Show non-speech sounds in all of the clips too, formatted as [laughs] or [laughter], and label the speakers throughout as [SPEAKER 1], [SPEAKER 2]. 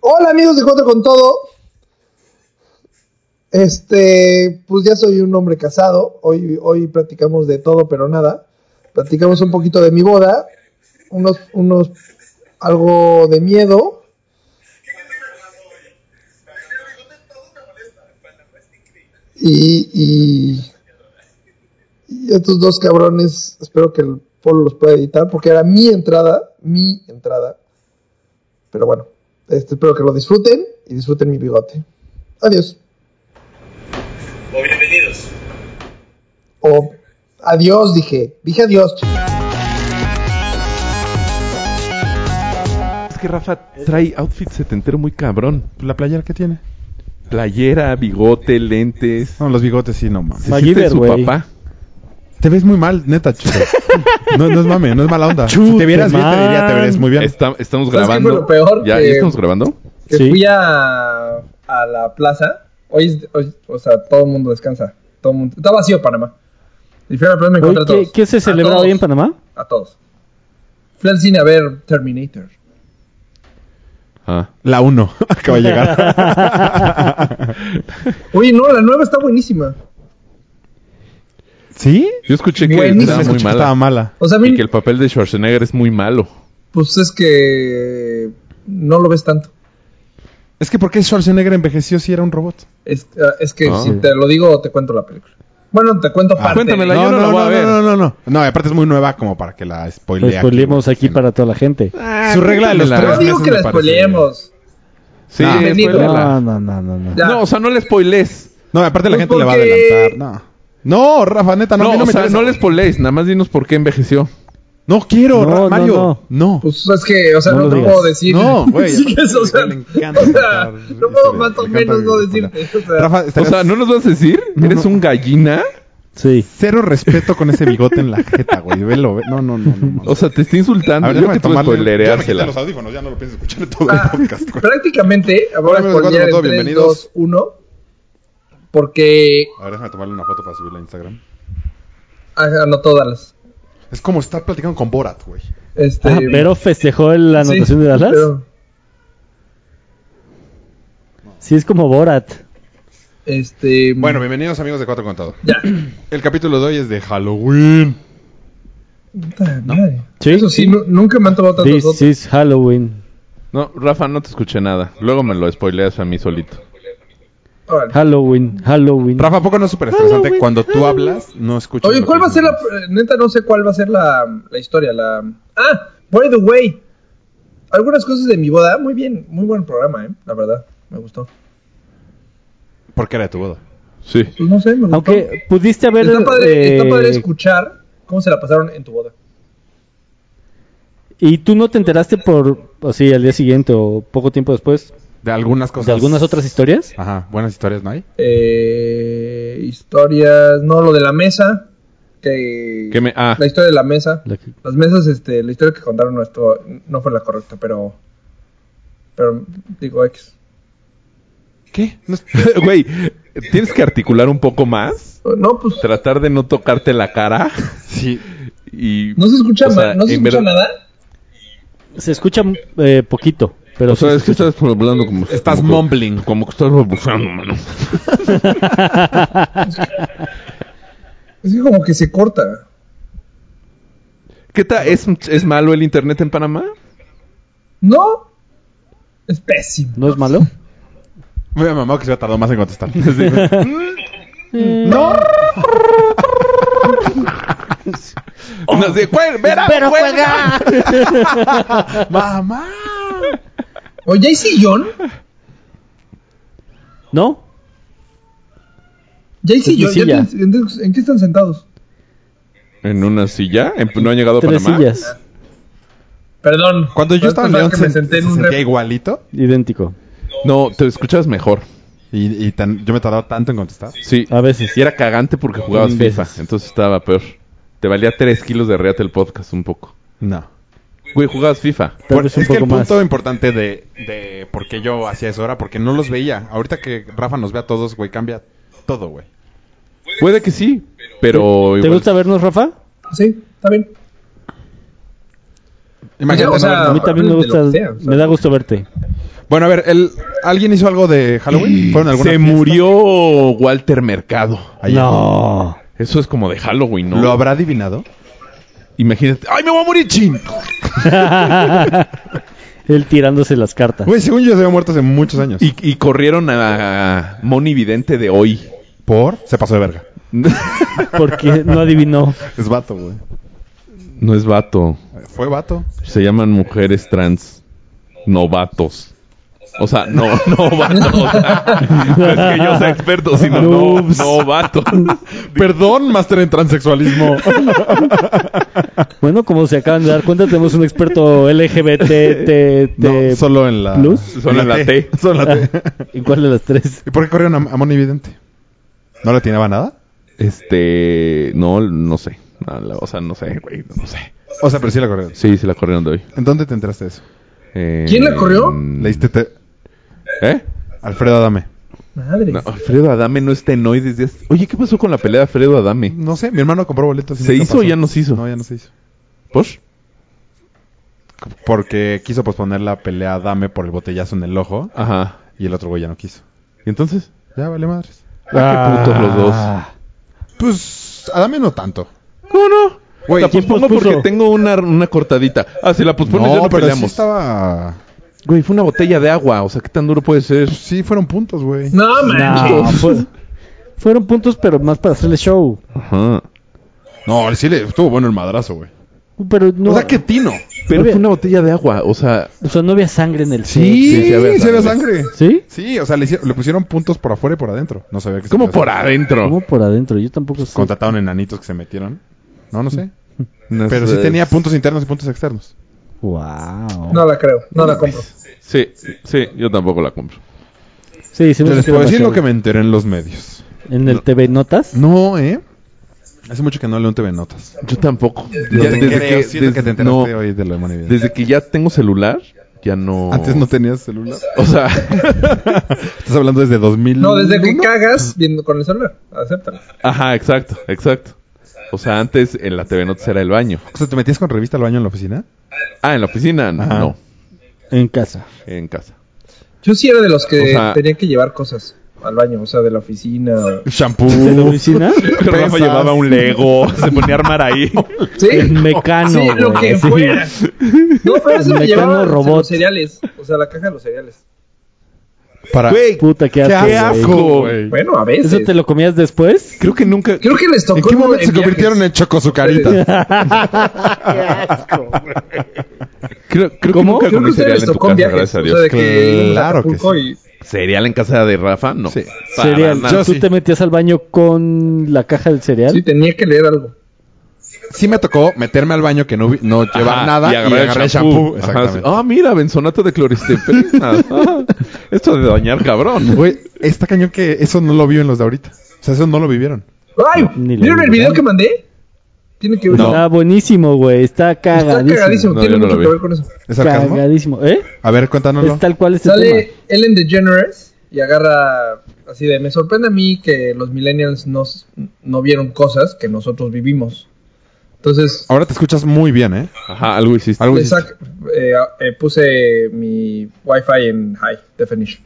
[SPEAKER 1] Hola amigos de Cuatro con Todo. Este, pues ya soy un hombre casado. Hoy, hoy platicamos de todo, pero nada. Platicamos un poquito de mi boda, unos, unos, algo de miedo. Y, y, y estos dos cabrones, espero que el Polo los pueda editar, porque era mi entrada, mi entrada. Pero bueno, este, espero que lo disfruten y disfruten mi bigote. Adiós.
[SPEAKER 2] O bienvenidos.
[SPEAKER 1] O adiós, dije. Dije adiós.
[SPEAKER 3] Es que Rafa trae outfit setentero muy cabrón.
[SPEAKER 4] ¿La playera que tiene?
[SPEAKER 3] Playera, bigote, lentes.
[SPEAKER 4] No, los bigotes sí, no mames.
[SPEAKER 3] ¿Se hiciste
[SPEAKER 5] MacGyver,
[SPEAKER 3] su
[SPEAKER 5] güey.
[SPEAKER 3] papá?
[SPEAKER 4] Te ves muy mal, neta, chulo. No, no es mame, no es mala onda. si te vieras bien, te diría, te verías muy bien.
[SPEAKER 3] Está- estamos
[SPEAKER 5] Pues
[SPEAKER 1] qué
[SPEAKER 3] grabando.
[SPEAKER 1] fue lo peor?
[SPEAKER 3] ¿Ya,
[SPEAKER 1] Que-
[SPEAKER 3] ya estamos grabando?
[SPEAKER 1] que
[SPEAKER 5] Sí.
[SPEAKER 1] fui a, a la plaza. Hoy, es- hoy- o sea, todo el mundo descansa. Todo el mundo, está vacío Panamá. Y fui a la plaza y me
[SPEAKER 5] Oye,
[SPEAKER 1] encontré a
[SPEAKER 5] ¿qué,
[SPEAKER 1] todos.
[SPEAKER 5] qué se
[SPEAKER 1] A
[SPEAKER 5] celebra
[SPEAKER 1] todos,
[SPEAKER 5] hoy en Panamá?
[SPEAKER 1] A todos. Fui al cine a ver Terminator.
[SPEAKER 3] Ah.
[SPEAKER 4] La 1 [laughs] acaba de llegar.
[SPEAKER 3] [laughs]
[SPEAKER 1] Oye, no, la nueva está buenísima.
[SPEAKER 4] ¿Sí?
[SPEAKER 3] Yo escuché que
[SPEAKER 1] Buenísimo.
[SPEAKER 3] estaba
[SPEAKER 4] Escuché
[SPEAKER 3] muy
[SPEAKER 4] que
[SPEAKER 3] mala.
[SPEAKER 4] estaba mala.
[SPEAKER 1] O sea, a mí-
[SPEAKER 3] Y que el papel de Schwarzenegger es muy malo.
[SPEAKER 1] pues es que no lo ves tanto.
[SPEAKER 4] Es que ¿por qué Schwarzenegger envejeció si era un robot?
[SPEAKER 1] Es, ah, es que
[SPEAKER 3] Ah.
[SPEAKER 1] si te lo digo, te cuento la película. Bueno, te
[SPEAKER 4] Ah,
[SPEAKER 1] cuento parte.
[SPEAKER 3] cuéntamela.
[SPEAKER 1] de-
[SPEAKER 3] yo no la voy a
[SPEAKER 4] no,
[SPEAKER 3] ver.
[SPEAKER 4] no, no, no. No, y aparte es muy nueva como para que la spoile
[SPEAKER 5] Lo spoileemos Pues, aquí
[SPEAKER 4] en-
[SPEAKER 5] para toda la gente.
[SPEAKER 1] Ah,
[SPEAKER 4] Su regla de los
[SPEAKER 3] cuéntamela.
[SPEAKER 1] No
[SPEAKER 4] tres
[SPEAKER 1] digo
[SPEAKER 4] meses
[SPEAKER 1] que
[SPEAKER 4] me
[SPEAKER 1] la
[SPEAKER 4] parece-
[SPEAKER 1] spoileemos.
[SPEAKER 3] Sí,
[SPEAKER 4] No.
[SPEAKER 3] spoileala.
[SPEAKER 5] No, no, no, no. no.
[SPEAKER 1] Ya.
[SPEAKER 3] No, o sea, no le spoilees.
[SPEAKER 4] No, aparte la
[SPEAKER 1] Pues
[SPEAKER 4] gente le va a
[SPEAKER 1] porque-
[SPEAKER 4] adelantar. No. No, Rafa, neta, no,
[SPEAKER 3] No,
[SPEAKER 4] a mí no
[SPEAKER 3] o
[SPEAKER 4] me
[SPEAKER 3] sea,
[SPEAKER 4] interesa.
[SPEAKER 3] no le spoilees. Nada más dinos por qué envejeció.
[SPEAKER 4] No quiero,
[SPEAKER 5] No,
[SPEAKER 4] Ra-
[SPEAKER 5] no,
[SPEAKER 4] Mario.
[SPEAKER 5] no.
[SPEAKER 4] No.
[SPEAKER 1] Pues es que, o sea,
[SPEAKER 5] No
[SPEAKER 1] no,
[SPEAKER 5] lo
[SPEAKER 1] te
[SPEAKER 5] digas.
[SPEAKER 1] puedo decir. [laughs]
[SPEAKER 4] No, güey,
[SPEAKER 1] Sí, que eso, o sea,
[SPEAKER 4] le encanta
[SPEAKER 1] o [laughs] sea, no
[SPEAKER 4] contar
[SPEAKER 1] puedo
[SPEAKER 4] historias,
[SPEAKER 1] más o
[SPEAKER 4] le encanta
[SPEAKER 1] menos no
[SPEAKER 4] contar.
[SPEAKER 1] decirte. O sea,
[SPEAKER 4] Rafa,
[SPEAKER 3] O
[SPEAKER 4] estarías
[SPEAKER 3] sea, ¿no nos vas a decir? ¿Eres un gallina?
[SPEAKER 5] Sí.
[SPEAKER 4] cero respeto con ese bigote en la jeta, güey. Velo, ve- No, no, no, no. no.
[SPEAKER 3] O sea, te está insultando.
[SPEAKER 4] a ver,
[SPEAKER 3] Yo
[SPEAKER 4] déjame
[SPEAKER 3] que tú
[SPEAKER 4] tomarle. Ya me quité
[SPEAKER 3] spoilereársela.
[SPEAKER 4] los audífonos, ya no lo pienso escuchar en todo
[SPEAKER 1] [laughs] Ah,
[SPEAKER 4] el podcast, güey.
[SPEAKER 1] prácticamente, ahora
[SPEAKER 4] amigos
[SPEAKER 1] spoilear
[SPEAKER 4] de
[SPEAKER 1] en
[SPEAKER 4] Cuatro con Todo,
[SPEAKER 1] 3,
[SPEAKER 4] bienvenidos.
[SPEAKER 1] 2, 1. Porque.
[SPEAKER 4] A ver, déjame tomarle una foto para subirla a Instagram.
[SPEAKER 1] Ah, no todas las.
[SPEAKER 4] Es como estar platicando con Borat, güey.
[SPEAKER 1] Este,
[SPEAKER 5] Ah, pero festejó la
[SPEAKER 1] sí,
[SPEAKER 5] anotación de Dallas.
[SPEAKER 1] pero,
[SPEAKER 5] Sí, es como Borat.
[SPEAKER 1] este.
[SPEAKER 4] Bueno, bienvenidos amigos de Cuatro Contado.
[SPEAKER 1] Ya.
[SPEAKER 4] El capítulo de hoy es de Halloween.
[SPEAKER 1] Puta madre.
[SPEAKER 5] Sí,
[SPEAKER 1] Eso sí, nu- nunca me han tomado tantos
[SPEAKER 5] This
[SPEAKER 1] fotos.
[SPEAKER 5] is Halloween.
[SPEAKER 3] No, Rafa, no te escuché nada. Luego me lo spoileas a mí solito.
[SPEAKER 1] Órale.
[SPEAKER 5] Halloween, Halloween.
[SPEAKER 4] Rafa, ¿a poco no es súper estresante? Cuando tú hablas, no escuchas.
[SPEAKER 1] Oye,
[SPEAKER 4] lo
[SPEAKER 1] ¿cuál
[SPEAKER 4] que
[SPEAKER 1] va a ser la. eh,
[SPEAKER 4] dices.
[SPEAKER 1] Neta, no sé cuál va a ser la, la historia. La... Ah, by the way. Algunas cosas de mi boda. Muy bien, muy buen programa, ¿eh? La verdad, me gustó.
[SPEAKER 4] ¿Por qué era de tu boda?
[SPEAKER 3] Sí.
[SPEAKER 1] Pues no sé, me gustó.
[SPEAKER 5] Aunque pudiste haber...
[SPEAKER 1] Está padre, está
[SPEAKER 5] eh,
[SPEAKER 1] padre escuchar cómo se la pasaron en tu boda.
[SPEAKER 5] Y tú no te enteraste por... Así, al día siguiente o poco tiempo después.
[SPEAKER 4] De algunas cosas.
[SPEAKER 5] ¿De algunas otras historias?
[SPEAKER 4] Ajá, buenas historias, ¿no hay?
[SPEAKER 1] Eh, historias, no, lo de la mesa. Que,
[SPEAKER 3] ¿Qué me- ah.
[SPEAKER 1] La historia de la mesa.
[SPEAKER 5] La que-
[SPEAKER 1] Las mesas, este, la historia que contaron no, estuvo- no fue la correcta, pero. Pero, digo, X.
[SPEAKER 4] ¿Qué? No es-
[SPEAKER 3] [laughs] Güey, tienes que articular un poco más.
[SPEAKER 1] No, pues.
[SPEAKER 3] Tratar de no tocarte la cara.
[SPEAKER 4] Sí.
[SPEAKER 3] Y,
[SPEAKER 1] No se escucha,
[SPEAKER 3] o sea,
[SPEAKER 1] ma- no se
[SPEAKER 3] en
[SPEAKER 1] escucha
[SPEAKER 3] verdad-
[SPEAKER 1] nada.
[SPEAKER 5] Se escucha eh, poquito, pero...
[SPEAKER 3] O sea,
[SPEAKER 5] sí
[SPEAKER 3] es que
[SPEAKER 5] se escucha.
[SPEAKER 3] estás hablando como...
[SPEAKER 4] Estás
[SPEAKER 3] como-
[SPEAKER 4] mumbling.
[SPEAKER 3] Como que estás rebuscando, mano.
[SPEAKER 1] Pues Es que como que se corta.
[SPEAKER 3] ¿Qué tal? ¿Es, ¿Es malo el internet en Panamá?
[SPEAKER 1] No. Es pésimo.
[SPEAKER 5] ¿No es malo?
[SPEAKER 4] [laughs] Me había mamado que se había tardado más en [laughs] contestar. Oh.
[SPEAKER 3] No sé, ¡Juega! ¡Vera, juega!
[SPEAKER 4] ¡Mamá!
[SPEAKER 1] Oye, ¿hay sillón?
[SPEAKER 5] ¿No?
[SPEAKER 1] ¿Ya hay
[SPEAKER 5] mi
[SPEAKER 1] sillón? ¿Ya
[SPEAKER 5] silla.
[SPEAKER 1] te- en, en qué están sentados?
[SPEAKER 3] ¿En una silla? ¿En- ¿No han llegado a
[SPEAKER 5] Tres
[SPEAKER 3] Panamá?
[SPEAKER 5] sillas,
[SPEAKER 1] Perdón.
[SPEAKER 4] Cuando yo
[SPEAKER 1] Pero
[SPEAKER 4] estaba en
[SPEAKER 1] tú
[SPEAKER 4] León,
[SPEAKER 1] sabes que me
[SPEAKER 4] se,
[SPEAKER 1] senté en
[SPEAKER 4] se
[SPEAKER 1] un
[SPEAKER 4] sentía
[SPEAKER 1] rep-
[SPEAKER 4] igualito.
[SPEAKER 5] idéntico,
[SPEAKER 3] No, te escuchas mejor.
[SPEAKER 4] Y, y tan- yo me tardaba tanto en contestar.
[SPEAKER 3] Sí.
[SPEAKER 5] a veces.
[SPEAKER 3] Y era cagante porque jugabas
[SPEAKER 5] Mil
[SPEAKER 3] FIFA.
[SPEAKER 5] veces.
[SPEAKER 3] Entonces estaba peor. Te valía 3 kilos de reate el podcast un poco.
[SPEAKER 4] No.
[SPEAKER 3] Güey, jugabas FIFA.
[SPEAKER 5] Tal
[SPEAKER 4] Por-
[SPEAKER 5] vez
[SPEAKER 4] es
[SPEAKER 5] un
[SPEAKER 4] que el
[SPEAKER 5] poco más.
[SPEAKER 4] punto importante de, de por qué yo hacía eso era porque no los veía. Ahorita que Rafa nos ve a todos, güey, cambia todo, güey.
[SPEAKER 3] Puede que sí, pero...
[SPEAKER 5] ¿Te
[SPEAKER 3] igual-
[SPEAKER 5] gusta vernos, Rafa?
[SPEAKER 1] Sí, está bien.
[SPEAKER 4] Imagínate,
[SPEAKER 1] o sea,
[SPEAKER 4] no,
[SPEAKER 5] A
[SPEAKER 4] vernos.
[SPEAKER 5] mí también me
[SPEAKER 1] hablen de
[SPEAKER 5] gusta,
[SPEAKER 1] lo que sea, o sea.
[SPEAKER 5] me da gusto verte.
[SPEAKER 4] Bueno, a ver, el- ¿alguien hizo algo de
[SPEAKER 5] [clears throat]
[SPEAKER 4] Halloween? ¿Fueron a alguna
[SPEAKER 3] Se
[SPEAKER 4] fiesta?
[SPEAKER 3] murió Walter Mercado. ayer.
[SPEAKER 5] No.
[SPEAKER 3] Eso es como de Halloween, ¿no?
[SPEAKER 4] ¿Lo habrá adivinado?
[SPEAKER 3] Imagínate. ¡Ay, me voy a morir, chin!
[SPEAKER 5] Él tirándose las cartas.
[SPEAKER 4] Güey, según yo se había muerto hace muchos años.
[SPEAKER 3] Y, y corrieron a Moni Vidente de hoy. [laughs]
[SPEAKER 4] por? Se pasó de verga.
[SPEAKER 5] Porque
[SPEAKER 4] [laughs]
[SPEAKER 5] no adivinó.
[SPEAKER 4] Es vato, güey.
[SPEAKER 3] No es vato.
[SPEAKER 4] Fue vato.
[SPEAKER 3] Se llaman mujeres trans. Novatos. O sea, no, [laughs] no vatos. O sea, no es que yo sea experto, sino no,
[SPEAKER 5] Noobs.
[SPEAKER 3] no vatos.
[SPEAKER 4] [laughs] Perdón, máster en transexualismo.
[SPEAKER 5] Bueno, como se acaban de dar cuenta, tenemos un experto LGBT. T- T-
[SPEAKER 4] No, solo en la...
[SPEAKER 5] Plus?
[SPEAKER 3] Este, [laughs] Solo en la T.
[SPEAKER 4] Solo en la T.
[SPEAKER 5] ¿Y cuál de las tres?
[SPEAKER 4] [laughs] ¿Y por qué corrieron a, a Moni Vidente? ¿No le atinaba nada?
[SPEAKER 3] Este, no, no sé. No, la- o sea, no sé, güey, no sé.
[SPEAKER 4] O sea, pero sí la corrieron.
[SPEAKER 3] Sí, se la corrieron de hoy.
[SPEAKER 4] ¿En dónde te enteraste de eso?
[SPEAKER 3] Eh,
[SPEAKER 1] ¿Quién la corrió?
[SPEAKER 4] Leíste te-
[SPEAKER 3] ¿Eh?
[SPEAKER 4] Alfredo Adame.
[SPEAKER 1] Madre.
[SPEAKER 3] No, Alfredo Adame no está en hoy desde hace... Oye, ¿qué pasó con la pelea de Alfredo Adame?
[SPEAKER 4] No sé, mi hermano compró boletos. y
[SPEAKER 3] ¿Se
[SPEAKER 4] nunca
[SPEAKER 3] hizo o ya no se hizo?
[SPEAKER 4] No, ya no se hizo.
[SPEAKER 3] ¿Por?
[SPEAKER 4] Porque quiso posponer la pelea a Adame por el botellazo en el ojo
[SPEAKER 3] Ajá.
[SPEAKER 4] y el otro güey ya no quiso.
[SPEAKER 3] ¿Y entonces?
[SPEAKER 4] Ya vale madres.
[SPEAKER 3] Ah, qué putos los dos.
[SPEAKER 4] Pues Adame no tanto.
[SPEAKER 3] ¿Cómo no?
[SPEAKER 4] Güey,
[SPEAKER 3] la
[SPEAKER 5] ¿quién
[SPEAKER 3] pospongo
[SPEAKER 5] pospuso?
[SPEAKER 3] porque tengo una, una cortadita. Ah, si la pospones ya no
[SPEAKER 4] pero
[SPEAKER 3] peleamos.
[SPEAKER 4] sí estaba...
[SPEAKER 3] Güey, fue una botella de agua. O sea, ¿qué tan duro puede ser?
[SPEAKER 4] Sí fueron puntos, güey.
[SPEAKER 1] No, manches.
[SPEAKER 5] No, pues. fue- fueron puntos, pero más para hacerle show.
[SPEAKER 3] Ajá.
[SPEAKER 4] No, sí le estuvo bueno el madrazo, güey.
[SPEAKER 5] Pero no,
[SPEAKER 4] O sea, que tino.
[SPEAKER 3] Pero
[SPEAKER 5] Oye.
[SPEAKER 3] fue una botella de agua. O sea...
[SPEAKER 5] o sea, no había sangre en el
[SPEAKER 3] Sí, sí había
[SPEAKER 4] se ve
[SPEAKER 3] sangre.
[SPEAKER 4] sangre.
[SPEAKER 5] set. ¿Sí?
[SPEAKER 4] Sí, o sea, le, hicieron- le pusieron puntos por afuera y por adentro. No sabía que se
[SPEAKER 3] ¿Cómo
[SPEAKER 4] podía
[SPEAKER 3] por
[SPEAKER 4] hacer.
[SPEAKER 3] adentro?
[SPEAKER 5] ¿Cómo por adentro? Yo tampoco sé.
[SPEAKER 4] Contrataron enanitos que se metieron. No, no sé.
[SPEAKER 3] No
[SPEAKER 4] Pero sí
[SPEAKER 3] sé.
[SPEAKER 4] tenía puntos internos y puntos externos.
[SPEAKER 5] Wow.
[SPEAKER 1] No la creo, no la compro.
[SPEAKER 3] Sí, sí, yo tampoco la compro.
[SPEAKER 5] Sí, sí, me
[SPEAKER 4] Te les
[SPEAKER 5] refiero
[SPEAKER 4] puedo
[SPEAKER 5] a
[SPEAKER 4] decir
[SPEAKER 5] show.
[SPEAKER 4] lo que me enteré en los medios.
[SPEAKER 5] En el TV Notas.
[SPEAKER 4] No, ¿eh? Hace mucho que no leo un TV Notas.
[SPEAKER 3] Yo tampoco.
[SPEAKER 4] Yo
[SPEAKER 3] Ya,
[SPEAKER 4] te
[SPEAKER 3] desde
[SPEAKER 4] creo,
[SPEAKER 3] que,
[SPEAKER 4] siento que
[SPEAKER 3] desde-
[SPEAKER 4] te enteraste
[SPEAKER 3] no,
[SPEAKER 4] hoy de lo de Moni Vidente.
[SPEAKER 3] desde que ya tengo celular, ya no.
[SPEAKER 4] Antes no tenías celular.
[SPEAKER 3] O sea, [laughs]
[SPEAKER 4] Estás hablando desde 2000.
[SPEAKER 1] No, desde que cagas viendo con el celular. Acéptalo.
[SPEAKER 3] ajá, exacto, exacto. O sea, antes en la TV Notas era el baño.
[SPEAKER 4] O sea, ¿te metías con revista al baño en la oficina?
[SPEAKER 3] Ah, en la oficina,
[SPEAKER 4] Ajá.
[SPEAKER 3] no,
[SPEAKER 5] En casa.
[SPEAKER 3] en casa.
[SPEAKER 1] Yo sí era de los que
[SPEAKER 3] O sea-
[SPEAKER 1] tenían que llevar cosas al baño, o sea, de la oficina.
[SPEAKER 4] Shampoo.
[SPEAKER 5] ¿De la oficina?
[SPEAKER 3] Pero Rafa
[SPEAKER 4] Pesas.
[SPEAKER 3] llevaba un Lego, se ponía a armar ahí.
[SPEAKER 1] Sí,
[SPEAKER 5] En mecano.
[SPEAKER 1] sí, lo
[SPEAKER 5] güey,
[SPEAKER 1] que
[SPEAKER 5] sí.
[SPEAKER 1] fuera. No, pero eso
[SPEAKER 5] Mecano
[SPEAKER 1] me llevaba
[SPEAKER 5] robot.
[SPEAKER 1] los cereales, o sea, la caja de los cereales.
[SPEAKER 4] Para...
[SPEAKER 3] Güey,
[SPEAKER 5] [laughs] Puta, qué asco.
[SPEAKER 3] qué
[SPEAKER 5] güey.
[SPEAKER 3] asco,
[SPEAKER 4] güey.
[SPEAKER 3] güey.
[SPEAKER 1] Bueno, a veces.
[SPEAKER 5] ¿Eso te lo comías después?
[SPEAKER 3] [laughs] Creo que nunca.
[SPEAKER 1] Creo que les tocó.
[SPEAKER 4] ¿En qué momento se
[SPEAKER 1] viajes.
[SPEAKER 4] convirtieron
[SPEAKER 1] [laughs]
[SPEAKER 4] en chocosucaritas?
[SPEAKER 3] Creo, creo que
[SPEAKER 5] ¿Cómo?
[SPEAKER 3] nunca
[SPEAKER 1] Creo que
[SPEAKER 3] comí
[SPEAKER 1] a ustedes
[SPEAKER 3] cereal
[SPEAKER 1] les
[SPEAKER 3] en tu
[SPEAKER 1] tocó en
[SPEAKER 3] casa,
[SPEAKER 1] viajes.
[SPEAKER 3] gracias a Dios.
[SPEAKER 1] O sea, de que íbamos a
[SPEAKER 4] Claro que
[SPEAKER 1] Acapulco
[SPEAKER 4] sí.
[SPEAKER 1] y-
[SPEAKER 3] ¿Cereal en casa de Rafa? No.
[SPEAKER 4] Sí.
[SPEAKER 3] Para
[SPEAKER 5] Cereal.
[SPEAKER 3] nada.
[SPEAKER 5] ¿Tú
[SPEAKER 4] sí.
[SPEAKER 5] te metías al baño con la caja del cereal?
[SPEAKER 1] Sí, tenía que leer algo.
[SPEAKER 4] Sí me tocó meterme al baño que no, vi- no
[SPEAKER 3] Ajá,
[SPEAKER 4] llevaba nada y agarrar, el shampoo.
[SPEAKER 3] Ajá,
[SPEAKER 4] Exactamente.
[SPEAKER 3] sí. Ah, mira, benzonato de cloristepirina. Ah, esto de dañar cabrón.
[SPEAKER 4] Güey, está cañón que eso no lo vio en los de ahorita. O sea, eso no lo vivieron.
[SPEAKER 1] ¡Ay!
[SPEAKER 5] Ni lo
[SPEAKER 1] ¿Vieron el
[SPEAKER 5] vi.
[SPEAKER 1] video que mandé? Tiene que ver.
[SPEAKER 3] No.
[SPEAKER 5] Pues Está buenísimo, güey. Está
[SPEAKER 1] Está
[SPEAKER 5] cagadísimo. Este
[SPEAKER 1] cagadísimo,
[SPEAKER 3] No,
[SPEAKER 1] tiene
[SPEAKER 3] yo no
[SPEAKER 1] mucho
[SPEAKER 3] lo
[SPEAKER 1] que
[SPEAKER 3] vi.
[SPEAKER 1] ver con eso.
[SPEAKER 4] ¿Es sarcasmo?
[SPEAKER 5] Cagadísimo. ¿Eh?
[SPEAKER 4] A ver, cuéntanoslo.
[SPEAKER 5] Es tal cual este
[SPEAKER 1] Sale
[SPEAKER 5] tema.
[SPEAKER 1] Ellen DeGeneres y agarra así de, me sorprende a mí que los millennials no, s- no vieron cosas que nosotros vivimos. Entonces,
[SPEAKER 4] Ahora te escuchas muy bien, ¿eh?
[SPEAKER 3] Ajá, algo hiciste.
[SPEAKER 4] Algo
[SPEAKER 1] le
[SPEAKER 4] hiciste.
[SPEAKER 1] sac- eh, a- eh, puse mi wifi en high definition.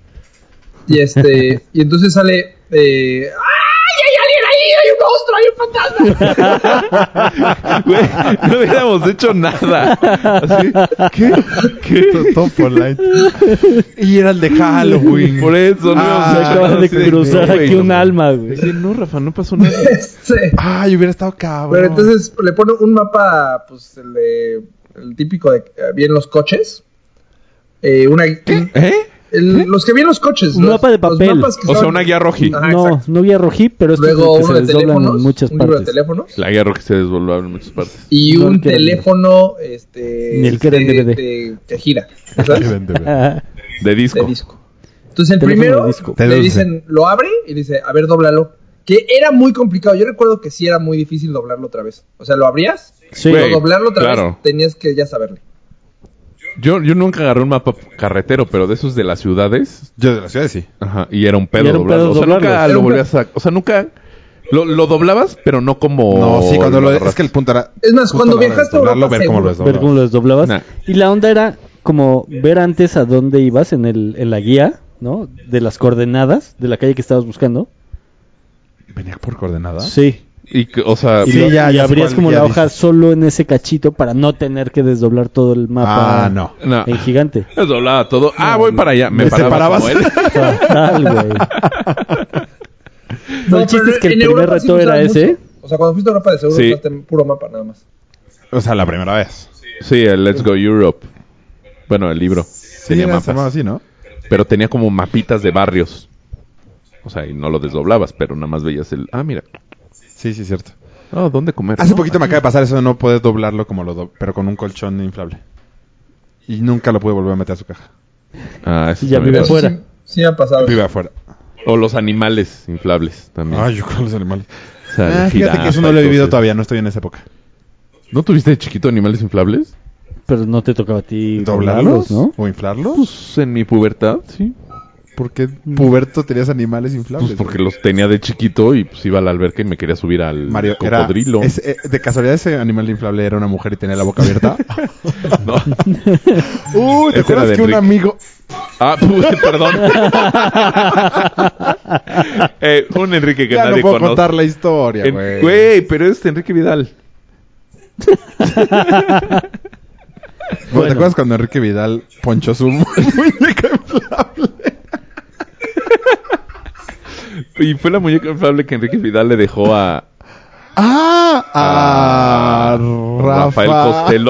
[SPEAKER 1] Y
[SPEAKER 5] [laughs]
[SPEAKER 1] este, y entonces sale, eh, ¡ay, hay alguien ahí! ¡Hay un monstruo! ¡Hay un fantasma!
[SPEAKER 3] Ah, Güey, no hubiéramos hecho nada. Así, ¿Qué? ¿Qué?
[SPEAKER 4] Todo por light. [laughs] y era el de Halloween.
[SPEAKER 3] Por eso, no. hubiéramos
[SPEAKER 4] Ah,
[SPEAKER 5] Se
[SPEAKER 3] hecho
[SPEAKER 5] acaba
[SPEAKER 3] nada.
[SPEAKER 5] de
[SPEAKER 3] Así
[SPEAKER 5] cruzar
[SPEAKER 3] güey,
[SPEAKER 5] aquí
[SPEAKER 3] no,
[SPEAKER 5] un
[SPEAKER 3] no.
[SPEAKER 5] alma, güey.
[SPEAKER 3] Dije, no, Rafa, no pasó nada.
[SPEAKER 1] [laughs] Este,
[SPEAKER 4] Ay, hubiera estado cabrón.
[SPEAKER 1] Pero entonces le pone un mapa, pues el, de- el típico de que vi en los coches. Eh, una, un-
[SPEAKER 3] ¿Eh?
[SPEAKER 1] el- los que vi en los coches.
[SPEAKER 5] Un
[SPEAKER 1] los-
[SPEAKER 5] mapa de
[SPEAKER 1] los
[SPEAKER 5] papel.
[SPEAKER 1] mapas que
[SPEAKER 3] O sea,
[SPEAKER 1] estaban-
[SPEAKER 3] una guía roji.
[SPEAKER 1] Ajá,
[SPEAKER 5] no,
[SPEAKER 1] exacto.
[SPEAKER 5] no guía rojí, pero es que
[SPEAKER 1] Luego
[SPEAKER 5] se
[SPEAKER 1] uno de
[SPEAKER 5] desdoblan en
[SPEAKER 1] teléfonos.
[SPEAKER 5] muchas
[SPEAKER 1] un libro de
[SPEAKER 5] partes.
[SPEAKER 1] teléfonos.
[SPEAKER 3] La guía roji se desvolvió en muchas partes.
[SPEAKER 1] Y
[SPEAKER 5] No,
[SPEAKER 1] un
[SPEAKER 5] que era
[SPEAKER 1] teléfono este,
[SPEAKER 5] Ni el que era en
[SPEAKER 1] de-
[SPEAKER 5] DVD.
[SPEAKER 1] de- que gira.
[SPEAKER 5] [laughs]
[SPEAKER 4] Qué
[SPEAKER 1] ¿sabes?
[SPEAKER 4] vende, güey.
[SPEAKER 5] Ah,
[SPEAKER 3] De disco.
[SPEAKER 1] De disco. Entonces el
[SPEAKER 5] Teléfono
[SPEAKER 1] primero
[SPEAKER 5] de disco.
[SPEAKER 1] le
[SPEAKER 4] Teléfono.
[SPEAKER 1] dicen, lo abre y dice, a ver, dóblalo. Que era muy complicado. Yo recuerdo que sí era muy difícil doblarlo otra vez. O sea, lo abrías,
[SPEAKER 5] sí.
[SPEAKER 3] Güey.
[SPEAKER 1] pero doblarlo otra
[SPEAKER 3] claro.
[SPEAKER 1] vez tenías que ya saberle.
[SPEAKER 3] Yo, yo nunca agarré un mapa carretero, pero de esos de las ciudades,
[SPEAKER 4] Yo de la ciudad sí.
[SPEAKER 3] Ajá, y era un pedo
[SPEAKER 5] Y era un
[SPEAKER 3] doblarlo.
[SPEAKER 5] pedo
[SPEAKER 3] o sea, nunca
[SPEAKER 5] doblarlo.
[SPEAKER 3] lo
[SPEAKER 1] Era un
[SPEAKER 3] volvías a... O sea, nunca... Lo, lo doblabas, pero no como...
[SPEAKER 4] No, sí, cuando lo...
[SPEAKER 3] agarras.
[SPEAKER 4] Es que el punto era...
[SPEAKER 1] Es más,
[SPEAKER 4] justo
[SPEAKER 1] cuando
[SPEAKER 4] a la hora de
[SPEAKER 1] viajaste a
[SPEAKER 4] doblarlo,
[SPEAKER 1] Europa,
[SPEAKER 4] ver cómo lo
[SPEAKER 1] seguro.
[SPEAKER 5] Ver
[SPEAKER 4] desdoblabas.
[SPEAKER 5] cómo lo desdoblabas.
[SPEAKER 3] Nah.
[SPEAKER 5] Y la onda era como ver antes a dónde ibas en, el, en la guía, ¿no? De las coordenadas de la calle que estabas buscando.
[SPEAKER 4] ¿Venía por coordenadas?
[SPEAKER 5] Sí.
[SPEAKER 3] Y, que, o sea,
[SPEAKER 5] Y,
[SPEAKER 4] Sí,
[SPEAKER 5] lo-
[SPEAKER 4] Ah, ya,
[SPEAKER 5] y
[SPEAKER 4] ya sé
[SPEAKER 5] abrías
[SPEAKER 4] cuál-
[SPEAKER 5] como
[SPEAKER 4] ya
[SPEAKER 5] la
[SPEAKER 4] dices.
[SPEAKER 5] hoja solo en ese cachito para no tener que desdoblar todo el mapa
[SPEAKER 4] Ah, no.
[SPEAKER 3] no.
[SPEAKER 5] en gigante.
[SPEAKER 3] Les doblaba todo. Ah, voy para allá. Me
[SPEAKER 4] ¿Me
[SPEAKER 3] paraba
[SPEAKER 4] separabas?
[SPEAKER 3] como él.
[SPEAKER 5] Fatal, güey. No, el chiste
[SPEAKER 1] pero
[SPEAKER 5] es que el
[SPEAKER 1] en
[SPEAKER 5] primer
[SPEAKER 1] Europa
[SPEAKER 5] reto
[SPEAKER 1] sí lo
[SPEAKER 5] era
[SPEAKER 1] usaban
[SPEAKER 5] ese.
[SPEAKER 1] mucho. O sea, cuando fuiste a Europa de seguro
[SPEAKER 3] Sí.
[SPEAKER 1] usaste puro mapa nada más.
[SPEAKER 4] O sea, la primera vez.
[SPEAKER 3] Sí, el Let's Go Europe. Bueno, el libro. tenía
[SPEAKER 4] era-
[SPEAKER 3] mapas.
[SPEAKER 4] se llamaba así, ¿no?
[SPEAKER 3] Pero tenía como mapitas de barrios. O sea, y no lo desdoblabas, pero nada más veías el... Ah, mira.
[SPEAKER 4] Sí, sí, cierto.
[SPEAKER 3] Ah, ¿dónde comer?
[SPEAKER 4] Hace
[SPEAKER 3] No,
[SPEAKER 4] poquito me
[SPEAKER 3] aquí.
[SPEAKER 4] acaba de pasar eso de no poder doblarlo como lo do- pero con un colchón inflable. Y nunca lo pude volver a meter a su caja.
[SPEAKER 3] Ah, eso
[SPEAKER 5] Y ya
[SPEAKER 3] también
[SPEAKER 5] vive
[SPEAKER 3] pasa.
[SPEAKER 5] afuera.
[SPEAKER 1] Sí, sí me ha pasado.
[SPEAKER 4] Vive afuera.
[SPEAKER 3] O los animales inflables también.
[SPEAKER 4] Ay, Ah, yo con los animales.
[SPEAKER 3] O sea, la
[SPEAKER 4] Ah, fíjate
[SPEAKER 3] jirafa
[SPEAKER 4] que eso no lo he
[SPEAKER 3] y
[SPEAKER 4] vivido
[SPEAKER 3] cosas.
[SPEAKER 4] todavía, no estoy en esa época.
[SPEAKER 3] ¿No tuviste de chiquito animales inflables?
[SPEAKER 5] Pero no te tocaba a ti
[SPEAKER 4] ¿Doblarlos?
[SPEAKER 5] ¿no?
[SPEAKER 4] ¿O inflarlos?
[SPEAKER 3] Pues en mi pubertad, sí.
[SPEAKER 4] ¿Por qué puberto tenías animales inflables?
[SPEAKER 3] Pues porque los tenía de chiquito y pues iba al alberca y me quería subir al
[SPEAKER 4] Mario, era,
[SPEAKER 3] cocodrilo.
[SPEAKER 4] es- eh, ¿De casualidad ese animal inflable era una mujer y tenía la boca abierta?
[SPEAKER 3] [laughs] No.
[SPEAKER 4] Uy, ¿te
[SPEAKER 3] Ese era
[SPEAKER 4] acuerdas
[SPEAKER 3] de
[SPEAKER 4] que
[SPEAKER 3] Enrique.
[SPEAKER 4] un amigo...
[SPEAKER 3] Ah, pues, [laughs]
[SPEAKER 4] [laughs]
[SPEAKER 3] perdón. Eh, un Enrique que
[SPEAKER 4] Ya no
[SPEAKER 3] nadie
[SPEAKER 4] puedo
[SPEAKER 3] conoce.
[SPEAKER 4] contar la historia,
[SPEAKER 3] En-
[SPEAKER 4] güey.
[SPEAKER 3] Güey, pero es Enrique Vidal.
[SPEAKER 4] Bueno, ¿Te acuerdas cuando Enrique Vidal ponchó su [laughs] muñeca inflable?
[SPEAKER 3] Y fue la muñeca inflable que Enrique Vidal le dejó a,
[SPEAKER 4] ¡Ah!
[SPEAKER 3] a
[SPEAKER 4] ¡Ah! Rafa.
[SPEAKER 3] Rafael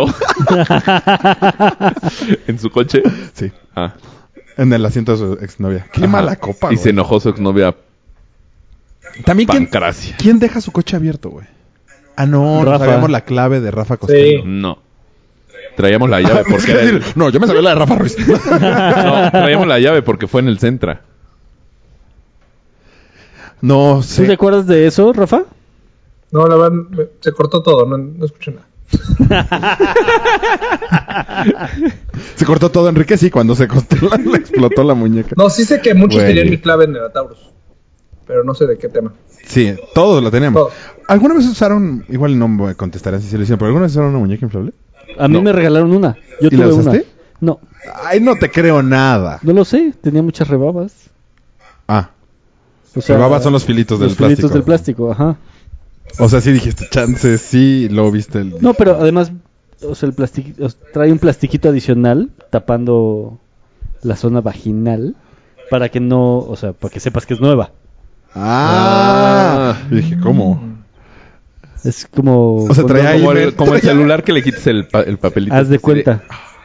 [SPEAKER 3] Costello [laughs] en su coche.
[SPEAKER 4] Sí,
[SPEAKER 3] Ah,
[SPEAKER 4] en el asiento de su exnovia. ¡Qué
[SPEAKER 3] ajá.
[SPEAKER 4] mala
[SPEAKER 3] Y
[SPEAKER 4] copa, güey!
[SPEAKER 3] se enojó su exnovia
[SPEAKER 4] También, ¿quién,
[SPEAKER 3] Pancracia.
[SPEAKER 4] quién deja su coche abierto, güey? Ah, no, no
[SPEAKER 5] Rafa.
[SPEAKER 4] sabíamos la clave de Rafa Costello.
[SPEAKER 3] No. Traíamos la llave [laughs]
[SPEAKER 4] Ah,
[SPEAKER 3] porque era el-
[SPEAKER 4] No, yo me sabía la de Rafa Ruiz.
[SPEAKER 3] No, traíamos la llave porque fue en el Centra.
[SPEAKER 4] no
[SPEAKER 5] ¿Tú te
[SPEAKER 4] sé.
[SPEAKER 5] acuerdas de eso, Rafa?
[SPEAKER 1] No, la verdad, me- se cortó todo, no, no escuché nada.
[SPEAKER 4] Se cortó todo Enrique, sí, cuando se cortó la- le explotó la muñeca.
[SPEAKER 1] No, sí sé que muchos
[SPEAKER 4] Güey.
[SPEAKER 1] tenían mi clave en el Ataurus, pero no sé de qué tema.
[SPEAKER 4] Sí, todos la teníamos.
[SPEAKER 1] Todos.
[SPEAKER 4] ¿Alguna vez usaron, igual no me contestarán si se lo hicieron, pero alguna vez usaron una muñeca inflable?
[SPEAKER 5] A mí
[SPEAKER 3] No.
[SPEAKER 5] me regalaron una. Yo
[SPEAKER 4] ¿Y
[SPEAKER 5] tuve
[SPEAKER 4] la
[SPEAKER 5] una.
[SPEAKER 4] usaste?
[SPEAKER 5] No,
[SPEAKER 4] Ay, no te creo nada.
[SPEAKER 5] no lo sé. Tenía muchas rebabas.
[SPEAKER 4] Ah,
[SPEAKER 5] O sea,
[SPEAKER 4] babas son los filitos del
[SPEAKER 5] los filitos
[SPEAKER 4] plástico.
[SPEAKER 5] del plástico, ajá.
[SPEAKER 4] O sea, sí dijiste, chance, sí, lo viste el...
[SPEAKER 5] No, pero además, o sea, el plastiqui- o sea, trae un plastiquito adicional tapando la zona vaginal para que no, o sea, para que sepas que es nueva.
[SPEAKER 4] Ah, Y dije, ¿cómo?
[SPEAKER 5] Es como
[SPEAKER 4] O sea,
[SPEAKER 5] cuando-
[SPEAKER 4] traía
[SPEAKER 3] Como,
[SPEAKER 4] imen.
[SPEAKER 3] el, como el
[SPEAKER 4] traía-
[SPEAKER 3] celular que le quites el, pa- el papelito.
[SPEAKER 5] haz de cuenta,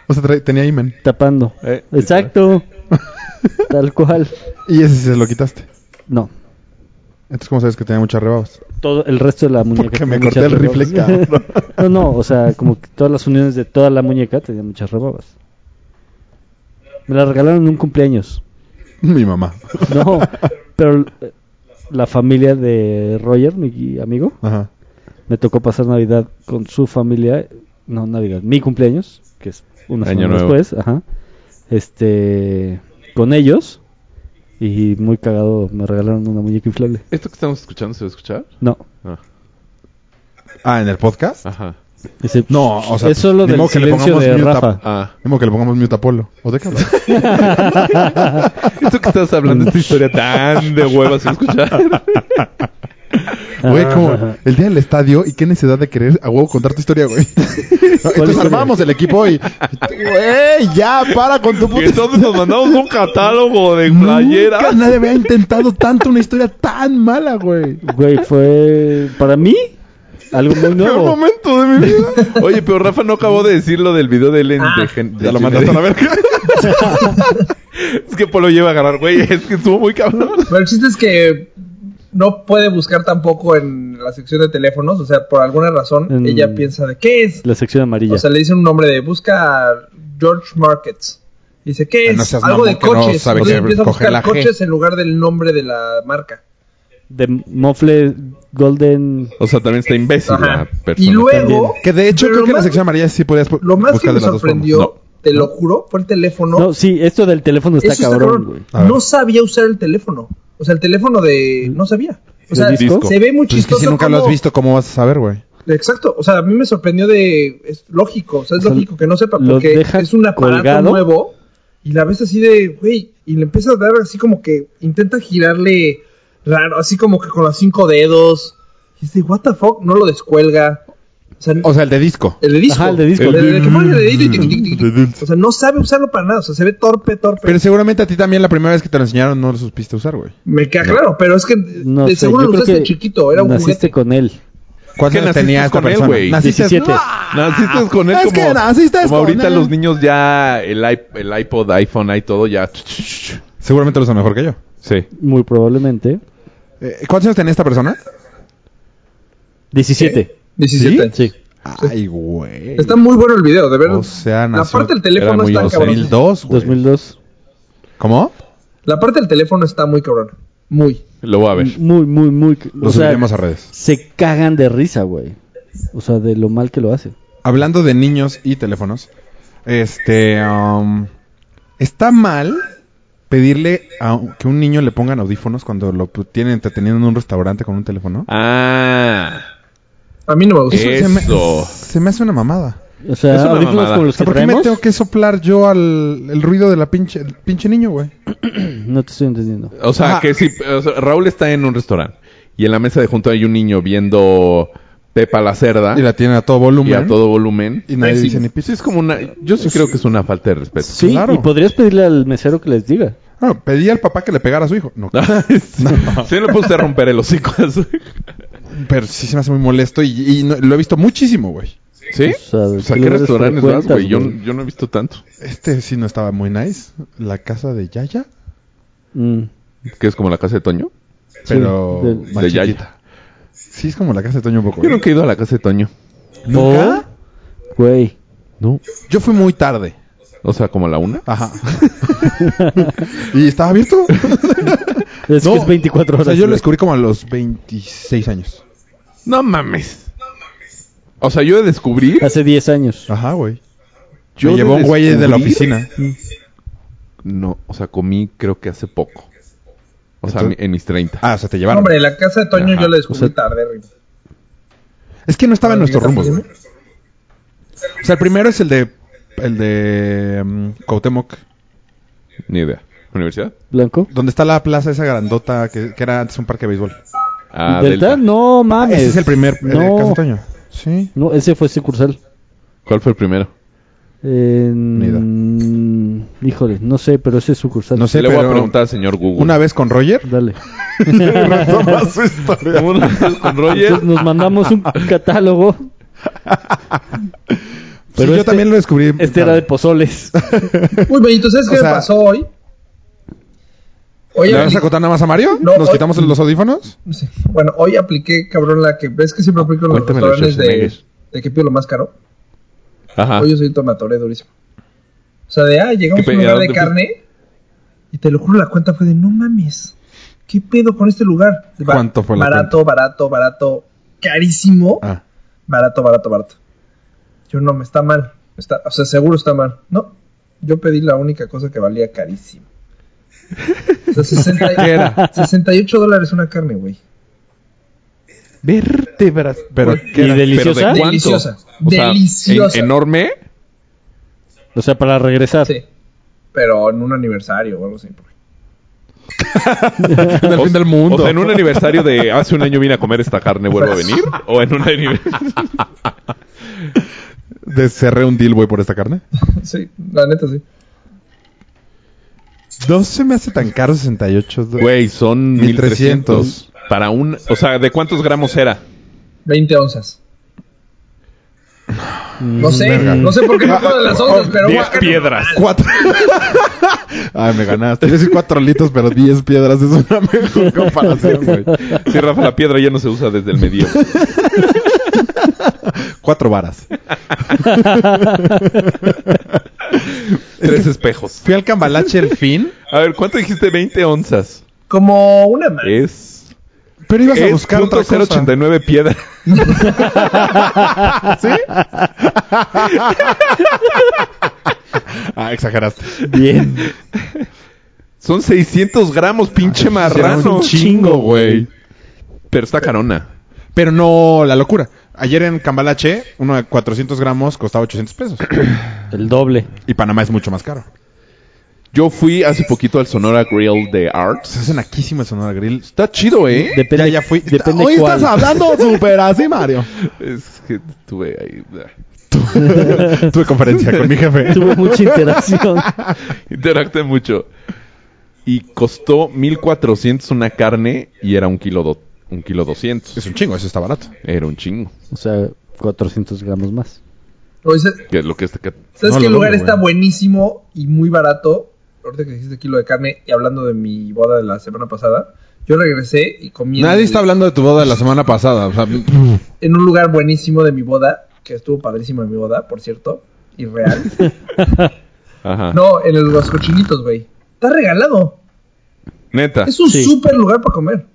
[SPEAKER 4] O sea, traía- tenía imen.
[SPEAKER 5] tapando.
[SPEAKER 4] Ah,
[SPEAKER 3] Eh,
[SPEAKER 4] [laughs]
[SPEAKER 5] Exacto. Tal cual.
[SPEAKER 4] Y ese sí se lo quitaste.
[SPEAKER 5] No,
[SPEAKER 4] Entonces, ¿cómo sabes que tenía muchas rebabas?
[SPEAKER 5] todo el resto de la muñeca.
[SPEAKER 4] Porque
[SPEAKER 5] tenía
[SPEAKER 4] me corté
[SPEAKER 5] muchas
[SPEAKER 4] el
[SPEAKER 5] rebabas.
[SPEAKER 4] rifle, cabrón.
[SPEAKER 5] [laughs] No, no, o sea, como que todas las uniones de toda la muñeca tenían muchas rebabas. Me la regalaron en un cumpleaños.
[SPEAKER 4] [laughs] Mi mamá. [laughs]
[SPEAKER 5] No, pero eh, la familia de Roger, mi amigo,
[SPEAKER 4] Ajá.
[SPEAKER 5] me tocó pasar Navidad con su familia, no Navidad, mi cumpleaños, que es una
[SPEAKER 3] Año
[SPEAKER 5] semana
[SPEAKER 3] nuevo.
[SPEAKER 5] después, ajá, este, con ellos y muy cagado me regalaron una muñeca inflable.
[SPEAKER 3] ¿Esto que estamos escuchando se va a escuchar?
[SPEAKER 5] No,
[SPEAKER 3] Ah,
[SPEAKER 4] Ah, ¿en el podcast?
[SPEAKER 3] ajá.
[SPEAKER 5] ese-
[SPEAKER 4] No, o sea...
[SPEAKER 5] es solo
[SPEAKER 4] ni
[SPEAKER 5] del
[SPEAKER 4] modo que le
[SPEAKER 5] silencio
[SPEAKER 4] pongamos
[SPEAKER 5] de
[SPEAKER 4] mute a-
[SPEAKER 5] Rafa.
[SPEAKER 3] Ah.
[SPEAKER 4] Ni modo que le pongamos mute a Polo. ¿O de qué hablas?
[SPEAKER 3] Esto que estás hablando, esta historia tan de huevas se va a [laughs] escuchar.
[SPEAKER 4] [laughs] Güey, como
[SPEAKER 5] Ajá.
[SPEAKER 4] [laughs] el día del estadio y qué necesidad de querer a huevo contar tu historia, güey. [laughs] Entonces
[SPEAKER 5] historia?
[SPEAKER 4] armamos el equipo y. ¡Güey! ¡Ya! ¡Para con tu puta!
[SPEAKER 3] Entonces nos mandamos un catálogo de
[SPEAKER 4] Nunca
[SPEAKER 3] playeras.
[SPEAKER 4] nadie había intentado tanto una historia tan mala, güey.
[SPEAKER 5] Güey, fue para mí algo
[SPEAKER 4] [laughs]
[SPEAKER 5] muy
[SPEAKER 4] Peor
[SPEAKER 5] nuevo.
[SPEAKER 4] momento de mi vida.
[SPEAKER 3] Oye, pero Rafa no acabó de decir lo del video de Ellen
[SPEAKER 5] Ah.
[SPEAKER 3] de gen- de
[SPEAKER 4] Ya lo
[SPEAKER 3] Chile.
[SPEAKER 4] mandaste a la verga.
[SPEAKER 3] [laughs] Es que Polo lleva a agarrar, güey. Es que estuvo muy cabrón.
[SPEAKER 1] Pero el chiste es que no puede buscar tampoco en la sección de teléfonos, o sea, por alguna razón
[SPEAKER 5] En-
[SPEAKER 1] ella piensa de qué es.
[SPEAKER 5] La sección amarilla.
[SPEAKER 1] O sea, le dice un nombre de busca George Markets. Y Dice, ¿qué
[SPEAKER 4] Ah,
[SPEAKER 1] es?
[SPEAKER 4] no seas
[SPEAKER 1] Algo
[SPEAKER 4] mamón,
[SPEAKER 1] de
[SPEAKER 4] que no
[SPEAKER 1] coches.
[SPEAKER 4] sabe
[SPEAKER 1] Entonces
[SPEAKER 4] que
[SPEAKER 1] empieza a
[SPEAKER 4] coge
[SPEAKER 1] buscar
[SPEAKER 4] la G.
[SPEAKER 1] coches en lugar del nombre de la marca.
[SPEAKER 5] de Mofle Golden
[SPEAKER 3] O sea, también está imbécil la
[SPEAKER 1] Ajá.
[SPEAKER 3] persona.
[SPEAKER 1] Y luego,
[SPEAKER 5] también.
[SPEAKER 4] Que de hecho,
[SPEAKER 1] Pero
[SPEAKER 4] creo
[SPEAKER 1] lo
[SPEAKER 4] que en la
[SPEAKER 1] más-
[SPEAKER 4] sección amarilla sí podías pu-
[SPEAKER 1] lo más que
[SPEAKER 4] buscar
[SPEAKER 1] me
[SPEAKER 4] de las dos
[SPEAKER 1] sorprendió,
[SPEAKER 4] formas.
[SPEAKER 1] te lo juro, fue el teléfono.
[SPEAKER 5] No, sí, esto del teléfono está
[SPEAKER 1] Eso
[SPEAKER 5] cabrón, güey.
[SPEAKER 4] A ver.
[SPEAKER 1] No sabía usar el teléfono. O sea, el teléfono de... No sabía. O
[SPEAKER 5] ¿De
[SPEAKER 1] sea,
[SPEAKER 5] disco?
[SPEAKER 1] se ve muy
[SPEAKER 4] Pues es
[SPEAKER 1] chistoso.
[SPEAKER 4] que si nunca lo has
[SPEAKER 1] cómo-
[SPEAKER 4] visto, ¿cómo vas a saber, güey?
[SPEAKER 1] Exacto, o sea, a mí me sorprendió de. Es lógico, o sea, es
[SPEAKER 5] O sea,
[SPEAKER 1] lógico que no sepa
[SPEAKER 5] lo
[SPEAKER 1] porque
[SPEAKER 5] deja
[SPEAKER 1] es un aparato
[SPEAKER 5] colgado.
[SPEAKER 1] nuevo y la ves así de, güey, y le empieza a dar así como que intenta girarle raro, así como que con los cinco dedos. Y dice, ¿What the fuck? No lo descuelga. O sea,
[SPEAKER 4] O sea, el de disco.
[SPEAKER 1] el de disco.
[SPEAKER 5] Ajá, el de disco.
[SPEAKER 1] El de- de que pone el dedito y tic, tic, tic, tic.
[SPEAKER 3] Pero
[SPEAKER 1] O sea, no sabe usarlo para nada, o sea, se ve torpe, torpe.
[SPEAKER 4] Pero seguramente a ti también la primera vez que te lo enseñaron no lo supiste usar, güey.
[SPEAKER 1] me queda claro, pero es que
[SPEAKER 5] No
[SPEAKER 1] de
[SPEAKER 5] sé,
[SPEAKER 1] seguro
[SPEAKER 5] yo
[SPEAKER 1] lo
[SPEAKER 5] creo
[SPEAKER 1] usaste
[SPEAKER 5] que
[SPEAKER 1] chiquito, era un
[SPEAKER 5] Naciste
[SPEAKER 1] juguete.
[SPEAKER 5] con él.
[SPEAKER 4] ¿Cuántos
[SPEAKER 3] naciste
[SPEAKER 4] años tenía esta
[SPEAKER 3] con él,
[SPEAKER 4] persona?
[SPEAKER 3] güey.
[SPEAKER 4] Naciste-
[SPEAKER 5] 17.
[SPEAKER 3] Naciste con él
[SPEAKER 4] Ah, Es
[SPEAKER 3] como,
[SPEAKER 4] que naciste
[SPEAKER 3] como
[SPEAKER 4] con
[SPEAKER 3] ahorita
[SPEAKER 4] él.
[SPEAKER 3] los niños ya el, iP- el iPod, iPhone, y todo ya. Sí.
[SPEAKER 4] Seguramente lo sabe mejor que yo.
[SPEAKER 5] Muy probablemente.
[SPEAKER 4] Eh, ¿Cuántos años tenía esta persona? Eh,
[SPEAKER 5] 17.
[SPEAKER 1] 17.
[SPEAKER 5] Sí.
[SPEAKER 4] Ay, güey.
[SPEAKER 1] Está muy bueno el video, de verdad.
[SPEAKER 4] O sea,
[SPEAKER 1] la
[SPEAKER 4] nació-
[SPEAKER 1] parte del
[SPEAKER 3] era
[SPEAKER 1] teléfono
[SPEAKER 3] muy
[SPEAKER 1] está
[SPEAKER 3] inocente.
[SPEAKER 1] cabrón.
[SPEAKER 4] 2002, güey.
[SPEAKER 5] 2002.
[SPEAKER 4] ¿Cómo?
[SPEAKER 1] La parte del teléfono está muy cabrón. Muy.
[SPEAKER 3] Lo voy a ver.
[SPEAKER 5] Muy, muy, muy.
[SPEAKER 4] Lo
[SPEAKER 5] o sea,
[SPEAKER 4] subiremos pues, a redes.
[SPEAKER 5] se cagan de risa, güey. O sea, de lo mal que lo hace.
[SPEAKER 4] Hablando de niños y teléfonos, este, um, está mal pedirle a, que un niño le pongan audífonos cuando lo pu- tienen entreteniendo en un restaurante con un teléfono.
[SPEAKER 3] Ah,
[SPEAKER 1] A mí no me gusta.
[SPEAKER 3] Eh,
[SPEAKER 4] Se, me,
[SPEAKER 3] Eso. ¿Pues
[SPEAKER 4] se me hace una mamada.
[SPEAKER 5] O
[SPEAKER 3] Es
[SPEAKER 5] sea,
[SPEAKER 3] una
[SPEAKER 5] audífonos
[SPEAKER 3] mamada.
[SPEAKER 5] como
[SPEAKER 4] O
[SPEAKER 5] los
[SPEAKER 4] sea,
[SPEAKER 5] que
[SPEAKER 4] ¿por qué me
[SPEAKER 5] traemos.
[SPEAKER 4] tengo que soplar yo al el ruido de la pinche el pinche niño, güey?
[SPEAKER 5] No te estoy entendiendo.
[SPEAKER 3] o sea,
[SPEAKER 4] Ajá.
[SPEAKER 3] que si o sea, Raúl está en un restaurante y en la mesa de junto hay un niño viendo Pepa la cerda
[SPEAKER 4] Y
[SPEAKER 3] Ah. y,
[SPEAKER 4] la tiene a todo volumen.
[SPEAKER 3] a todo volumen.
[SPEAKER 4] Y nadie
[SPEAKER 3] Sí,
[SPEAKER 4] dice ni pito.
[SPEAKER 3] sí, es como una. Yo sí creo que es una falta de respeto. [laughs]
[SPEAKER 5] Sí,
[SPEAKER 4] Claro.
[SPEAKER 5] y podrías pedirle al mesero que les diga.
[SPEAKER 4] Ah, pedí al papá que le pegara a su hijo. No,
[SPEAKER 3] Ah. sí, sí le puede usted romper el hocico. [laughs] a su-
[SPEAKER 4] pero sí se me hace muy molesto y, y no- lo he visto muchísimo, güey.
[SPEAKER 3] ¿Sí?
[SPEAKER 5] O sea,
[SPEAKER 3] O sea,
[SPEAKER 5] ¿qué
[SPEAKER 3] ¿qué
[SPEAKER 5] lugares
[SPEAKER 3] restaurantes vas,
[SPEAKER 5] frecuentas,
[SPEAKER 3] güey? Yo,
[SPEAKER 5] güey?
[SPEAKER 3] yo no he visto tanto.
[SPEAKER 4] Este sí no estaba muy nice. La casa de Yaya,
[SPEAKER 5] Mm.
[SPEAKER 3] Que es como la casa de Toño.
[SPEAKER 4] pero
[SPEAKER 5] de-
[SPEAKER 4] más
[SPEAKER 3] de
[SPEAKER 4] chiquita.
[SPEAKER 3] Yaya.
[SPEAKER 4] Sí, es como la casa de Toño un poco.
[SPEAKER 3] Yo nunca he ido a la casa de Toño.
[SPEAKER 4] ¿Nunca?
[SPEAKER 5] Güey.
[SPEAKER 3] No.
[SPEAKER 4] Yo fui muy tarde.
[SPEAKER 3] O sea, como a la una.
[SPEAKER 4] Ajá. [laughs] ¿Y estaba abierto?
[SPEAKER 5] Es
[SPEAKER 4] No,
[SPEAKER 5] que es
[SPEAKER 4] O
[SPEAKER 5] 24 horas.
[SPEAKER 4] sea, yo lo
[SPEAKER 5] güey.
[SPEAKER 4] descubrí como a los 26 años.
[SPEAKER 3] No mames. O sea, yo de descubrir.
[SPEAKER 5] Hace 10 años.
[SPEAKER 4] Ajá, güey.
[SPEAKER 3] Yo de
[SPEAKER 4] Me llevó un güey de la
[SPEAKER 3] descubrir-
[SPEAKER 4] oficina.
[SPEAKER 3] No, o sea, comí creo que hace poco. O sea,
[SPEAKER 4] Entonces-
[SPEAKER 3] en mis 30.
[SPEAKER 4] Ah, o sea, te
[SPEAKER 1] No,
[SPEAKER 4] llevaron.
[SPEAKER 1] hombre, la casa de Toño
[SPEAKER 3] Ajá,
[SPEAKER 1] yo la descubrí
[SPEAKER 5] o sea-
[SPEAKER 1] tarde. Rino.
[SPEAKER 4] Es que no estaba en
[SPEAKER 1] Ah,
[SPEAKER 4] nuestros
[SPEAKER 1] ¿sí?
[SPEAKER 4] rumbos, güey. O sea, el primero es el de... El de... mm, Cuauhtémoc.
[SPEAKER 3] Ni idea. ¿Universidad?
[SPEAKER 5] ¿Blanco?
[SPEAKER 4] Donde está la plaza esa grandota que, que era antes un parque de béisbol.
[SPEAKER 3] Ah,
[SPEAKER 5] ¿Delta?
[SPEAKER 3] Delta.
[SPEAKER 5] No mames.
[SPEAKER 4] Ese es el primer... El de
[SPEAKER 5] No.
[SPEAKER 4] Casa Toño. Sí.
[SPEAKER 5] No, ese fue sucursal.
[SPEAKER 3] ¿Cuál fue el primero?
[SPEAKER 5] En... Híjole, no sé, pero ese es sucursal.
[SPEAKER 4] No sé,
[SPEAKER 3] Le voy
[SPEAKER 4] pero-
[SPEAKER 3] a preguntar al señor Google.
[SPEAKER 4] Una vez con Roger. [laughs]
[SPEAKER 5] Dale.
[SPEAKER 4] retoma su [laughs] historia.
[SPEAKER 3] Una vez con Roger.
[SPEAKER 5] Entonces nos
[SPEAKER 4] [laughs]
[SPEAKER 5] mandamos un catálogo.
[SPEAKER 4] Pero yo
[SPEAKER 5] este-
[SPEAKER 4] también lo descubrí.
[SPEAKER 5] Este era de
[SPEAKER 4] [laughs]
[SPEAKER 5] pozoles.
[SPEAKER 1] Uy, Benito, ¿sabes
[SPEAKER 4] O
[SPEAKER 1] qué
[SPEAKER 4] sea-
[SPEAKER 1] me pasó hoy? Hoy
[SPEAKER 4] ¿Le vas
[SPEAKER 1] apli-
[SPEAKER 4] a contar nada más a Mario?
[SPEAKER 1] No,
[SPEAKER 4] ¿Nos
[SPEAKER 1] hoy-
[SPEAKER 4] quitamos los audífonos?
[SPEAKER 1] sí. Bueno, hoy apliqué, cabrón, la que... ¿Ves que siempre aplico en los
[SPEAKER 3] Cuéntame los
[SPEAKER 1] restaurantes de,
[SPEAKER 3] Schwarzenegger.
[SPEAKER 1] de que pido lo más caro?
[SPEAKER 3] Ajá.
[SPEAKER 1] Hoy yo soy tomatoré durísimo. O sea, de, ah, llegamos
[SPEAKER 3] ¿Qué
[SPEAKER 1] a un
[SPEAKER 3] pe-
[SPEAKER 1] lugar
[SPEAKER 3] a
[SPEAKER 1] de
[SPEAKER 3] dónde
[SPEAKER 1] carne y te lo juro, la cuenta fue de, no mames, ¿qué pedo con este lugar? Ba-
[SPEAKER 4] ¿Cuánto fue la
[SPEAKER 1] Barato, barato, barato, carísimo.
[SPEAKER 4] Ah.
[SPEAKER 1] barato, barato, barato. Yo no, me está mal. Está, o sea, seguro está mal. No, yo pedí la única cosa que valía carísimo. O sea, 60 y- 68 dólares una carne, güey.
[SPEAKER 4] Vértebras. Pero,
[SPEAKER 5] ¿Y deliciosa?
[SPEAKER 3] ¿Pero de cuánto?
[SPEAKER 1] Deliciosa.
[SPEAKER 3] O sea, en-
[SPEAKER 1] Deliciosa.
[SPEAKER 3] enorme.
[SPEAKER 5] O sea, para regresar.
[SPEAKER 1] Sí. Pero en un aniversario o algo así. porque-
[SPEAKER 4] en el fin [laughs] del mundo.
[SPEAKER 3] O sea, en un aniversario de hace un año vine a comer esta carne, vuelvo a
[SPEAKER 4] [laughs]
[SPEAKER 3] venir. O en un aniversario.
[SPEAKER 4] Descerré un deal, güey, por esta carne.
[SPEAKER 1] [laughs] Sí, la neta sí.
[SPEAKER 4] No se me hace tan caro 68 dólares. [laughs]
[SPEAKER 3] Güey, son
[SPEAKER 4] 1300.
[SPEAKER 3] 1300. Para un. O sea, ¿de cuántos gramos era?
[SPEAKER 1] 20 onzas.
[SPEAKER 4] Mm,
[SPEAKER 1] No sé, no sé por qué
[SPEAKER 4] Ah,
[SPEAKER 1] no de las onzas, pero
[SPEAKER 3] 10
[SPEAKER 1] una carne
[SPEAKER 3] piedras.
[SPEAKER 4] Cuatro. Ay, Ah, me ganaste. Iba a decir cuatro litros, pero diez piedras es una mejor comparación, güey.
[SPEAKER 3] Sí, Rafa, la piedra ya no se usa desde el
[SPEAKER 4] [laughs]
[SPEAKER 3] medio.
[SPEAKER 4] Cuatro varas.
[SPEAKER 3] Tres espejos.
[SPEAKER 4] Fui al cambalache el fin.
[SPEAKER 3] A ver, ¿cuánto dijiste? 20 onzas.
[SPEAKER 1] Como una ma-
[SPEAKER 3] Es.
[SPEAKER 4] Pero ibas a
[SPEAKER 3] Es
[SPEAKER 4] buscar
[SPEAKER 3] punto
[SPEAKER 4] otra cosa.
[SPEAKER 3] 089 piedra.
[SPEAKER 4] Ah, exageraste.
[SPEAKER 5] Bien.
[SPEAKER 3] Son 600 gramos, pinche
[SPEAKER 4] Era
[SPEAKER 3] marrano.
[SPEAKER 4] un chingo, güey.
[SPEAKER 3] Pero está carona.
[SPEAKER 4] Pero no la locura. Ayer en Cambalache, uno de 400 gramos costaba 800 pesos.
[SPEAKER 5] El doble.
[SPEAKER 4] Y Panamá es mucho más caro.
[SPEAKER 3] Yo fui hace poquito al Sonora Grill de Arts.
[SPEAKER 4] Se hacen naquísimo el Sonora Grill.
[SPEAKER 3] Está chido, ¿eh?
[SPEAKER 5] Depende-
[SPEAKER 4] ya, ya fui.
[SPEAKER 5] depende
[SPEAKER 4] Hoy
[SPEAKER 5] cuál.
[SPEAKER 4] estás hablando súper así, Mario.
[SPEAKER 3] Es que tuve ahí...
[SPEAKER 4] [laughs] Tuve conferencia con mi jefe.
[SPEAKER 5] [laughs]
[SPEAKER 4] [laughs]
[SPEAKER 5] Tuve mucha interacción.
[SPEAKER 3] Interacté mucho. Y costó 1400 una carne y era un kilo, do- un kilo
[SPEAKER 4] Es
[SPEAKER 3] 200.
[SPEAKER 4] un chingo, eso está barato.
[SPEAKER 3] Era un chingo.
[SPEAKER 5] O sea, 400 gramos más.
[SPEAKER 1] Oye, ¿sabes
[SPEAKER 3] Que es lo que este que-
[SPEAKER 1] ¿sabes
[SPEAKER 4] No
[SPEAKER 1] qué
[SPEAKER 4] lo
[SPEAKER 1] lugar
[SPEAKER 4] dudo,
[SPEAKER 1] está
[SPEAKER 4] güey.
[SPEAKER 1] buenísimo y muy barato? Ahorita que dijiste kilo de carne y hablando de mi boda de la semana pasada, yo regresé y comí en,
[SPEAKER 4] Nadie
[SPEAKER 1] el-
[SPEAKER 4] está hablando de tu boda de la semana pasada. O sea,
[SPEAKER 1] en un lugar buenísimo de mi boda, que estuvo padrísimo en mi boda, por cierto, y
[SPEAKER 4] [laughs]
[SPEAKER 1] real.
[SPEAKER 3] Ajá.
[SPEAKER 1] no, en el- los cochinitos, güey. Está regalado.
[SPEAKER 3] Neta.
[SPEAKER 1] Es un
[SPEAKER 5] Sí.
[SPEAKER 1] súper lugar para comer.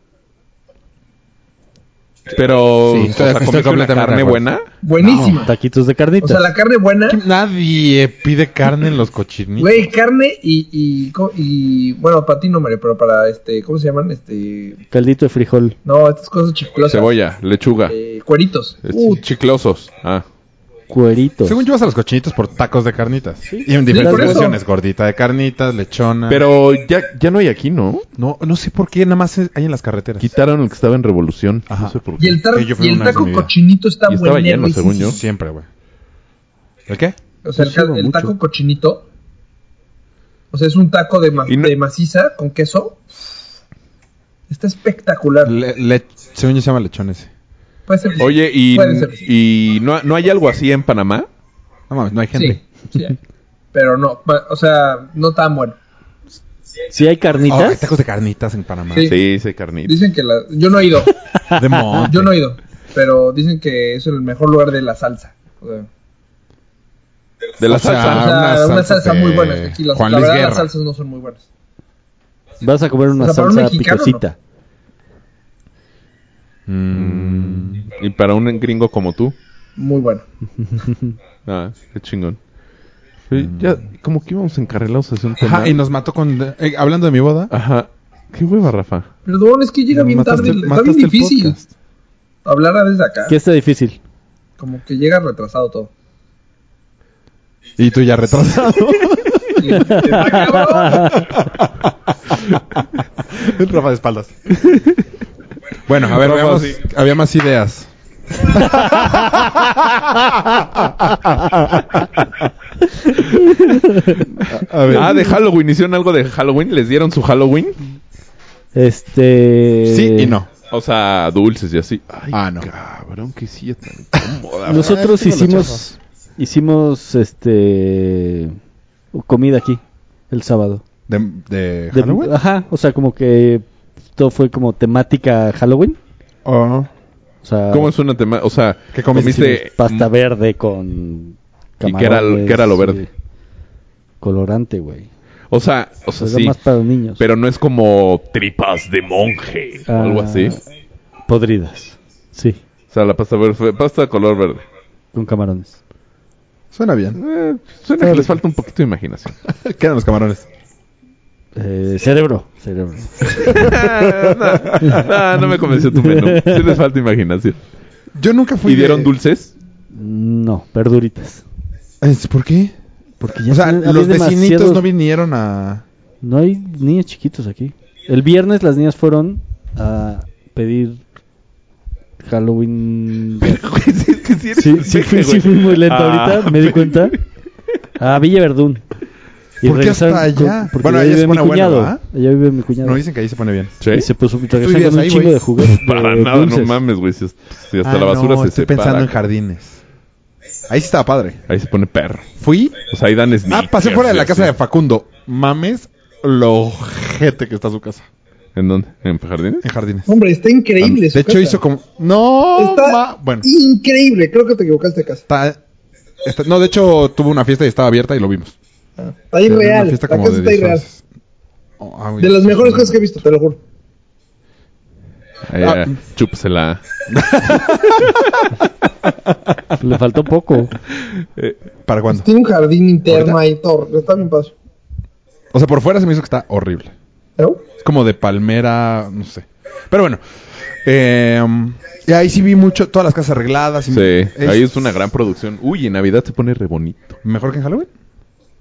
[SPEAKER 3] Pero
[SPEAKER 4] Sí,
[SPEAKER 3] o sea, ¿comiste
[SPEAKER 4] estoy- estoy
[SPEAKER 3] una
[SPEAKER 4] completamente de
[SPEAKER 3] carne
[SPEAKER 4] acuerdo.
[SPEAKER 3] buena.
[SPEAKER 1] Buenísimo.
[SPEAKER 5] Taquitos de
[SPEAKER 1] o
[SPEAKER 5] carnitas.
[SPEAKER 1] sea, la carne buena,
[SPEAKER 4] nadie pide carne en los cochinitos.
[SPEAKER 1] güey, carne y, y, co- y- bueno, para ti no, Mario, pero para este, ¿cómo se llaman? Este,
[SPEAKER 5] Caldito de frijol.
[SPEAKER 1] no, estas cosas chiclosas.
[SPEAKER 3] Cebolla, lechuga.
[SPEAKER 1] Eh, cueritos.
[SPEAKER 3] Uh, chiclosos. Ah.
[SPEAKER 5] Cueritos.
[SPEAKER 4] Según yo vas a los cochinitos por tacos de carnitas. Y en
[SPEAKER 1] por
[SPEAKER 4] diferentes
[SPEAKER 1] eso.
[SPEAKER 4] versiones. Gordita de carnitas, lechona.
[SPEAKER 3] Pero ya, ya no hay aquí, ¿no?
[SPEAKER 4] No, no sé por qué, nada más es- hay en las carreteras.
[SPEAKER 3] Quitaron el que estaba en Revolución.
[SPEAKER 4] Ajá.
[SPEAKER 3] No sé por
[SPEAKER 1] Y
[SPEAKER 3] qué.
[SPEAKER 1] el, tar-
[SPEAKER 4] Sí, yo fui
[SPEAKER 1] y el
[SPEAKER 4] una vez en
[SPEAKER 1] taco
[SPEAKER 4] mi vida.
[SPEAKER 1] cochinito está
[SPEAKER 3] Y estaba lleno,
[SPEAKER 1] buenísimo.
[SPEAKER 3] según yo.
[SPEAKER 4] Siempre, güey. ¿El qué?
[SPEAKER 1] O sea, el,
[SPEAKER 5] Yo sigo
[SPEAKER 1] ca- el
[SPEAKER 5] mucho.
[SPEAKER 1] taco cochinito. O sea, es un taco de, ma-
[SPEAKER 3] Y no-
[SPEAKER 1] de maciza con queso. Está espectacular.
[SPEAKER 4] Le, le- según yo se llama lechón ese.
[SPEAKER 1] Puede ser.
[SPEAKER 3] Oye, ¿y,
[SPEAKER 1] Puede ser.
[SPEAKER 3] y no, no hay algo así en Panamá?
[SPEAKER 4] No mames, no hay gente.
[SPEAKER 1] sí, sí. hay. Pero no, pa- o sea, no tan bueno.
[SPEAKER 5] Si hay
[SPEAKER 4] Ah, hay
[SPEAKER 5] carnitas,
[SPEAKER 4] tacos de carnitas en Panamá.
[SPEAKER 1] Sí.
[SPEAKER 3] Sí, ese carnita.
[SPEAKER 1] Dicen que la, yo no he ido,
[SPEAKER 4] De monte.
[SPEAKER 1] yo no he ido, pero dicen que es el mejor lugar de la salsa. O sea,
[SPEAKER 3] De la
[SPEAKER 4] O sea,
[SPEAKER 1] o
[SPEAKER 3] salsa.
[SPEAKER 1] sea,
[SPEAKER 4] Ah, una
[SPEAKER 1] una,
[SPEAKER 4] salsa
[SPEAKER 1] salsa muy
[SPEAKER 4] de
[SPEAKER 1] buena. es que Aquí las,
[SPEAKER 4] Juan
[SPEAKER 1] la
[SPEAKER 4] Luis
[SPEAKER 1] verdad
[SPEAKER 4] Guerra.
[SPEAKER 1] las salsas no son muy buenas.
[SPEAKER 5] vas a comer una
[SPEAKER 1] O sea, para un
[SPEAKER 5] salsa
[SPEAKER 1] mexicano,
[SPEAKER 5] picosita.
[SPEAKER 4] Mm,
[SPEAKER 3] Y para un gringo como tú.
[SPEAKER 1] Muy buena.
[SPEAKER 3] Ah, qué chingón. Sí, Ya, como que íbamos encarrelados hacia un tema.
[SPEAKER 4] Mm. Ajá, y nos mató con... eh, hablando de mi boda.
[SPEAKER 3] Ajá. Qué hueva, Rafa.
[SPEAKER 1] Perdón, es que llega bien
[SPEAKER 4] mataste-
[SPEAKER 1] tarde, está bien
[SPEAKER 4] mataste el
[SPEAKER 1] difícil
[SPEAKER 4] podcast.
[SPEAKER 1] hablar desde acá.
[SPEAKER 5] Que está difícil.
[SPEAKER 1] Como que llega retrasado todo.
[SPEAKER 4] Y tú ya retrasado.
[SPEAKER 1] Está cabrón.
[SPEAKER 4] [laughs] Rafa de espaldas. Bueno, a ver,
[SPEAKER 3] Rafa,
[SPEAKER 4] veamos-
[SPEAKER 3] sí.
[SPEAKER 4] había más ideas. A ver.
[SPEAKER 3] Ah, de Halloween. ¿Hicieron algo de Halloween? ¿Les dieron su Halloween?
[SPEAKER 5] Este.
[SPEAKER 4] eh, sí y no.
[SPEAKER 3] O sea, dulces y así. Ay,
[SPEAKER 4] Ah, no.
[SPEAKER 3] cabrón, qué silla tan incómoda.
[SPEAKER 5] Nosotros
[SPEAKER 4] Ah, tengo la
[SPEAKER 5] hicimos. Hicimos este. Comida aquí. El sábado.
[SPEAKER 4] ¿De, de
[SPEAKER 5] De- ah.
[SPEAKER 4] Halloween?
[SPEAKER 5] Ajá. O sea, como que. Todo fue como temática Halloween.
[SPEAKER 4] Oh.
[SPEAKER 5] O sea,
[SPEAKER 3] ¿Cómo es una tema? O sea,
[SPEAKER 4] ¿Qué comiste?
[SPEAKER 5] pasta verde con.
[SPEAKER 3] ¿Y qué era-
[SPEAKER 5] camarones
[SPEAKER 3] qué era lo
[SPEAKER 5] y
[SPEAKER 3] verde?
[SPEAKER 5] Colorante, güey.
[SPEAKER 3] O sea, o sea,
[SPEAKER 5] Era
[SPEAKER 3] sí.
[SPEAKER 5] más para niños.
[SPEAKER 3] Pero no es como tripas de monje o
[SPEAKER 5] Ah.
[SPEAKER 3] algo así.
[SPEAKER 5] Podridas. Sí.
[SPEAKER 3] O sea, la pasta verde fue pasta de color verde.
[SPEAKER 5] Con camarones.
[SPEAKER 4] Suena bien.
[SPEAKER 3] Eh, suena que les falta un poquito de
[SPEAKER 4] [laughs]
[SPEAKER 3] imaginación.
[SPEAKER 4] Quedan los camarones.
[SPEAKER 5] Eh, cerebro. Cerebro.
[SPEAKER 3] Ah, no me convenció tu menú. Sí les falta imaginación.
[SPEAKER 4] Yo nunca fui.
[SPEAKER 3] ¿Y dieron
[SPEAKER 4] Pues de-
[SPEAKER 3] dulces?
[SPEAKER 5] No, verduritas.
[SPEAKER 4] Es- ¿Por qué?
[SPEAKER 5] Porque ya
[SPEAKER 4] o sea,
[SPEAKER 5] tienen- había
[SPEAKER 4] los vecinitos
[SPEAKER 5] demasiados-
[SPEAKER 4] no vinieron a.
[SPEAKER 5] No hay niños chiquitos aquí. El viernes las niñas fueron a pedir Halloween.
[SPEAKER 3] [laughs] Sí, es que sí eres
[SPEAKER 5] Sí,
[SPEAKER 3] un
[SPEAKER 5] sí, fui,
[SPEAKER 3] peje,
[SPEAKER 5] sí fui
[SPEAKER 3] güey.
[SPEAKER 5] muy lento
[SPEAKER 3] Ah,
[SPEAKER 5] ahorita, me di cuenta.
[SPEAKER 3] [laughs]
[SPEAKER 5] A Villa Verdún. Y
[SPEAKER 4] ¿Por qué hasta
[SPEAKER 5] regresaron
[SPEAKER 4] allá?
[SPEAKER 5] porque
[SPEAKER 4] Bueno,
[SPEAKER 5] allá
[SPEAKER 4] allá se
[SPEAKER 5] vive mi
[SPEAKER 4] pone bueno,
[SPEAKER 5] cuñado.
[SPEAKER 4] ¿verdad?
[SPEAKER 5] allá vive mi cuñado.
[SPEAKER 4] No dicen que ahí se pone bien.
[SPEAKER 3] ¿Sí?
[SPEAKER 5] Y se puso regresaron
[SPEAKER 4] vivías
[SPEAKER 5] con un
[SPEAKER 4] ahí,
[SPEAKER 5] chingo
[SPEAKER 4] güey?
[SPEAKER 5] de juguetes.
[SPEAKER 3] [laughs] Para
[SPEAKER 5] de
[SPEAKER 3] nada, no
[SPEAKER 5] dulces.
[SPEAKER 3] mames, güey. Si, si hasta
[SPEAKER 4] Eh, Ah,
[SPEAKER 3] la basura
[SPEAKER 4] no,
[SPEAKER 3] se
[SPEAKER 4] estoy
[SPEAKER 3] separa.
[SPEAKER 4] pensando en jardines. Ahí sí estaba padre.
[SPEAKER 3] Ahí se pone perro.
[SPEAKER 4] Fui.
[SPEAKER 3] O sea, ahí dan
[SPEAKER 4] Ah,
[SPEAKER 3] sneakers
[SPEAKER 4] pasé fuera de la
[SPEAKER 3] y
[SPEAKER 4] casa de
[SPEAKER 3] así.
[SPEAKER 4] Facundo. Mames lo ojete que está su casa.
[SPEAKER 3] ¿En dónde? ¿En jardines?
[SPEAKER 4] En jardines.
[SPEAKER 1] [laughs] Hombre, está increíble. su
[SPEAKER 4] Ah, De hecho,
[SPEAKER 1] casa.
[SPEAKER 4] hizo como. No,
[SPEAKER 1] Está
[SPEAKER 4] ma- bueno.
[SPEAKER 1] increíble. Creo que te equivocaste de casa.
[SPEAKER 4] Está, está- no, de hecho, tuvo una fiesta y estaba abierta y lo vimos.
[SPEAKER 1] Está
[SPEAKER 4] Ah, Era
[SPEAKER 1] irreal.
[SPEAKER 4] una
[SPEAKER 1] La
[SPEAKER 4] fiesta
[SPEAKER 1] casa
[SPEAKER 4] como de
[SPEAKER 1] está irreal.
[SPEAKER 4] disfraces. Oh, ah, güey.
[SPEAKER 1] De las mejores cosas que he visto, te lo juro.
[SPEAKER 3] Ahí,
[SPEAKER 4] Ah.
[SPEAKER 3] ah, chúpsela.
[SPEAKER 5] Le
[SPEAKER 3] [laughs]
[SPEAKER 5] faltó poco.
[SPEAKER 4] ¿Para cuándo?
[SPEAKER 1] Tiene un jardín interno ahí, todo. Está bien padre.
[SPEAKER 4] O sea, por fuera se me hizo que está horrible.
[SPEAKER 1] ¿No?
[SPEAKER 4] Es como de palmera, no sé. Pero bueno, Eh, y ahí sí vi mucho, todas las casas arregladas. y-
[SPEAKER 3] Sí, ahí es una gran producción. Uy, en Navidad se pone re bonito.
[SPEAKER 4] ¿Mejor que en Halloween?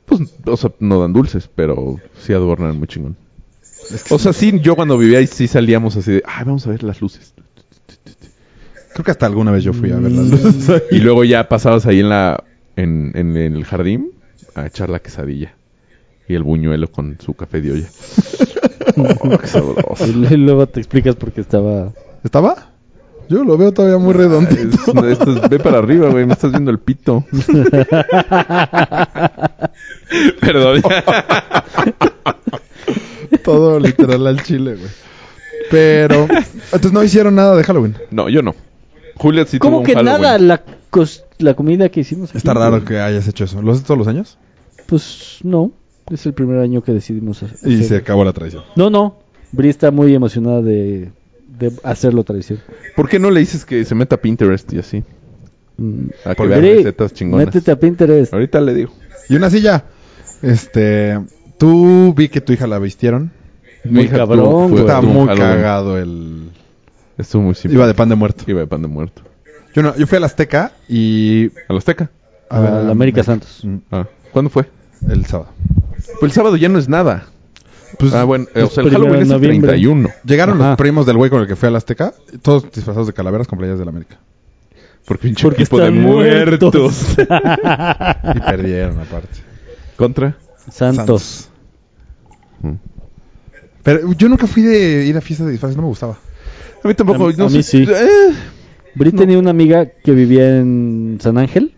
[SPEAKER 3] Pues, o sea, no dan dulces, pero sí adornan muy chingón. O sea, sí, yo cuando vivía ahí sí salíamos así de, ay, vamos a ver las luces.
[SPEAKER 4] Creo que hasta alguna vez yo fui a ver las luces. ahí.
[SPEAKER 3] Y luego ya pasabas ahí en la en, en el jardín a echar la quesadilla y el buñuelo con su café de
[SPEAKER 4] [laughs]
[SPEAKER 3] olla. Oh, qué sabroso.
[SPEAKER 5] Y, y luego te explicas por qué estaba.
[SPEAKER 4] ¿Estaba? Yo lo veo todavía muy redondo.
[SPEAKER 3] Ay, es- no, esto es- ve para arriba, güey, me estás viendo el pito. Perdón.
[SPEAKER 4] Todo literal al chile, güey. Pero... Entonces no hicieron nada de Halloween.
[SPEAKER 3] [laughs] No, yo no. Julia sí tuvo
[SPEAKER 5] ¿Cómo
[SPEAKER 3] un
[SPEAKER 5] que
[SPEAKER 3] Halloween.
[SPEAKER 5] nada? La, cos- la comida que hicimos. aquí,
[SPEAKER 4] Está raro
[SPEAKER 5] güey.
[SPEAKER 4] que hayas hecho eso. ¿Lo haces todos los años?
[SPEAKER 5] Pues no. Es el primer año que decidimos hacer.
[SPEAKER 4] Y se acabó la tradición.
[SPEAKER 5] No, no. Bri está muy emocionada de, de hacerlo tradición.
[SPEAKER 3] ¿Por qué no le dices que se meta a Pinterest y así?
[SPEAKER 5] Mm.
[SPEAKER 3] A que
[SPEAKER 4] Porque
[SPEAKER 3] vea
[SPEAKER 5] Bri,
[SPEAKER 3] recetas chingonas.
[SPEAKER 5] Métete a Pinterest.
[SPEAKER 3] Ahorita le digo.
[SPEAKER 4] Y una silla. Este... Tú vi que tu hija la vistieron.
[SPEAKER 5] Muy
[SPEAKER 3] hija
[SPEAKER 5] cabrón,
[SPEAKER 3] tuvo-
[SPEAKER 5] güey.
[SPEAKER 3] tuvo
[SPEAKER 4] Está
[SPEAKER 3] un
[SPEAKER 4] muy
[SPEAKER 3] Halloween.
[SPEAKER 4] cagado el...
[SPEAKER 3] Estuvo muy simple.
[SPEAKER 4] Iba de pan de muerto.
[SPEAKER 3] Iba de pan de muerto.
[SPEAKER 4] Yo, no, yo fui a la Azteca y...
[SPEAKER 3] ¿A la Azteca?
[SPEAKER 5] A la América Santos.
[SPEAKER 4] Mm,
[SPEAKER 3] Ah, ¿Cuándo fue?
[SPEAKER 4] El sábado.
[SPEAKER 3] Pues el sábado ya no es nada.
[SPEAKER 4] Pues,
[SPEAKER 3] ah, bueno, eh, o
[SPEAKER 5] pues
[SPEAKER 3] sea, el
[SPEAKER 5] primero
[SPEAKER 3] Halloween
[SPEAKER 5] de
[SPEAKER 3] es el
[SPEAKER 5] noviembre.
[SPEAKER 3] 31.
[SPEAKER 4] Llegaron
[SPEAKER 5] Ajá.
[SPEAKER 4] los primos del güey con el que fui a la Azteca, todos disfrazados de calaveras con playas de la América.
[SPEAKER 3] Porque pinche
[SPEAKER 5] Porque
[SPEAKER 3] equipo de
[SPEAKER 5] están
[SPEAKER 3] muertos.
[SPEAKER 4] [laughs] Y perdieron aparte.
[SPEAKER 3] [laughs] ¿Contra?
[SPEAKER 5] Santos.
[SPEAKER 3] Mm.
[SPEAKER 4] Pero yo nunca fui de ir a fiestas de disfraces, no me gustaba.
[SPEAKER 3] A mí tampoco.
[SPEAKER 5] A-
[SPEAKER 3] no
[SPEAKER 5] a mí
[SPEAKER 3] sé-
[SPEAKER 5] sí.
[SPEAKER 3] eh,
[SPEAKER 5] Bri tenía una amiga que vivía en San Ángel.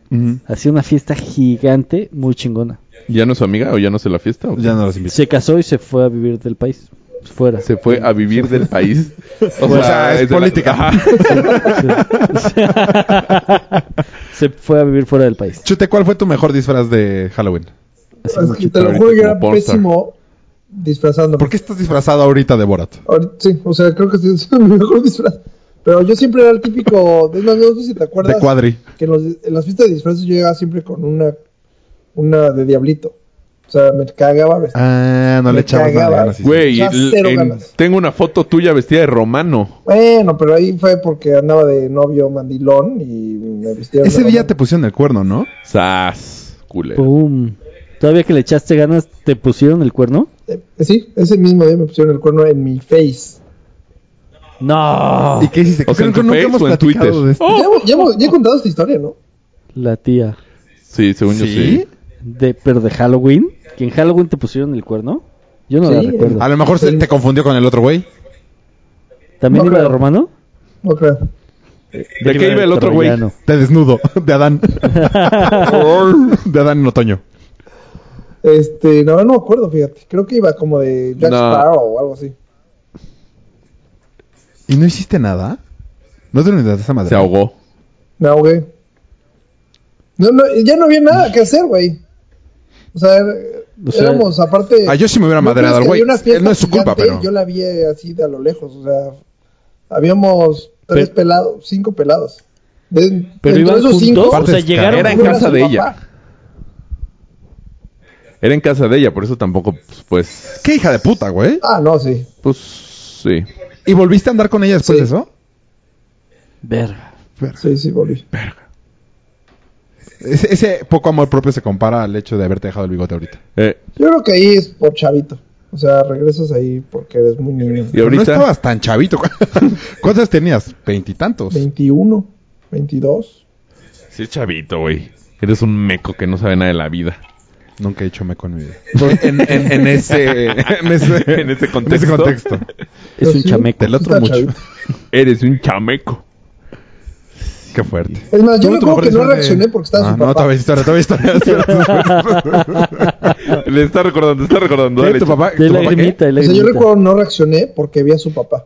[SPEAKER 5] Hacía una fiesta gigante, muy chingona.
[SPEAKER 3] ¿Ya no es su amiga o ya no se la fiesta? o qué?
[SPEAKER 4] Ya no los invité.
[SPEAKER 5] Se casó y se fue a vivir del país. Fuera.
[SPEAKER 3] Se fue a vivir del país. O
[SPEAKER 4] [laughs] O sea,
[SPEAKER 3] de
[SPEAKER 4] es
[SPEAKER 3] la-
[SPEAKER 4] política.
[SPEAKER 3] Ajá.
[SPEAKER 5] Se fue a vivir fuera del país.
[SPEAKER 4] Chute, ¿cuál fue tu mejor disfraz de Halloween?
[SPEAKER 5] Así
[SPEAKER 1] Es
[SPEAKER 5] mucho.
[SPEAKER 1] que te lo
[SPEAKER 3] ahorita
[SPEAKER 1] juro que
[SPEAKER 3] como
[SPEAKER 1] era
[SPEAKER 3] pornstar.
[SPEAKER 1] pésimo disfrazando.
[SPEAKER 4] ¿Por qué estás disfrazado ahorita de Borat?
[SPEAKER 1] Ahorita- Sí, o sea, creo que sí [laughs] es mi mejor disfraz. Pero yo siempre era el típico, es más, no sé si te acuerdas
[SPEAKER 4] De cuadri.
[SPEAKER 1] que en, los- en las fiestas de disfraces yo llegaba siempre con una, una de diablito. O sea, me cagaba vestir.
[SPEAKER 4] Ah, no
[SPEAKER 1] Me
[SPEAKER 4] le echabas nada de
[SPEAKER 1] cagaba.
[SPEAKER 4] ganas. sí, sí.
[SPEAKER 3] Güey,
[SPEAKER 1] Ya
[SPEAKER 3] l-
[SPEAKER 1] cero
[SPEAKER 3] en-
[SPEAKER 1] ganas.
[SPEAKER 3] tengo una foto tuya vestida de romano.
[SPEAKER 1] Bueno, pero ahí fue porque andaba de novio mandilón y me vestía.
[SPEAKER 4] Ese día te pusieron el cuerno, ¿no?
[SPEAKER 3] Sas, culero.
[SPEAKER 5] Pum. Todavía que le echaste ganas, te pusieron el cuerno.
[SPEAKER 1] Eh, Sí, ese mismo día me pusieron el cuerno en mi face.
[SPEAKER 5] No.
[SPEAKER 1] Ah.
[SPEAKER 4] ¿Y qué hiciste?
[SPEAKER 3] O sea,
[SPEAKER 4] Creo
[SPEAKER 3] en
[SPEAKER 4] que
[SPEAKER 3] tu
[SPEAKER 4] nunca
[SPEAKER 3] Face
[SPEAKER 4] hemos
[SPEAKER 3] o en
[SPEAKER 4] platicado
[SPEAKER 3] Twitter. Oh.
[SPEAKER 4] de esto.
[SPEAKER 1] Ya, hemos- ya hemos- ya he contado esta historia, ¿no?
[SPEAKER 5] La tía.
[SPEAKER 3] Sí, según yo sí.
[SPEAKER 5] De, pero de Halloween. Que en Halloween te pusieron el cuerno. Yo no la
[SPEAKER 1] Sí.
[SPEAKER 5] recuerdo.
[SPEAKER 4] A lo mejor se te confundió con el otro güey.
[SPEAKER 5] ¿También
[SPEAKER 1] No
[SPEAKER 5] iba de
[SPEAKER 1] creo.
[SPEAKER 5] romano?
[SPEAKER 1] No creo.
[SPEAKER 3] ¿De qué iba el otro güey?
[SPEAKER 5] Troyano.
[SPEAKER 4] Te desnudo, [laughs] de Adán. de Adán en otoño.
[SPEAKER 1] Este, no, no me acuerdo, fíjate. Creo que iba como de Jack
[SPEAKER 3] No.
[SPEAKER 1] Sparrow o algo así.
[SPEAKER 4] ¿Y no hiciste nada? ¿No te unidad esa madre?
[SPEAKER 3] Se ahogó.
[SPEAKER 1] Me ahogué. No, no, ya no había nada que hacer, güey. O sea, er-
[SPEAKER 5] O sea,
[SPEAKER 1] éramos aparte.
[SPEAKER 4] Ah, yo sí me hubiera
[SPEAKER 1] ¿No crees
[SPEAKER 4] madreado al
[SPEAKER 1] que
[SPEAKER 4] güey.
[SPEAKER 1] había una fiesta
[SPEAKER 4] Él no es su culpa,
[SPEAKER 1] gigante?
[SPEAKER 4] pero.
[SPEAKER 1] Yo la vi eh, así de a lo lejos, o sea, habíamos tres
[SPEAKER 5] Pe-
[SPEAKER 1] pelados, cinco pelados. De-
[SPEAKER 5] Pero
[SPEAKER 1] entre
[SPEAKER 5] iban
[SPEAKER 1] esos
[SPEAKER 5] juntos.
[SPEAKER 1] cinco,
[SPEAKER 5] o sea,
[SPEAKER 4] Partes
[SPEAKER 5] llegaron.
[SPEAKER 3] Era en
[SPEAKER 1] uno
[SPEAKER 3] casa
[SPEAKER 1] su
[SPEAKER 3] de
[SPEAKER 1] papá.
[SPEAKER 3] ella. Era en casa de ella, por eso tampoco, pues,
[SPEAKER 4] ¿Qué hija de puta, güey?
[SPEAKER 1] Ah, no, sí.
[SPEAKER 3] pues, sí.
[SPEAKER 4] ¿Y volviste a andar con ella después
[SPEAKER 1] Sí.
[SPEAKER 4] de eso?
[SPEAKER 5] Verga.
[SPEAKER 1] Sí, sí, volví.
[SPEAKER 4] Ese, ese poco amor propio se compara al hecho de haberte dejado el bigote ahorita.
[SPEAKER 3] Eh,
[SPEAKER 1] Yo creo que ahí es por chavito. O sea, regresas ahí porque eres muy niño.
[SPEAKER 3] y
[SPEAKER 4] No
[SPEAKER 3] ahorita,
[SPEAKER 4] estabas tan chavito. [laughs] ¿Cuántas tenías? Veintitantos.
[SPEAKER 1] 21, 22.
[SPEAKER 3] sí, chavito, güey. Eres un meco que no sabe nada de la vida.
[SPEAKER 4] Nunca he hecho meco en mi vida.
[SPEAKER 3] en,
[SPEAKER 4] [laughs]
[SPEAKER 3] ese,
[SPEAKER 1] [laughs]
[SPEAKER 3] en ese,
[SPEAKER 4] En ese
[SPEAKER 3] contexto.
[SPEAKER 4] contexto.
[SPEAKER 5] Es
[SPEAKER 1] Pero
[SPEAKER 5] un
[SPEAKER 1] sí,
[SPEAKER 5] chameco.
[SPEAKER 4] Del otro
[SPEAKER 1] Está
[SPEAKER 4] mucho.
[SPEAKER 1] chavito.
[SPEAKER 3] Eres un chameco.
[SPEAKER 4] Qué fuerte.
[SPEAKER 1] Es más, yo
[SPEAKER 4] ¿Cómo
[SPEAKER 1] me acuerdo
[SPEAKER 4] tu mejor
[SPEAKER 1] que no
[SPEAKER 4] disfraz de-
[SPEAKER 1] reaccioné porque estaba
[SPEAKER 4] Ah,
[SPEAKER 1] su
[SPEAKER 4] No,
[SPEAKER 1] papá.
[SPEAKER 4] todavía hay historia, todavía hay
[SPEAKER 1] [laughs]
[SPEAKER 4] historia.
[SPEAKER 3] Le está recordando, está recordando.
[SPEAKER 4] ¿Qué?
[SPEAKER 3] Dale,
[SPEAKER 4] ¿Tu papá?
[SPEAKER 5] De
[SPEAKER 4] ¿Tu papá qué?
[SPEAKER 5] lagrimita, de
[SPEAKER 1] o sea, yo
[SPEAKER 5] lagrimita.
[SPEAKER 1] recuerdo no reaccioné porque vi a su papá.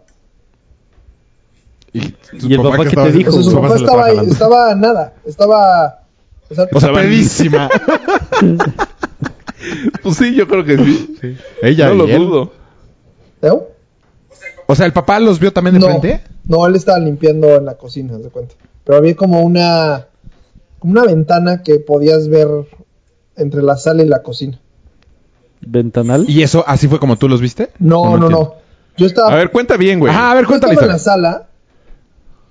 [SPEAKER 4] ¿Y,
[SPEAKER 5] ¿Y el papá qué te
[SPEAKER 4] estaba-
[SPEAKER 5] dijo?
[SPEAKER 1] O sea,
[SPEAKER 5] Su
[SPEAKER 1] su
[SPEAKER 5] papá
[SPEAKER 1] papá
[SPEAKER 4] se la estaba
[SPEAKER 1] estaba ahí,
[SPEAKER 4] jalando.
[SPEAKER 1] estaba nada, estaba... O sea,
[SPEAKER 4] O sea,
[SPEAKER 1] [laughs]
[SPEAKER 3] Estaban-
[SPEAKER 4] pedísima.
[SPEAKER 3] chava. Pues sí, yo creo que sí.
[SPEAKER 4] Ella
[SPEAKER 3] no
[SPEAKER 4] y
[SPEAKER 3] lo
[SPEAKER 4] él.
[SPEAKER 3] dudo.
[SPEAKER 1] ¿no?
[SPEAKER 4] O sea, ¿el papá los vio también de
[SPEAKER 1] No,
[SPEAKER 4] frente?
[SPEAKER 1] no, él estaba limpiando en la cocina, haz de cuenta. Pero había como una, como una ventana que podías ver entre la sala y la cocina.
[SPEAKER 5] Ventanal.
[SPEAKER 4] ¿Y eso así fue como tú los viste?
[SPEAKER 1] No,
[SPEAKER 4] ¿O
[SPEAKER 1] no, no.
[SPEAKER 4] entiendo?
[SPEAKER 1] Yo estaba,
[SPEAKER 3] A ver, cuenta bien, güey.
[SPEAKER 4] Ajá, a ver,
[SPEAKER 1] yo
[SPEAKER 4] cuéntale.
[SPEAKER 1] estaba en la sala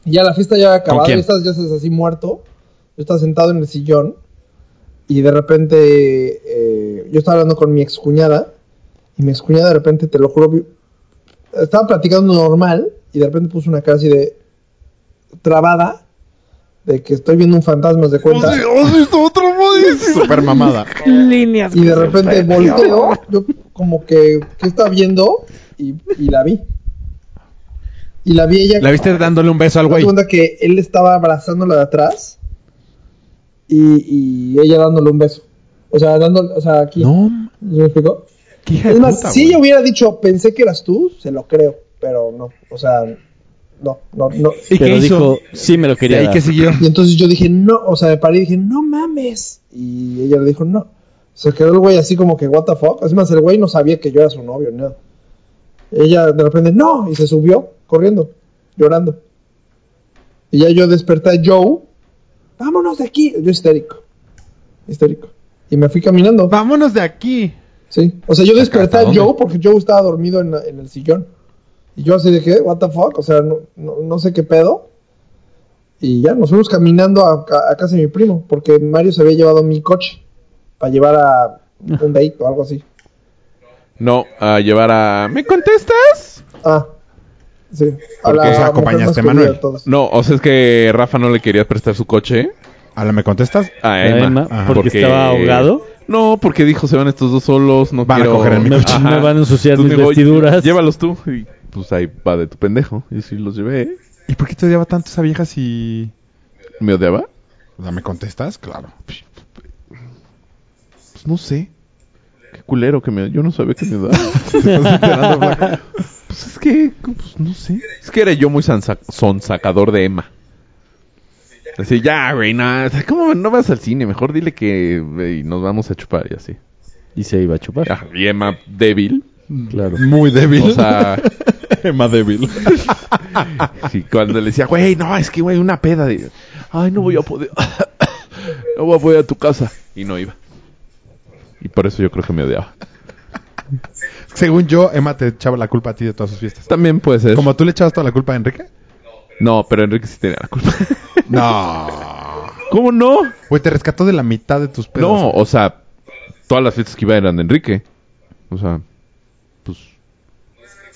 [SPEAKER 1] Ya la fiesta ya había acabado,
[SPEAKER 4] quién?
[SPEAKER 1] ya estás, ya estás así muerto. Yo estaba sentado en el sillón y de repente eh, yo estaba hablando con mi excuñada y mi excuñada de repente, te lo juro, vi- estaba platicando normal y de repente puso una cara así de trabada de que estoy viendo un fantasma haz de
[SPEAKER 3] Pues
[SPEAKER 1] cuenta.
[SPEAKER 4] Super mamada.
[SPEAKER 1] Y de repente volteo, yo como que, ¿qué está viendo? Y, y la vi. Y la vi ella.
[SPEAKER 4] La viste dándole un beso al
[SPEAKER 1] Me
[SPEAKER 4] güey.
[SPEAKER 1] cuenta que él estaba abrazándola de atrás y, y ella dándole un beso. O sea, dándole, o sea, aquí.
[SPEAKER 4] No,
[SPEAKER 1] ¿Sí ¿Me explicó?
[SPEAKER 4] qué hija de
[SPEAKER 1] Es más,
[SPEAKER 4] puta,
[SPEAKER 1] si
[SPEAKER 4] güey.
[SPEAKER 1] ella hubiera dicho, pensé que eras tú, se lo creo, pero no. O sea, no, no, no.
[SPEAKER 4] ¿Y qué
[SPEAKER 5] Pero
[SPEAKER 4] hizo?
[SPEAKER 5] dijo, sí me lo
[SPEAKER 4] ¿Y
[SPEAKER 5] quería
[SPEAKER 4] ahí
[SPEAKER 5] dar.
[SPEAKER 4] qué siguió?
[SPEAKER 1] Y entonces yo dije, no, o sea, me paré y dije, no mames. Y ella le dijo, no. Se quedó el güey así como que, what the fuck. Es más, el güey no sabía que yo era su novio, ni nada. Ella de repente, no, y se subió corriendo, llorando. Y ya yo desperté a Joe, vámonos de aquí. Yo histérico, histérico. Y me fui caminando.
[SPEAKER 4] Vámonos de aquí.
[SPEAKER 1] Sí. O sea, yo desperté a
[SPEAKER 4] dónde?
[SPEAKER 1] Joe porque Joe estaba dormido en, la- en el sillón. Y yo así de que, what the fuck, o sea, no, no, no sé qué pedo. Y ya nos fuimos caminando a, ca- a casa de mi primo, porque Mario se había llevado mi coche para llevar a
[SPEAKER 3] [laughs]
[SPEAKER 1] un date o algo así.
[SPEAKER 3] No, a llevar a... ¿Me contestas?
[SPEAKER 1] Ah, sí. A
[SPEAKER 4] Porque
[SPEAKER 1] mujer
[SPEAKER 4] acompañaste
[SPEAKER 1] más querida
[SPEAKER 4] a Manuel.
[SPEAKER 1] de todas.
[SPEAKER 3] No, o sea, es que Rafa no le quería prestar su coche
[SPEAKER 4] ¿A Ah, la me contestas?
[SPEAKER 3] a
[SPEAKER 5] A
[SPEAKER 3] Emma.
[SPEAKER 5] Emma,
[SPEAKER 3] Ajá.
[SPEAKER 5] porque estaba ahogado.
[SPEAKER 3] No, porque dijo, se van estos dos solos, no
[SPEAKER 4] Van a
[SPEAKER 3] quiero-
[SPEAKER 4] coger en mi
[SPEAKER 5] Me,
[SPEAKER 4] coche.
[SPEAKER 5] me van a ensuciar
[SPEAKER 3] Entonces
[SPEAKER 5] mis
[SPEAKER 3] digo,
[SPEAKER 5] vestiduras.
[SPEAKER 3] Llévalos tú. Y pues ahí va de tu pendejo. Y si los llevé,
[SPEAKER 4] ¿Y por qué te odiaba tanto esa vieja si...
[SPEAKER 3] ¿me odiaba?
[SPEAKER 4] ¿La me contestas? Claro.
[SPEAKER 3] Pues no sé. Qué culero que me... Yo no sabía que [laughs] me odiaba. pues es que... Pues no sé. Es que era yo muy sansa- sonsacador de Emma. Así, ya, güey, no, ¿cómo no vas al cine? Mejor dile que güey, nos vamos a chupar y así.
[SPEAKER 5] Y se iba a chupar.
[SPEAKER 3] Ah, y Emma débil.
[SPEAKER 5] Claro.
[SPEAKER 4] Muy débil.
[SPEAKER 3] O sea,
[SPEAKER 4] más débil.
[SPEAKER 3] [laughs] sí, cuando le decía, güey, no, es que, güey, una peda. de- Ay, no voy a poder. [coughs] no voy a poder a tu casa. Y no iba. Y por eso yo creo que me odiaba.
[SPEAKER 4] [laughs] Según yo, Emma te echaba la culpa a ti de todas sus fiestas.
[SPEAKER 3] También puede ser.
[SPEAKER 4] ¿Como tú le echabas toda la culpa a Enrique?
[SPEAKER 3] No, pero Enrique sí tenía la culpa.
[SPEAKER 4] [laughs] No.
[SPEAKER 3] [laughs] ¿Cómo no?
[SPEAKER 4] Güey, te rescató de la mitad de tus pedos.
[SPEAKER 3] No, o sea, todas las fiestas que iba eran de Enrique. O sea, pues.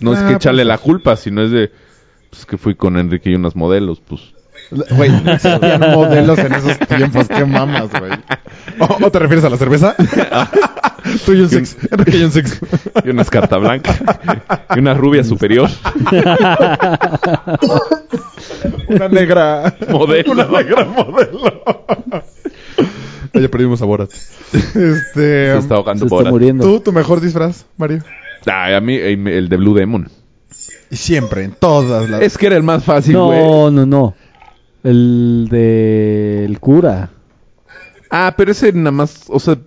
[SPEAKER 3] No es
[SPEAKER 4] Ah,
[SPEAKER 3] que
[SPEAKER 4] pues,
[SPEAKER 3] echarle la culpa, sino es de. Pues que fui con Enrique y unos modelos, pues.
[SPEAKER 4] Güey, no [laughs] existían modelos en esos tiempos. Qué mamas, güey. ¿O, o Oh, te refieres a la cerveza? [laughs] Tú y un six. [laughs] Enrique y un six.
[SPEAKER 3] Y una escarta blanca. [laughs] y una rubia superior. [laughs]
[SPEAKER 4] Una negra.
[SPEAKER 3] Modelo.
[SPEAKER 4] Una negra modelo. [laughs] Oye, perdimos a Borat. Este.
[SPEAKER 3] Se está ahogando
[SPEAKER 5] Se está
[SPEAKER 3] Borat.
[SPEAKER 5] muriendo.
[SPEAKER 4] Tú, tu mejor disfraz, Mario.
[SPEAKER 3] Ay, a mí eh, me- el de Blue Demon.
[SPEAKER 4] Y siempre, en todas las.
[SPEAKER 3] Es que era el más fácil, güey.
[SPEAKER 5] no, no, no. El del cura.
[SPEAKER 3] Ah, pero ese nada más, o sea,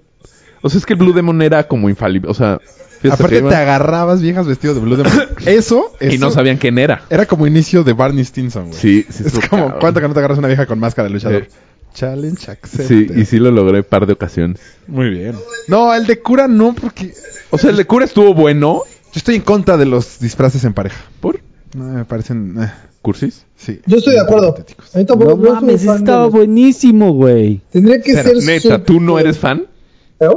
[SPEAKER 3] o sea, es que el Blue Demon era como infalible, o sea, fiesta que
[SPEAKER 4] Aparte,
[SPEAKER 3] iba
[SPEAKER 4] te agarrabas viejas vestido de Blue [laughs] Demon. Eso, eso.
[SPEAKER 3] y no sabían quién era.
[SPEAKER 4] Era como inicio de Barney Stinson, güey.
[SPEAKER 3] Sí, sí,
[SPEAKER 4] Es
[SPEAKER 3] estuvo
[SPEAKER 4] como,
[SPEAKER 3] cabrón.
[SPEAKER 4] ¿cuánto que no te agarras una vieja con máscara de luchador?
[SPEAKER 3] Eh.
[SPEAKER 4] Challenge accepted.
[SPEAKER 3] Sí, y sí lo logré un par de ocasiones.
[SPEAKER 4] Muy bien. No, el de cura no, porque
[SPEAKER 3] O sea, el de cura estuvo bueno
[SPEAKER 4] yo estoy en contra de los disfraces en pareja.
[SPEAKER 3] por
[SPEAKER 4] No, me parecen. eh,
[SPEAKER 3] cursis.
[SPEAKER 4] sí.
[SPEAKER 1] Yo estoy de acuerdo.
[SPEAKER 4] Patéticos.
[SPEAKER 1] A mí tampoco
[SPEAKER 5] No
[SPEAKER 1] yo soy
[SPEAKER 5] mames,
[SPEAKER 1] fan
[SPEAKER 5] estaba
[SPEAKER 1] de-
[SPEAKER 5] buenísimo, güey.
[SPEAKER 1] Tendría que
[SPEAKER 3] Pero,
[SPEAKER 1] ser.
[SPEAKER 3] neta,
[SPEAKER 1] su-
[SPEAKER 3] tú no eres fan,
[SPEAKER 1] ¿Eh?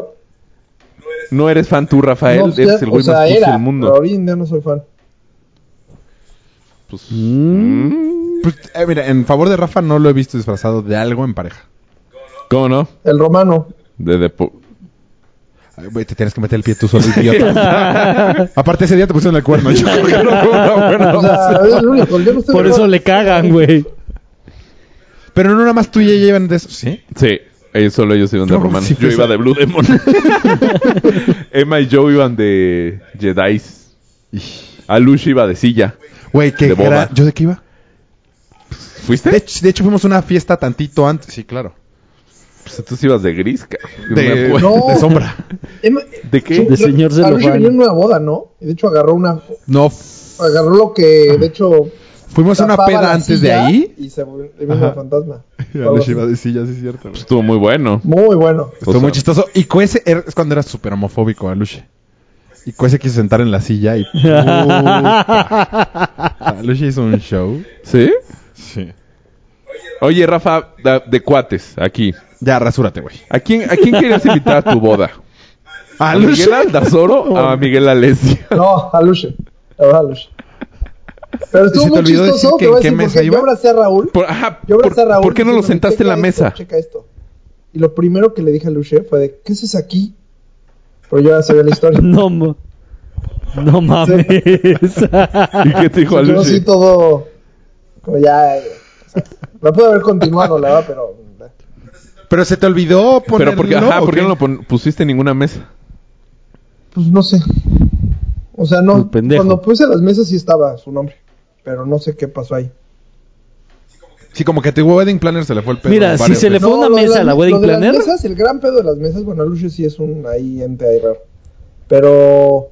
[SPEAKER 3] no eres fan tú Rafael,
[SPEAKER 1] No, pues
[SPEAKER 3] eres
[SPEAKER 1] ya,
[SPEAKER 3] el güey
[SPEAKER 1] o sea,
[SPEAKER 3] más cursi
[SPEAKER 1] era,
[SPEAKER 3] del mundo.
[SPEAKER 1] pero ahorita ya no soy fan.
[SPEAKER 3] Pues,
[SPEAKER 5] Mm.
[SPEAKER 3] mm,
[SPEAKER 4] Pues, eh, mira, en favor de Rafa no lo he visto disfrazado de algo en pareja.
[SPEAKER 3] ¿Cómo no?
[SPEAKER 1] El romano.
[SPEAKER 3] De [laughs] depo-
[SPEAKER 4] Ay, güey, te tienes que meter el pie tú [laughs] solo, idiota. Aparte, ese día te pusieron el cuerno. Yo creo que no [laughs] fue una buena
[SPEAKER 1] O sea,
[SPEAKER 3] [laughs]
[SPEAKER 4] opción.
[SPEAKER 1] es el único. yo no estoy
[SPEAKER 5] Por
[SPEAKER 1] de
[SPEAKER 5] eso
[SPEAKER 1] acuerdo.
[SPEAKER 5] le cagan, güey.
[SPEAKER 4] Pero no nada más tú y ella iban de eso. ¿Sí?
[SPEAKER 3] Sí, eh, solo ellos iban de
[SPEAKER 4] No,
[SPEAKER 3] romano.
[SPEAKER 4] sí,
[SPEAKER 3] Yo
[SPEAKER 4] sí.
[SPEAKER 3] iba de Blue Demon. [laughs] Emma y Joe iban de Jedi. Alush iba de silla.
[SPEAKER 4] Güey, que
[SPEAKER 3] De boda.
[SPEAKER 4] era- ¿Yo de qué iba?
[SPEAKER 3] ¿Fuiste?
[SPEAKER 4] De hecho, de hecho, fuimos a una fiesta tantito antes. Sí, claro.
[SPEAKER 3] Pues entonces ibas de gris, ca- no me
[SPEAKER 4] De,
[SPEAKER 3] acuerdo.
[SPEAKER 1] No.
[SPEAKER 4] de sombra.
[SPEAKER 1] Emma-
[SPEAKER 3] ¿De qué?
[SPEAKER 5] De señor
[SPEAKER 1] Alush
[SPEAKER 5] Celofán.
[SPEAKER 1] venía en una boda, ¿no? Y de hecho agarró una,
[SPEAKER 4] No,
[SPEAKER 1] agarró lo que, de hecho,
[SPEAKER 4] fuimos a una
[SPEAKER 1] tapaba
[SPEAKER 4] peda
[SPEAKER 1] la
[SPEAKER 4] antes de
[SPEAKER 1] silla
[SPEAKER 4] ahí.
[SPEAKER 1] y se volvió y vino el fantasma. Algo así.
[SPEAKER 4] sí, ya sí es cierto.
[SPEAKER 3] Pues estuvo muy bueno.
[SPEAKER 1] Muy bueno.
[SPEAKER 3] O
[SPEAKER 4] Estuvo
[SPEAKER 3] sea-
[SPEAKER 4] muy chistoso. Y Cuece er- es cuando era súper homofóbico, Aluche. Y Cuece quiso sentar en la
[SPEAKER 5] [laughs]
[SPEAKER 4] silla y. puta. Aluche hizo un show.
[SPEAKER 3] ¿Sí? Sí. Oye, Rafa, da- de cuates, aquí.
[SPEAKER 4] Ya, rasúrate, güey.
[SPEAKER 3] ¿A quién, ¿A quién querías invitar a tu boda? ¿A
[SPEAKER 4] Aluche.
[SPEAKER 3] Miguel Aldazoro
[SPEAKER 4] [laughs]
[SPEAKER 3] o a Miguel Alessio?
[SPEAKER 1] No, a Luche. La verdad, Luche. Pero estuvo
[SPEAKER 4] ¿Se te
[SPEAKER 1] muy
[SPEAKER 4] olvidó decir
[SPEAKER 1] chistoso.
[SPEAKER 4] que
[SPEAKER 1] Te voy a
[SPEAKER 4] en qué
[SPEAKER 1] decir por
[SPEAKER 4] mesa
[SPEAKER 1] qué.
[SPEAKER 4] iba?
[SPEAKER 1] Yo abracé a Raúl.
[SPEAKER 3] [laughs] Por, ajá,
[SPEAKER 1] Yo abracé a
[SPEAKER 3] por,
[SPEAKER 1] Raúl.
[SPEAKER 3] ¿por qué no
[SPEAKER 1] y
[SPEAKER 3] lo
[SPEAKER 1] dije,
[SPEAKER 3] sentaste en la
[SPEAKER 1] "Checa
[SPEAKER 3] mesa?
[SPEAKER 1] esto, checa esto. Y lo primero que le dije a Luche fue de, ¿qué haces aquí? Pero yo ya sabía la
[SPEAKER 5] [laughs]
[SPEAKER 1] historia.
[SPEAKER 5] No, mo- no [laughs] mames.
[SPEAKER 3] [laughs] ¿Y qué te dijo
[SPEAKER 1] Yo
[SPEAKER 3] Aluche?
[SPEAKER 1] sí todo... Como ya... eh, o sea, la pude haber continuado, la verdad, pero...
[SPEAKER 4] Pero se te olvidó ponerlo.
[SPEAKER 3] Pero porque, ajá,
[SPEAKER 4] ¿o
[SPEAKER 3] ¿por qué
[SPEAKER 4] qué?
[SPEAKER 3] no lo pon- pusiste en ninguna mesa?
[SPEAKER 1] Pues no sé. O sea, no...
[SPEAKER 5] Tú, pendejo.
[SPEAKER 1] Cuando puse las mesas sí estaba su nombre. Pero no sé qué pasó ahí.
[SPEAKER 4] Sí, como que tu wedding planner se le fue el pedo.
[SPEAKER 5] Mira, si
[SPEAKER 4] varias
[SPEAKER 5] se le
[SPEAKER 4] veces.
[SPEAKER 5] fue una
[SPEAKER 1] lo de
[SPEAKER 5] mesa
[SPEAKER 1] las-
[SPEAKER 5] a la wedding
[SPEAKER 1] lo de las
[SPEAKER 5] planner.
[SPEAKER 1] mesas, el gran pedo de las mesas, bueno, Lucio sí es un ahí ente ahí raro. Pero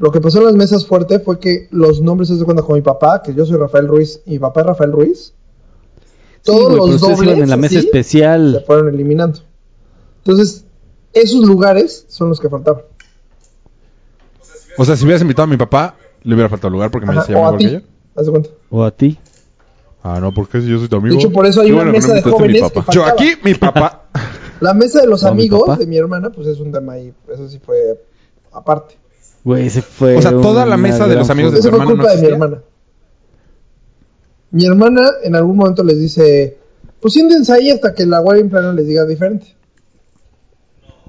[SPEAKER 1] lo que pasó en las mesas fuerte fue que los nombres se cuenta con mi papá, que yo soy Rafael Ruiz, y mi papá es Rafael Ruiz. Todos
[SPEAKER 5] Sí, güey, pero
[SPEAKER 1] los
[SPEAKER 5] ustedes
[SPEAKER 1] dobles
[SPEAKER 5] iban en la mesa
[SPEAKER 1] así, se
[SPEAKER 5] especial.
[SPEAKER 1] fueron eliminando. Entonces, esos lugares son los que faltaban.
[SPEAKER 4] O sea, si hubieras invitado a mi papá, le hubiera faltado lugar porque me
[SPEAKER 1] Ajá,
[SPEAKER 4] se
[SPEAKER 1] o
[SPEAKER 4] llama
[SPEAKER 1] a
[SPEAKER 4] igual que
[SPEAKER 1] ti,
[SPEAKER 4] yo.
[SPEAKER 1] haz de cuenta.
[SPEAKER 5] O a ti.
[SPEAKER 4] Ah, no, porque yo soy tu
[SPEAKER 1] De
[SPEAKER 4] amigo.
[SPEAKER 1] hecho, por eso hay
[SPEAKER 3] Qué
[SPEAKER 1] una
[SPEAKER 3] bueno que
[SPEAKER 1] mesa
[SPEAKER 3] no
[SPEAKER 1] de
[SPEAKER 3] invitaste a mi
[SPEAKER 1] jóvenes que
[SPEAKER 3] papá.
[SPEAKER 4] Yo
[SPEAKER 1] faltaba.
[SPEAKER 4] aquí, mi [laughs] papá.
[SPEAKER 1] La mesa de los
[SPEAKER 5] No, mi
[SPEAKER 1] amigos
[SPEAKER 5] papá.
[SPEAKER 1] de mi hermana, pues es un tema ahí, eso sí fue aparte.
[SPEAKER 5] Güey, ese fue.
[SPEAKER 4] O sea, toda la
[SPEAKER 5] una
[SPEAKER 4] mesa de los
[SPEAKER 5] gran
[SPEAKER 4] amigos de-
[SPEAKER 5] joda.
[SPEAKER 1] Eso fue
[SPEAKER 4] hermana no
[SPEAKER 1] culpa de mi
[SPEAKER 4] existía?
[SPEAKER 1] hermana. Mi hermana en algún momento les dice, pues siéntense ahí hasta que la wedding planner les diga diferente.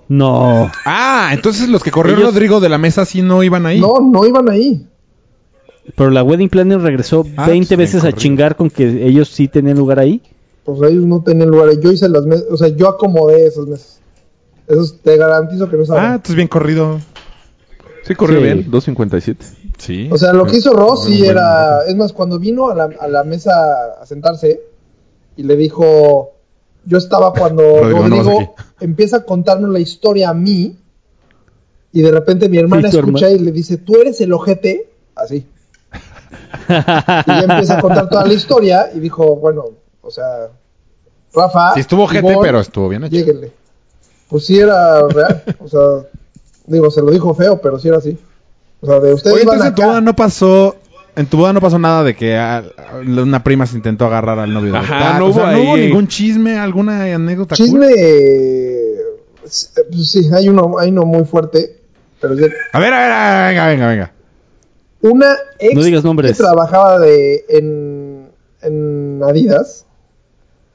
[SPEAKER 5] No.
[SPEAKER 4] Ah, entonces los que corrió
[SPEAKER 5] Ellos-
[SPEAKER 4] Rodrigo de la mesa sí no iban ahí.
[SPEAKER 1] No, no iban ahí.
[SPEAKER 5] Pero la wedding planner regresó
[SPEAKER 4] Ah,
[SPEAKER 5] 20
[SPEAKER 4] pues,
[SPEAKER 5] veces a
[SPEAKER 4] corrido.
[SPEAKER 5] chingar con que ellos sí tenían lugar ahí.
[SPEAKER 1] Pues ellos no tenían lugar. Yo hice las mesas, o sea, yo acomodé esas mesas. Eso te garantizo que no
[SPEAKER 4] Ah,
[SPEAKER 1] saben.
[SPEAKER 4] entonces bien corrido.
[SPEAKER 3] Sí, corrió
[SPEAKER 5] Sí.
[SPEAKER 3] bien, 2.57.
[SPEAKER 4] Sí.
[SPEAKER 1] o sea, lo que hizo Rossi
[SPEAKER 4] Bueno,
[SPEAKER 1] era, es más, cuando vino a la, a la mesa a sentarse y le dijo, yo estaba cuando
[SPEAKER 4] [laughs] Rodrigo,
[SPEAKER 1] Rodrigo,
[SPEAKER 4] no vas
[SPEAKER 1] empieza a contarnos la historia a mí y de repente mi hermana
[SPEAKER 5] tu
[SPEAKER 1] escucha
[SPEAKER 5] hermana.
[SPEAKER 1] y le dice, tú eres el ojete, así. Y ya empieza a contar toda la historia y dijo, bueno, o sea, Rafa.
[SPEAKER 4] Sí, estuvo gente,
[SPEAKER 1] Ivonne,
[SPEAKER 4] pero estuvo bien hecho.
[SPEAKER 1] lléguenle. Pues sí era real, o
[SPEAKER 4] [laughs]
[SPEAKER 1] sea, digo, se lo dijo feo, pero sí era así. O sea, de ustedes
[SPEAKER 4] Oye,
[SPEAKER 1] van
[SPEAKER 4] entonces en tu
[SPEAKER 1] acá.
[SPEAKER 4] boda no pasó. En tu boda no pasó nada de que ah, una prima se intentó agarrar al novio. de
[SPEAKER 3] Ajá,
[SPEAKER 4] tal.
[SPEAKER 3] no
[SPEAKER 4] O sea,
[SPEAKER 3] hubo
[SPEAKER 4] no hubo
[SPEAKER 3] ahí.
[SPEAKER 4] ningún chisme, alguna anécdota. cool?
[SPEAKER 1] Chisme, eh, s- eh, pues sí, hay uno, hay uno muy fuerte, pero es de-
[SPEAKER 4] A ver, a ver, a ver, venga, venga, venga.
[SPEAKER 1] una ex
[SPEAKER 5] No digas
[SPEAKER 1] que
[SPEAKER 5] nombres.
[SPEAKER 1] trabajaba de en, en Adidas,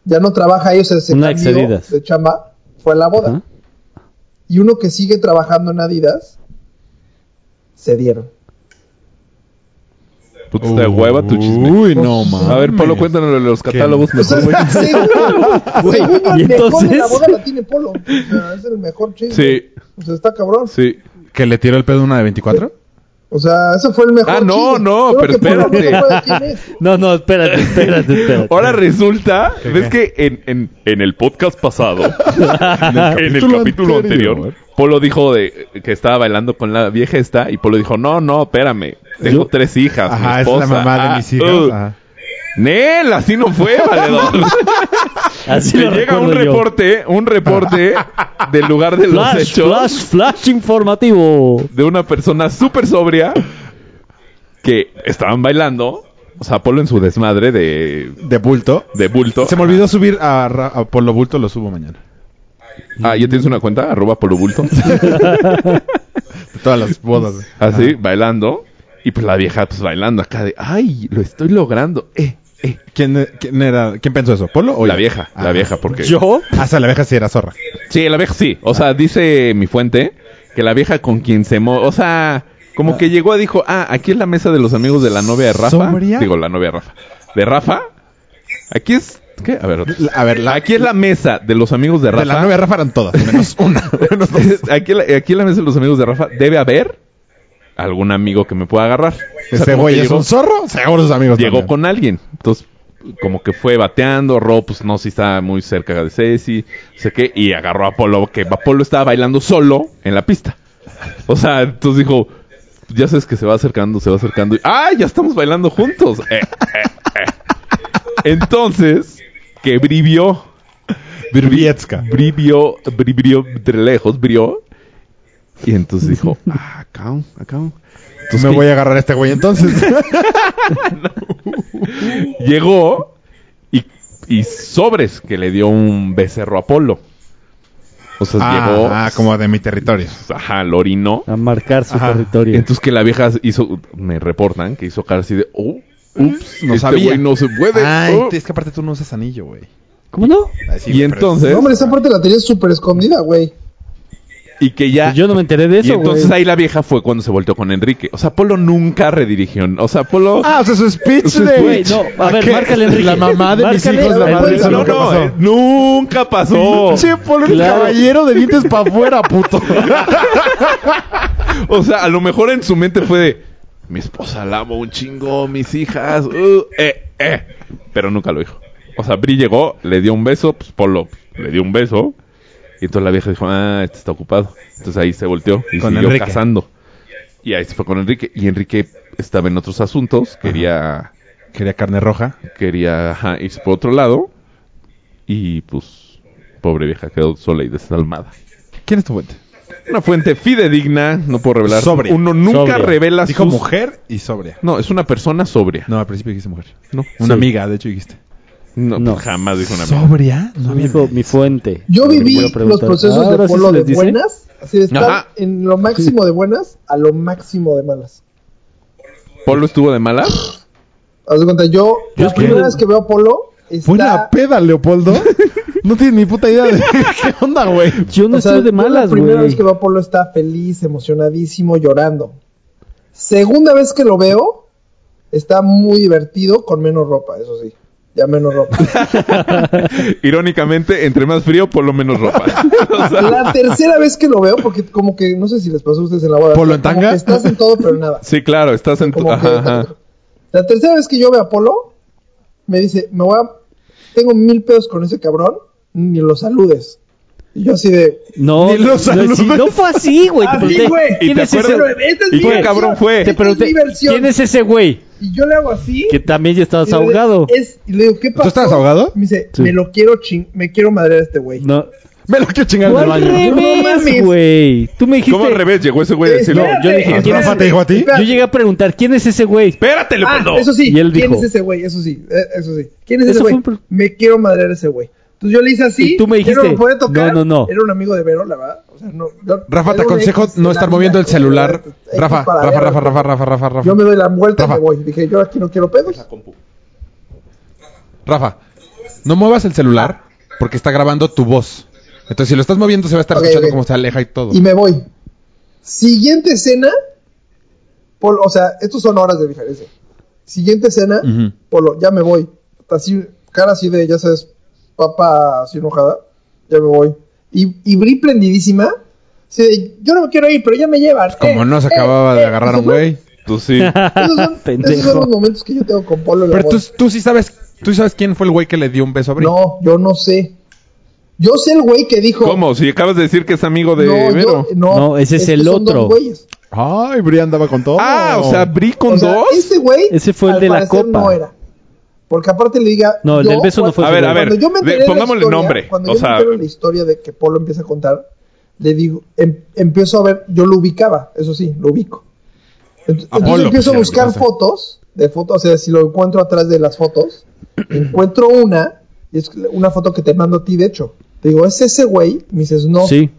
[SPEAKER 1] ya no trabaja ahí, o sea, se
[SPEAKER 5] Una ex
[SPEAKER 1] cambió
[SPEAKER 5] Adidas.
[SPEAKER 1] de chamba, fue a la boda.
[SPEAKER 5] Ajá.
[SPEAKER 1] y uno que sigue trabajando en Adidas se dieron.
[SPEAKER 3] Puta, está de hueva tu chisme.
[SPEAKER 4] Uy, no,
[SPEAKER 1] Pues,
[SPEAKER 4] mames.
[SPEAKER 3] A ver, Polo, cuéntanos de los catálogos
[SPEAKER 1] O sea, [laughs]
[SPEAKER 4] [laughs]
[SPEAKER 3] mejor, güey.
[SPEAKER 1] según- según yo, el mejor
[SPEAKER 5] ¿y
[SPEAKER 1] de la
[SPEAKER 5] entonces?
[SPEAKER 1] boda la tiene Polo. O sea, es el mejor chisme.
[SPEAKER 3] Sí,
[SPEAKER 1] O sea, está cabrón.
[SPEAKER 3] sí.
[SPEAKER 4] ¿Que le tiró el pedo una de 24?
[SPEAKER 1] O sea, ese fue el mejor
[SPEAKER 3] Ah, no,
[SPEAKER 1] chisme.
[SPEAKER 3] no,
[SPEAKER 1] Creo
[SPEAKER 3] pero
[SPEAKER 1] que Polo no
[SPEAKER 3] espérate.
[SPEAKER 1] se acuerda quién es.
[SPEAKER 5] No, no, espérate, espérate, espérate.
[SPEAKER 3] [laughs] Ahora resulta, ves que en, en, en el podcast
[SPEAKER 4] [laughs]
[SPEAKER 3] pasado, en el capítulo anterior, Polo dijo de, que estaba bailando con la vieja esta y Polo dijo, no, no, espérame, tengo
[SPEAKER 5] Yo-
[SPEAKER 3] tres hijas, mi
[SPEAKER 4] Ajá, esa
[SPEAKER 3] esposa.
[SPEAKER 4] es la mamá
[SPEAKER 3] ah,
[SPEAKER 4] de mis hijas.
[SPEAKER 3] uh".
[SPEAKER 4] ajá.
[SPEAKER 3] Nel, así no
[SPEAKER 4] [laughs]
[SPEAKER 3] fue, valedor.
[SPEAKER 5] Así
[SPEAKER 3] Te
[SPEAKER 5] lo
[SPEAKER 3] llega un
[SPEAKER 5] recuerdo yo.
[SPEAKER 3] reporte, un
[SPEAKER 4] [laughs]
[SPEAKER 3] reporte del lugar de los
[SPEAKER 5] Flash,
[SPEAKER 3] hechos
[SPEAKER 5] flash, flash informativo.
[SPEAKER 3] de una persona súper sobria que estaban bailando, o sea, Polo en su desmadre de,
[SPEAKER 4] De bulto.
[SPEAKER 3] de bulto.
[SPEAKER 4] Se me olvidó subir a, Ra- a Polo Bulto, lo subo mañana.
[SPEAKER 3] Ah, ¿ya tienes una cuenta? Arroba Polo
[SPEAKER 4] [laughs]
[SPEAKER 3] Bulto.
[SPEAKER 4] De todas las bodas.
[SPEAKER 1] [laughs]
[SPEAKER 4] güey.
[SPEAKER 3] Así, bailando. Y pues la vieja, pues bailando acá de, ay, lo estoy logrando. Eh, eh.
[SPEAKER 4] ¿Quién, quién era, ¿Quién pensó eso? ¿Polo o
[SPEAKER 3] la
[SPEAKER 4] yo?
[SPEAKER 3] vieja,
[SPEAKER 4] Ajá.
[SPEAKER 3] la vieja, porque...
[SPEAKER 5] ¿Yo?
[SPEAKER 4] Ah, o sea, la vieja sí era zorra.
[SPEAKER 3] Sí, la vieja sí. O sea, dice mi fuente que la vieja con quien se... mo- o sea, como que llegó y dijo, ah, aquí es la mesa de los amigos de la novia de Rafa.
[SPEAKER 4] ¿Sobria?
[SPEAKER 3] Digo, la novia de Rafa. ¿De Rafa? Aquí es... ¿Qué? A ver, otra.
[SPEAKER 4] La- A ver, la,
[SPEAKER 3] Aquí es la mesa de los amigos de
[SPEAKER 4] de
[SPEAKER 3] Rafa.
[SPEAKER 4] la novia Rafa eran todas,
[SPEAKER 3] [laughs]
[SPEAKER 4] menos una. menos [laughs] dos.
[SPEAKER 3] aquí, en la- aquí en la mesa de los amigos de Rafa debe haber algún amigo que me pueda agarrar. O sea,
[SPEAKER 4] Este
[SPEAKER 3] como
[SPEAKER 4] güey
[SPEAKER 3] que
[SPEAKER 4] es
[SPEAKER 3] llegó-
[SPEAKER 4] un zorro, seguro sus amigos.
[SPEAKER 3] llegó
[SPEAKER 4] también.
[SPEAKER 3] con alguien. Entonces, como que fue bateando, Ro, pues no, si estaba muy cerca de Ceci, no sé qué, y agarró a Polo, que Polo estaba bailando solo en la pista. O sea, entonces dijo, ya sabes que se va acercando, se va acercando, y ¡ah, ya estamos bailando juntos! Eh, eh, eh. Entonces, que brivió,
[SPEAKER 4] Birbietska.
[SPEAKER 3] brivió, brivió, de lejos, brió, y entonces dijo, ah, cabrón, ah, cabrón. Entonces,
[SPEAKER 4] Me
[SPEAKER 3] ¿qué [laughs]
[SPEAKER 4] voy a agarrar a este güey entonces.
[SPEAKER 3] Llegó Y, y sobres que le dio un becerro a Polo. O sea,
[SPEAKER 4] Ah,
[SPEAKER 3] llegó.
[SPEAKER 4] ah, como de mi territorio.
[SPEAKER 3] Ajá, lo orinó.
[SPEAKER 5] A marcar su
[SPEAKER 4] Ajá.
[SPEAKER 5] territorio.
[SPEAKER 3] Entonces que la vieja hizo. Me reportan que hizo cara así de. Oh, ups,
[SPEAKER 4] Mm, No
[SPEAKER 3] este
[SPEAKER 4] sabía.
[SPEAKER 3] güey no se puede.
[SPEAKER 4] Ay,
[SPEAKER 3] oh".
[SPEAKER 4] es que aparte tú no usas anillo, güey.
[SPEAKER 5] ¿Cómo no?
[SPEAKER 4] Ay, sí,
[SPEAKER 3] Y
[SPEAKER 4] güey, pero-
[SPEAKER 3] entonces-
[SPEAKER 1] No, hombre, esa parte la tenía súper escondida, güey.
[SPEAKER 3] Y que ya.
[SPEAKER 5] Pues yo no me enteré de
[SPEAKER 3] y
[SPEAKER 5] eso,
[SPEAKER 3] entonces
[SPEAKER 5] güey.
[SPEAKER 3] ahí la vieja fue cuando se volteó con Enrique. O sea, Polo nunca redirigió. O sea, Polo.
[SPEAKER 4] Ah, o sea, su speech
[SPEAKER 3] Su
[SPEAKER 4] de...
[SPEAKER 5] Güey, no, a ver,
[SPEAKER 4] ¿Qué?
[SPEAKER 5] márcale, Enrique.
[SPEAKER 4] La mamá de mis
[SPEAKER 5] Márcale,
[SPEAKER 4] hijos, la
[SPEAKER 5] Enrique.
[SPEAKER 4] madre.
[SPEAKER 5] Pues,
[SPEAKER 4] eso
[SPEAKER 3] no,
[SPEAKER 4] nunca
[SPEAKER 3] no,
[SPEAKER 4] pasó.
[SPEAKER 3] eh, nunca pasó.
[SPEAKER 4] Che, Polo, el
[SPEAKER 5] Claro.
[SPEAKER 4] caballero de dientes para afuera, puto.
[SPEAKER 3] O sea, a lo mejor en su mente fue de, mi esposa la amo un chingo, mis hijas, uh, eh, eh. Pero nunca lo dijo. O sea, Bri llegó, le dio un beso, pues Polo le dio un beso. Y entonces la vieja dijo, ah, este está ocupado. Entonces ahí se volteó y
[SPEAKER 4] Con
[SPEAKER 3] siguió
[SPEAKER 4] Enrique.
[SPEAKER 3] casando. Y ahí se fue con Enrique. Y Enrique estaba en otros asuntos, quería,
[SPEAKER 4] Ah, Quería carne roja.
[SPEAKER 3] quería ajá, irse por otro lado. Y pues, pobre vieja, quedó sola y desalmada.
[SPEAKER 4] ¿Quién es tu fuente?
[SPEAKER 3] Una fuente fidedigna, no puedo revelar.
[SPEAKER 4] Sobria.
[SPEAKER 3] Uno nunca
[SPEAKER 5] Sobria.
[SPEAKER 3] revela
[SPEAKER 4] Dijo
[SPEAKER 3] sus-
[SPEAKER 4] mujer y sobria.
[SPEAKER 3] No, es una persona sobria.
[SPEAKER 4] No, al principio dijiste mujer.
[SPEAKER 3] No,
[SPEAKER 4] Una
[SPEAKER 5] Sí.
[SPEAKER 4] amiga, de hecho dijiste.
[SPEAKER 3] no, pues,
[SPEAKER 5] No.
[SPEAKER 3] jamás dijo una amiga.
[SPEAKER 4] ¿Sobria? No había
[SPEAKER 5] Dijo, mi fuente.
[SPEAKER 1] Yo
[SPEAKER 5] Le
[SPEAKER 1] viví
[SPEAKER 5] voy a
[SPEAKER 1] los
[SPEAKER 5] preguntar. Ah,
[SPEAKER 1] procesos
[SPEAKER 5] Ahora
[SPEAKER 1] de
[SPEAKER 5] sí
[SPEAKER 1] polo
[SPEAKER 5] se
[SPEAKER 1] de
[SPEAKER 5] les dice.
[SPEAKER 1] buenas, así de estar
[SPEAKER 3] Ajá.
[SPEAKER 1] en lo máximo de buenas a lo máximo de malas.
[SPEAKER 3] ¿Polo estuvo de mala?
[SPEAKER 1] [laughs] Haz de cuenta, yo,
[SPEAKER 5] Yo
[SPEAKER 1] la
[SPEAKER 5] es que-
[SPEAKER 1] primera vez que veo a polo, está...
[SPEAKER 4] Fue la peda, Leopoldo. No tienes ni puta idea de
[SPEAKER 3] [laughs]
[SPEAKER 4] qué onda, güey.
[SPEAKER 5] Yo Pues no
[SPEAKER 1] o sea,
[SPEAKER 5] estuve
[SPEAKER 1] yo
[SPEAKER 5] de
[SPEAKER 1] La
[SPEAKER 5] malas,
[SPEAKER 1] primera
[SPEAKER 5] güey.
[SPEAKER 1] vez que veo a Polo está feliz, emocionadísimo, llorando. Segunda vez que lo veo, está muy divertido, con menos ropa, eso sí. Ya menos
[SPEAKER 3] [laughs]
[SPEAKER 1] ropa.
[SPEAKER 3] Irónicamente, entre más frío, Polo menos ropa. O sea,
[SPEAKER 1] La tercera vez que lo veo, porque como que, no sé si les pasó a ustedes en la boda.
[SPEAKER 4] ¿Polo
[SPEAKER 1] o sea,
[SPEAKER 4] en
[SPEAKER 1] como
[SPEAKER 4] tanga?
[SPEAKER 1] que estás en todo, pero en
[SPEAKER 3] [laughs]
[SPEAKER 1] nada.
[SPEAKER 3] sí, claro, estás en tu...
[SPEAKER 1] Como que-
[SPEAKER 3] Ajá, ajá.
[SPEAKER 1] La tercera vez que yo veo a Polo, me dice, me voy a... Tengo mil pedos con ese cabrón, ni lo saludes. Y yo así de...
[SPEAKER 5] No,
[SPEAKER 4] Ni
[SPEAKER 5] no,
[SPEAKER 4] los
[SPEAKER 5] no, sí,
[SPEAKER 4] saludos.
[SPEAKER 5] no fue así, güey. Te
[SPEAKER 1] Así,
[SPEAKER 5] pregunté,
[SPEAKER 1] güey.
[SPEAKER 3] ¿Y
[SPEAKER 5] ¿Quién
[SPEAKER 3] te
[SPEAKER 5] es ese
[SPEAKER 3] acuerdas?
[SPEAKER 1] Esta este es
[SPEAKER 3] ¿Y
[SPEAKER 1] mi
[SPEAKER 3] qué
[SPEAKER 1] versión,
[SPEAKER 3] cabrón fue?
[SPEAKER 5] Te
[SPEAKER 1] esta es mi
[SPEAKER 5] pregunté,
[SPEAKER 1] versión.
[SPEAKER 5] ¿quién es ese güey?
[SPEAKER 1] Y yo le hago así.
[SPEAKER 5] Que también ya estabas
[SPEAKER 1] Y le-
[SPEAKER 5] ahogado.
[SPEAKER 1] es- y le digo, ¿qué pasó?
[SPEAKER 4] estabas ahogado?
[SPEAKER 1] Me dice,
[SPEAKER 5] Sí.
[SPEAKER 1] me lo quiero ching... Me quiero madrear a este güey.
[SPEAKER 5] No.
[SPEAKER 4] Me lo quiero chingar en el
[SPEAKER 5] ¿Cuál
[SPEAKER 4] baño.
[SPEAKER 1] No mames.
[SPEAKER 5] revés, güey? Tú me dijiste...
[SPEAKER 3] ¿Cómo al revés? Llegó ese güey a decirlo.
[SPEAKER 1] Eh, Espérate,
[SPEAKER 5] yo dije,
[SPEAKER 4] ¿tu Rafa te dijo a ti?
[SPEAKER 1] espérate.
[SPEAKER 5] Yo llegué a preguntar, ¿quién es ese güey?
[SPEAKER 3] ¡Espérate,
[SPEAKER 1] Ah,
[SPEAKER 3] Leopoldo!
[SPEAKER 1] eso sí.
[SPEAKER 5] Y él
[SPEAKER 1] ¿Quién
[SPEAKER 5] dijo-
[SPEAKER 1] es ese güey? Eso sí. eh, eso sí. ¿Quién es ese
[SPEAKER 5] Eso fue
[SPEAKER 1] güey?
[SPEAKER 5] un pro-
[SPEAKER 1] Me quiero madrear a ese güey. Entonces yo le hice así.
[SPEAKER 5] Y tú me
[SPEAKER 1] yo no
[SPEAKER 5] dijiste,
[SPEAKER 1] lo pude tocar.
[SPEAKER 5] no, no, no.
[SPEAKER 1] Era un amigo de Vero, la verdad. O sea, no, yo-
[SPEAKER 4] Rafa, te
[SPEAKER 1] era un
[SPEAKER 4] aconsejo
[SPEAKER 1] X de
[SPEAKER 4] no
[SPEAKER 1] la
[SPEAKER 4] estar
[SPEAKER 1] vida,
[SPEAKER 4] moviendo el
[SPEAKER 1] eh,
[SPEAKER 4] celular.
[SPEAKER 1] X
[SPEAKER 4] Rafa,
[SPEAKER 1] para
[SPEAKER 4] Rafa,
[SPEAKER 1] Vero.
[SPEAKER 4] Rafa, Rafa, Rafa, Rafa, Rafa.
[SPEAKER 1] Yo me doy la vuelta
[SPEAKER 4] Rafa.
[SPEAKER 1] y me voy. Dije, yo aquí no quiero pedos.
[SPEAKER 4] Rafa, no muevas el celular porque está grabando tu voz. Entonces, si lo estás moviendo, se va a estar
[SPEAKER 1] Ah. Ok,
[SPEAKER 4] escuchando
[SPEAKER 1] ok.
[SPEAKER 4] cómo se aleja y todo.
[SPEAKER 1] Y me voy. Siguiente escena. Polo, o sea, estos son horas de diferencia. Siguiente escena.
[SPEAKER 4] Ujú.
[SPEAKER 1] Polo, ya me voy. Así, cara así de, ya sabes, papa así enojada. Ya me voy. Y, y Bri prendidísima. así de, yo no me quiero ir, pero ya me llevan.
[SPEAKER 4] Como
[SPEAKER 1] Eh,
[SPEAKER 4] no se
[SPEAKER 1] eh,
[SPEAKER 4] acababa
[SPEAKER 1] eh.
[SPEAKER 4] de agarrar a
[SPEAKER 1] Eso
[SPEAKER 4] un
[SPEAKER 1] fue-
[SPEAKER 4] güey.
[SPEAKER 3] Tú Pues
[SPEAKER 1] [laughs]
[SPEAKER 3] sí.
[SPEAKER 1] Esos son, esos son los
[SPEAKER 5] [laughs] Pendejo.
[SPEAKER 1] momentos que yo tengo con Polo. en la
[SPEAKER 4] Pero tú,
[SPEAKER 1] boda.
[SPEAKER 4] tú sí sabes, tú sabes quién fue el güey que le dio un beso a Bri.
[SPEAKER 1] No, yo no sé. Yo sé el güey que dijo.
[SPEAKER 3] ¿Cómo? Si acabas de decir que es amigo de
[SPEAKER 1] No, yo- eh,
[SPEAKER 3] Vero.
[SPEAKER 1] no,
[SPEAKER 5] No, ese es
[SPEAKER 1] estos
[SPEAKER 5] el
[SPEAKER 1] son dos
[SPEAKER 5] otro.
[SPEAKER 1] güeyes.
[SPEAKER 4] Ay, Bri andaba con todo.
[SPEAKER 3] Ah, o sea, Bri con
[SPEAKER 1] O sea,
[SPEAKER 3] dos.
[SPEAKER 1] Este güey.
[SPEAKER 5] Ese fue el
[SPEAKER 1] al
[SPEAKER 5] de la
[SPEAKER 1] parecer,
[SPEAKER 5] copa.
[SPEAKER 1] No era. Porque aparte le diga.
[SPEAKER 5] No, el
[SPEAKER 1] yo-
[SPEAKER 5] del beso no fue
[SPEAKER 3] A ver, a ver.
[SPEAKER 1] Cuando yo me
[SPEAKER 3] de-
[SPEAKER 1] enteré de la
[SPEAKER 3] pongámosle
[SPEAKER 1] historia,
[SPEAKER 3] nombre.
[SPEAKER 1] Cuando
[SPEAKER 3] O
[SPEAKER 1] yo
[SPEAKER 3] sea,
[SPEAKER 1] me entero de la historia de que Polo empieza a contar, le digo. em- empiezo a ver. Yo lo ubicaba, eso sí, lo ubico. Ent- Entonces,
[SPEAKER 4] Polo,
[SPEAKER 1] empiezo a
[SPEAKER 4] pues,
[SPEAKER 1] buscar
[SPEAKER 4] sí, lo
[SPEAKER 1] fotos. De fotos, o sea, si lo encuentro atrás de las
[SPEAKER 4] [clears throat]
[SPEAKER 1] fotos, encuentro una. y es una foto que te mando a ti, de hecho. Te digo, ¿es ese güey? Me dices, no.
[SPEAKER 5] Sí.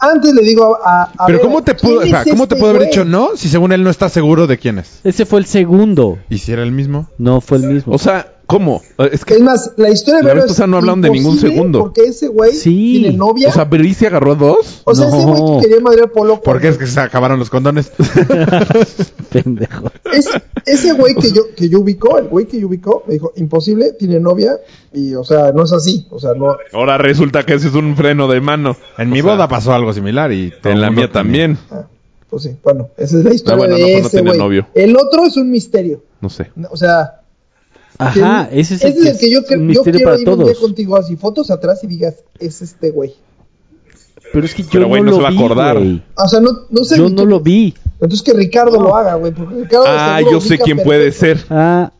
[SPEAKER 1] Antes le digo a. a- a
[SPEAKER 4] Pero
[SPEAKER 1] ver,
[SPEAKER 4] ¿cómo te pudo,
[SPEAKER 1] ¿quién
[SPEAKER 4] o sea,
[SPEAKER 1] es
[SPEAKER 4] ¿cómo te
[SPEAKER 1] este
[SPEAKER 4] pudo haber
[SPEAKER 1] güey?
[SPEAKER 4] dicho no si según él no está seguro de quién es?
[SPEAKER 5] Ese fue el segundo.
[SPEAKER 4] ¿Y si era el mismo?
[SPEAKER 5] No fue el mismo.
[SPEAKER 3] o sea, ¿cómo? Es que...
[SPEAKER 1] Es más, la historia de
[SPEAKER 3] La
[SPEAKER 1] Vero
[SPEAKER 3] vez pasada
[SPEAKER 1] es
[SPEAKER 3] no hablaron de ningún
[SPEAKER 1] imposible
[SPEAKER 3] segundo.
[SPEAKER 1] Porque ese güey
[SPEAKER 5] Sí.
[SPEAKER 1] tiene novia.
[SPEAKER 3] O sea, Bri se agarró a dos.
[SPEAKER 1] ese
[SPEAKER 5] no.
[SPEAKER 1] güey que quería madrear a Polo.
[SPEAKER 4] Porque es que se acabaron los condones.
[SPEAKER 5] Pendejo.
[SPEAKER 1] es, ese güey que yo, que yo ubicó, el güey que yo ubicó, me dijo, imposible, tiene novia. Y, o sea, no es así. O sea, no.
[SPEAKER 3] Ahora resulta que ese es un freno de mano.
[SPEAKER 4] En mi
[SPEAKER 3] O sea,
[SPEAKER 4] boda pasó algo similar y todo
[SPEAKER 3] En la
[SPEAKER 4] el mundo
[SPEAKER 3] mía también.
[SPEAKER 1] ah, pues sí, bueno, esa es la historia
[SPEAKER 3] bueno, no,
[SPEAKER 1] de
[SPEAKER 3] pues no
[SPEAKER 1] ese
[SPEAKER 3] tiene
[SPEAKER 1] güey.
[SPEAKER 3] novio.
[SPEAKER 1] El otro es un misterio.
[SPEAKER 3] No sé.
[SPEAKER 1] No, O sea,
[SPEAKER 5] Ajá,
[SPEAKER 1] tiene-
[SPEAKER 5] ese es el,
[SPEAKER 1] que, yo,
[SPEAKER 5] es un
[SPEAKER 1] cre- yo
[SPEAKER 5] misterio
[SPEAKER 1] quiero
[SPEAKER 5] para
[SPEAKER 1] ir un día
[SPEAKER 5] todos.
[SPEAKER 1] contigo así, fotos atrás y digas, es este güey.
[SPEAKER 5] Pero es que yo
[SPEAKER 3] Pero, güey,
[SPEAKER 5] no,
[SPEAKER 3] no
[SPEAKER 5] lo
[SPEAKER 3] se va a
[SPEAKER 5] vi,
[SPEAKER 3] acordar.
[SPEAKER 5] güey.
[SPEAKER 1] O sea, no, no sé.
[SPEAKER 5] Yo
[SPEAKER 1] ni
[SPEAKER 5] no
[SPEAKER 1] tú-
[SPEAKER 5] lo vi.
[SPEAKER 1] Entonces que Ricardo lo haga, güey. Porque Ricardo
[SPEAKER 3] Ah,
[SPEAKER 1] seguro
[SPEAKER 3] yo sé
[SPEAKER 1] ubica
[SPEAKER 3] quién puede
[SPEAKER 1] perfecto.
[SPEAKER 3] ser.
[SPEAKER 5] Ah,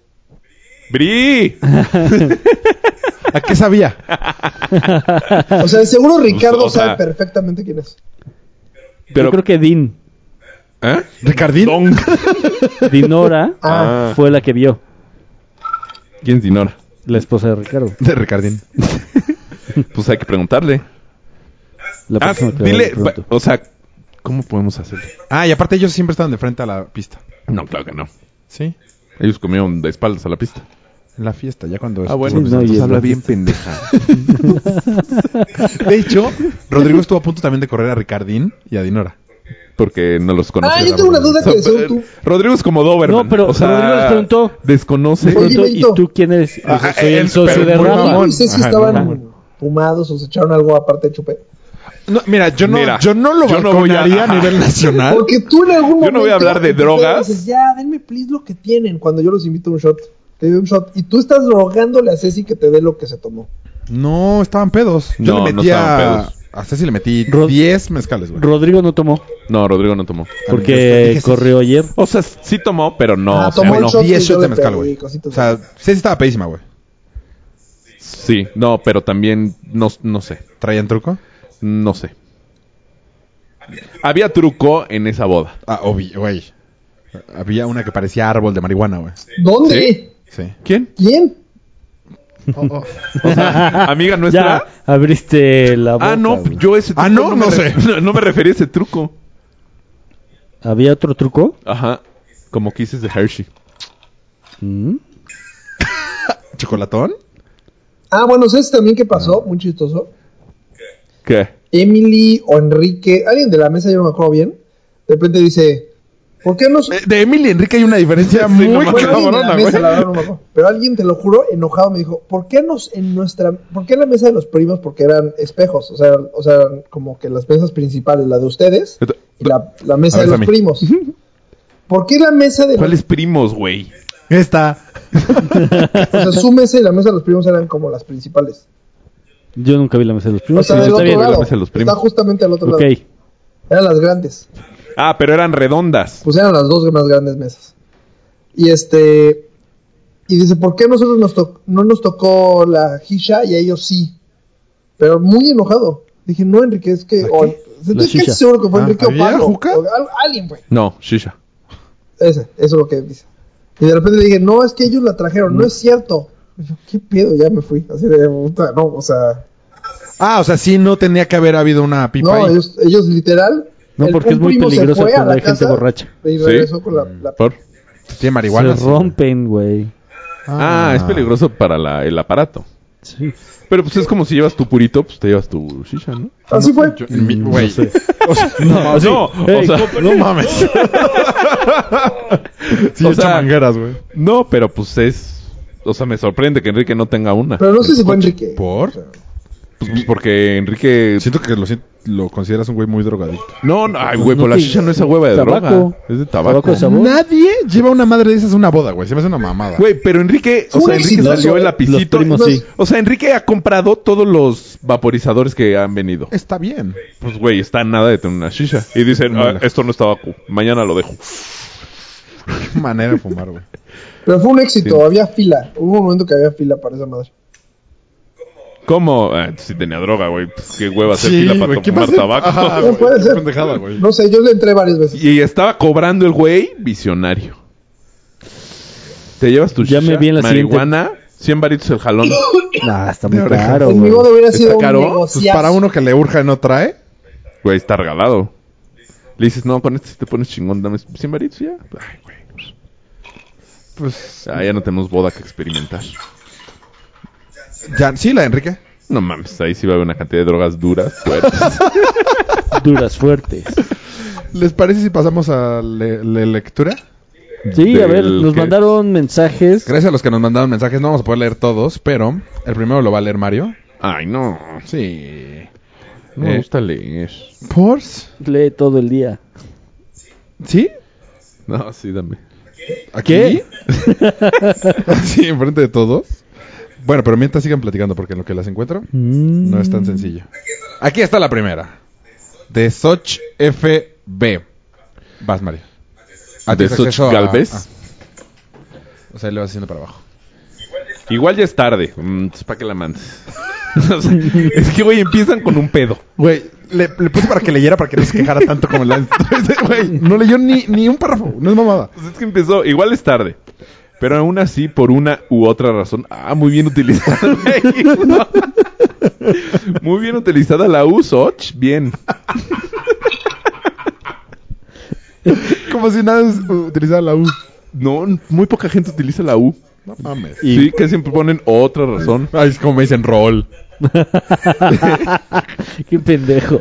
[SPEAKER 3] ¡Bri!
[SPEAKER 4] ¿A qué sabía?
[SPEAKER 1] O sea, seguro Ricardo
[SPEAKER 3] O sea-
[SPEAKER 1] sabe perfectamente quién es.
[SPEAKER 5] yo
[SPEAKER 3] Pero...
[SPEAKER 5] creo que Din.
[SPEAKER 3] ¿Eh?
[SPEAKER 4] ¿Ricardín?
[SPEAKER 3] Don.
[SPEAKER 5] Dinora
[SPEAKER 1] Ah,
[SPEAKER 3] Ah.
[SPEAKER 5] fue la que vio.
[SPEAKER 3] [laughs] ¿Quién es Dinora?
[SPEAKER 5] La esposa de Ricardo.
[SPEAKER 4] De Ricardín.
[SPEAKER 3] Pues hay que preguntarle.
[SPEAKER 5] La
[SPEAKER 3] Ah,
[SPEAKER 5] próxima te
[SPEAKER 3] dile,
[SPEAKER 5] lo pregunto.
[SPEAKER 3] va- o sea, ¿cómo podemos hacerlo?
[SPEAKER 4] Ah, y aparte ellos siempre estaban de frente a la pista.
[SPEAKER 3] No, claro que no.
[SPEAKER 4] ¿Sí?
[SPEAKER 3] Ellos comieron de espaldas a la pista.
[SPEAKER 4] En la fiesta, ya cuando...
[SPEAKER 3] Ah, bueno,
[SPEAKER 5] Sí,
[SPEAKER 3] pues
[SPEAKER 5] no, y
[SPEAKER 3] entonces
[SPEAKER 5] es
[SPEAKER 3] habla
[SPEAKER 5] la
[SPEAKER 3] bien pendeja. [laughs]
[SPEAKER 4] De hecho, Rodrigo estuvo a punto también de correr a Ricardín y a Dinora.
[SPEAKER 3] Porque no los conoce.
[SPEAKER 1] Ah, yo tengo una duda que
[SPEAKER 3] O sea,
[SPEAKER 1] según tú-
[SPEAKER 3] Rodrigo es como Doberman.
[SPEAKER 5] No, pero
[SPEAKER 3] o sea,
[SPEAKER 5] Rodrigo les preguntó.
[SPEAKER 3] Desconoce.
[SPEAKER 5] Les preguntó,
[SPEAKER 1] Oye, Benito.
[SPEAKER 5] ¿Y tú quién eres?
[SPEAKER 4] Ah,
[SPEAKER 5] Dijo, soy
[SPEAKER 4] él,
[SPEAKER 5] el socio
[SPEAKER 4] pero
[SPEAKER 5] de
[SPEAKER 4] muy
[SPEAKER 5] Rafa.
[SPEAKER 4] mamón.
[SPEAKER 1] No sé si
[SPEAKER 4] Ajá,
[SPEAKER 1] estaban fumados o se echaron algo aparte de chupé.
[SPEAKER 4] No, mira, yo no,
[SPEAKER 3] Mira,
[SPEAKER 4] yo no lo
[SPEAKER 3] yo no voy a-
[SPEAKER 4] balconearía a,
[SPEAKER 3] ajá.
[SPEAKER 4] nivel nacional.
[SPEAKER 1] Porque tú en algún momento.
[SPEAKER 3] Ah. Yo no voy a hablar de
[SPEAKER 1] empezaste
[SPEAKER 3] drogas.
[SPEAKER 1] dices, ya, denme please lo que tienen cuando yo los invito a un shot. Te doy un shot. Y tú estás rogándole a Ceci que te dé lo que se tomó.
[SPEAKER 4] No, estaban pedos. Yo
[SPEAKER 3] No,
[SPEAKER 4] le
[SPEAKER 3] no
[SPEAKER 4] metí a...
[SPEAKER 3] estaban pedos.
[SPEAKER 4] A Ceci le metí
[SPEAKER 5] Rod-
[SPEAKER 4] 10 mezcales, güey.
[SPEAKER 5] Rodrigo no tomó
[SPEAKER 3] No, Rodrigo no tomó.
[SPEAKER 4] Entonces,
[SPEAKER 5] porque
[SPEAKER 4] dije, sí,
[SPEAKER 5] corrió ayer.
[SPEAKER 3] O sea, sí tomó, pero no.
[SPEAKER 1] Ah,
[SPEAKER 3] o sea,
[SPEAKER 1] tomó el
[SPEAKER 3] no.
[SPEAKER 1] shot.
[SPEAKER 4] 10
[SPEAKER 1] y yo
[SPEAKER 4] shots de
[SPEAKER 1] le
[SPEAKER 4] mezcal,
[SPEAKER 1] pedí
[SPEAKER 4] güey.
[SPEAKER 1] cositas.
[SPEAKER 4] O sea, Ceci estaba pedísima, güey.
[SPEAKER 3] Sí, no, pero también no, no sé.
[SPEAKER 4] ¿Traían truco?
[SPEAKER 3] No sé. Había truco en esa boda.
[SPEAKER 4] Ah, obvio, güey. Había una que parecía árbol de marihuana, güey.
[SPEAKER 1] ¿Dónde?
[SPEAKER 3] ¿Sí?
[SPEAKER 4] Sí.
[SPEAKER 3] ¿Quién?
[SPEAKER 1] ¿Quién?
[SPEAKER 3] O sea, amiga nuestra.
[SPEAKER 5] Ya abriste la boca.
[SPEAKER 3] Ah, no,
[SPEAKER 5] güey.
[SPEAKER 3] yo ese
[SPEAKER 4] Ah, no,
[SPEAKER 3] me
[SPEAKER 4] no
[SPEAKER 3] re- [laughs]
[SPEAKER 4] sé.
[SPEAKER 3] No, no me refería a ese truco.
[SPEAKER 5] ¿Había otro truco?
[SPEAKER 3] Ajá. Como quises de Hershey.
[SPEAKER 5] Mm.
[SPEAKER 4] ¿Chocolatón?
[SPEAKER 1] Ah, bueno, ¿sabes también qué pasó? Muy chistoso.
[SPEAKER 3] ¿Qué?
[SPEAKER 1] Emily o Enrique, alguien de la mesa, yo no me acuerdo bien. De repente dice, ¿por qué no?
[SPEAKER 4] Eh, De Emily y Enrique hay una diferencia
[SPEAKER 3] Sí,
[SPEAKER 4] muy
[SPEAKER 3] no mames.
[SPEAKER 1] Bueno, alguien de
[SPEAKER 4] cabrona,
[SPEAKER 1] la
[SPEAKER 4] güey.
[SPEAKER 1] mesa, la verdad, no me acuerdo. Pero alguien, te lo juro, enojado me dijo, ¿por qué nos en nuestra, por qué en la mesa de los primos? Porque eran espejos, o sea, o sea, eran como que las mesas principales, la de ustedes y la, la mesa
[SPEAKER 4] A ver,
[SPEAKER 1] de los
[SPEAKER 4] Sammy.
[SPEAKER 1] primos. ¿Por qué la mesa de los,
[SPEAKER 3] ¿Cuáles primos, güey?
[SPEAKER 4] Esta.
[SPEAKER 1] o sea, su mesa y la mesa de los primos eran como las principales?
[SPEAKER 5] Yo nunca vi la mesa de los
[SPEAKER 1] O
[SPEAKER 5] primos.
[SPEAKER 1] sea,
[SPEAKER 5] pero
[SPEAKER 1] del
[SPEAKER 5] está
[SPEAKER 1] otro
[SPEAKER 5] bien.
[SPEAKER 1] lado,
[SPEAKER 3] la mesa de los primos.
[SPEAKER 1] está justamente al otro
[SPEAKER 5] Ok.
[SPEAKER 1] lado, eran las grandes.
[SPEAKER 3] Ah, pero eran redondas.
[SPEAKER 1] pues eran las dos más grandes mesas. Y este y dice, ¿por qué a nosotros nos toc- no nos tocó la Hisha y a ellos sí? Pero muy enojado. Dije, no, Enrique, es que...
[SPEAKER 4] ¿La
[SPEAKER 1] o-
[SPEAKER 4] qué?
[SPEAKER 1] Estoy
[SPEAKER 5] La shisha.
[SPEAKER 1] casi seguro que fue
[SPEAKER 4] Ah,
[SPEAKER 1] Enrique o
[SPEAKER 4] ¿había
[SPEAKER 1] Pablo.
[SPEAKER 4] juca?
[SPEAKER 1] o al- alguien, güey.
[SPEAKER 3] No, Shisha.
[SPEAKER 1] Ese, eso es lo que dice. Y de repente le dije, no, es que ellos la trajeron,
[SPEAKER 5] Mm.
[SPEAKER 1] no es cierto. Y yo, ¿qué pedo? Ya me fui. Así de, puta, no, o sea...
[SPEAKER 4] Ah, o sea, sí, no tenía que haber habido una pipa
[SPEAKER 1] No,
[SPEAKER 4] ahí.
[SPEAKER 1] ellos, ellos literal...
[SPEAKER 5] No,
[SPEAKER 1] el-
[SPEAKER 5] porque
[SPEAKER 1] un
[SPEAKER 5] es muy
[SPEAKER 1] primo se
[SPEAKER 5] peligroso
[SPEAKER 1] fue a
[SPEAKER 5] cuando
[SPEAKER 1] la
[SPEAKER 5] hay gente
[SPEAKER 1] casa
[SPEAKER 5] borracha.
[SPEAKER 1] Y regresó con la, la
[SPEAKER 3] ¿Por?
[SPEAKER 4] Tiene marihuana.
[SPEAKER 5] Se
[SPEAKER 4] sí.
[SPEAKER 5] rompen, güey.
[SPEAKER 3] Ah, es peligroso para la- el aparato.
[SPEAKER 5] Sí.
[SPEAKER 3] Pero pues es como si llevas tu purito, pues te llevas tu Shisha, ¿no?
[SPEAKER 1] Así fue.
[SPEAKER 4] Yo- en mi-
[SPEAKER 5] Mm,
[SPEAKER 4] Güey.
[SPEAKER 5] no sé.
[SPEAKER 4] [laughs] O sea,
[SPEAKER 3] No, no, o
[SPEAKER 5] Ey,
[SPEAKER 3] sea, [laughs]
[SPEAKER 4] no mames. sí,
[SPEAKER 3] O
[SPEAKER 4] echa
[SPEAKER 3] sea-
[SPEAKER 4] mangueras, güey.
[SPEAKER 3] no, pero pues es... O sea, me sorprende que Enrique no tenga una.
[SPEAKER 1] Pero no sé si fue Enrique.
[SPEAKER 4] ¿Por?
[SPEAKER 3] Pues, pues, porque Enrique...
[SPEAKER 4] Siento que lo, sien- lo consideras un güey muy drogadicto.
[SPEAKER 3] No, no, ay, güey,
[SPEAKER 5] No
[SPEAKER 3] pero la
[SPEAKER 5] te-
[SPEAKER 3] Shisha no es esa hueva de
[SPEAKER 5] tabaco.
[SPEAKER 3] droga. Es de tabaco.
[SPEAKER 5] Tabaco es- ¿Sabor?
[SPEAKER 4] Nadie lleva una madre de esas a una boda, güey. Se me hace una mamada.
[SPEAKER 3] Güey, pero Enrique...
[SPEAKER 1] Fue
[SPEAKER 3] O sea,
[SPEAKER 1] un
[SPEAKER 3] Enrique
[SPEAKER 1] exitazo,
[SPEAKER 3] salió el
[SPEAKER 1] eh.
[SPEAKER 3] lapicito.
[SPEAKER 5] Los primos, sí.
[SPEAKER 3] O sea, Enrique ha comprado todos los vaporizadores que han venido.
[SPEAKER 4] Está bien.
[SPEAKER 3] Pues, güey, está nada de tener una shisha. Y dicen, "Ah, esto no es tabaco. Mañana lo dejo.
[SPEAKER 4] Qué manera de fumar,
[SPEAKER 1] [laughs]
[SPEAKER 4] güey.
[SPEAKER 1] Pero fue un éxito,
[SPEAKER 3] Sí.
[SPEAKER 1] había fila. Hubo un momento que había fila para esa madre.
[SPEAKER 3] ¿Cómo? Ah, si tenía droga, güey. Pues, qué hueva hacer
[SPEAKER 4] Sí,
[SPEAKER 3] fila para
[SPEAKER 4] güey, ¿qué
[SPEAKER 3] tomar
[SPEAKER 4] pasa?
[SPEAKER 3] tabaco. [laughs]
[SPEAKER 4] Ajá,
[SPEAKER 1] No
[SPEAKER 4] Ah, güey,
[SPEAKER 1] puede
[SPEAKER 4] qué
[SPEAKER 1] ser.
[SPEAKER 4] pendejada, güey.
[SPEAKER 1] No sé, yo le entré varias veces.
[SPEAKER 3] Y estaba cobrando el güey, visionario. Te llevas tu
[SPEAKER 5] Ya me
[SPEAKER 3] shisha,
[SPEAKER 5] vi en la siguiente-
[SPEAKER 3] marihuana, 100 varitos el jalón.
[SPEAKER 5] Nah, está muy
[SPEAKER 4] De oreja.
[SPEAKER 5] caro,
[SPEAKER 1] en mi
[SPEAKER 5] güey.
[SPEAKER 1] boda hubiera
[SPEAKER 3] ¿Está
[SPEAKER 1] sido un
[SPEAKER 3] caro?
[SPEAKER 1] negociazo.
[SPEAKER 4] Pues para uno que le urge no trae.
[SPEAKER 3] Güey, está regalado. Le dices, no, con este sí te pones chingón, dame 100 varitos y ya. Ay, güey.
[SPEAKER 4] Pues
[SPEAKER 3] Ah, ya no tenemos boda que experimentar.
[SPEAKER 4] ya, sí, la de Enrique.
[SPEAKER 3] No mames, ahí sí va a haber una cantidad de drogas duras,
[SPEAKER 5] [laughs]
[SPEAKER 3] fuertes.
[SPEAKER 5] Duras fuertes.
[SPEAKER 4] ¿Les parece si pasamos a le- la lectura?
[SPEAKER 5] Sí, a ver,
[SPEAKER 3] Del
[SPEAKER 5] nos
[SPEAKER 3] que-
[SPEAKER 5] mandaron mensajes.
[SPEAKER 4] Gracias a los que nos mandaron mensajes, no vamos a poder leer todos, pero el primero lo va a leer Mario.
[SPEAKER 3] Ay, no.
[SPEAKER 4] Sí.
[SPEAKER 3] No me
[SPEAKER 4] Eh,
[SPEAKER 3] gusta leer.
[SPEAKER 4] ¿Por?
[SPEAKER 5] Lee todo el día.
[SPEAKER 4] ¿Sí?
[SPEAKER 3] No, sí, dame.
[SPEAKER 4] ¿Aquí? [laughs] sí, enfrente de todos. Bueno, pero mientras sigan platicando, porque en lo que las encuentro
[SPEAKER 5] Mm.
[SPEAKER 4] no es tan sencillo. Aquí está la primera. De Soch FB. Vas, Mario. Ah,
[SPEAKER 3] ¿De
[SPEAKER 4] tienes acceso
[SPEAKER 3] Soch
[SPEAKER 4] a-
[SPEAKER 3] Galvez?
[SPEAKER 4] ah. O sea, le vas haciendo para abajo.
[SPEAKER 3] Igual ya es tarde. Mm, entonces, ¿Para qué la mandes? [laughs] O sea, es que, güey, empiezan con un pedo.
[SPEAKER 4] Güey, le, le puse para que leyera para que no se quejara tanto como [laughs] la. Güey, no leyó ni, ni un párrafo, no es mamada.
[SPEAKER 3] Pues es que empezó. Igual es tarde. Pero aún así, por una u otra razón, ah, muy bien utilizada. [laughs] güey, ¿no? muy bien utilizada la uso, och, bien.
[SPEAKER 4] Como si nada utilizara la U.
[SPEAKER 3] No, muy poca gente utiliza la U.
[SPEAKER 4] No mames.
[SPEAKER 5] Y-
[SPEAKER 3] Sí, que siempre ponen otra razón.
[SPEAKER 4] Ay, es como me dicen rol.
[SPEAKER 5] Qué pendejo.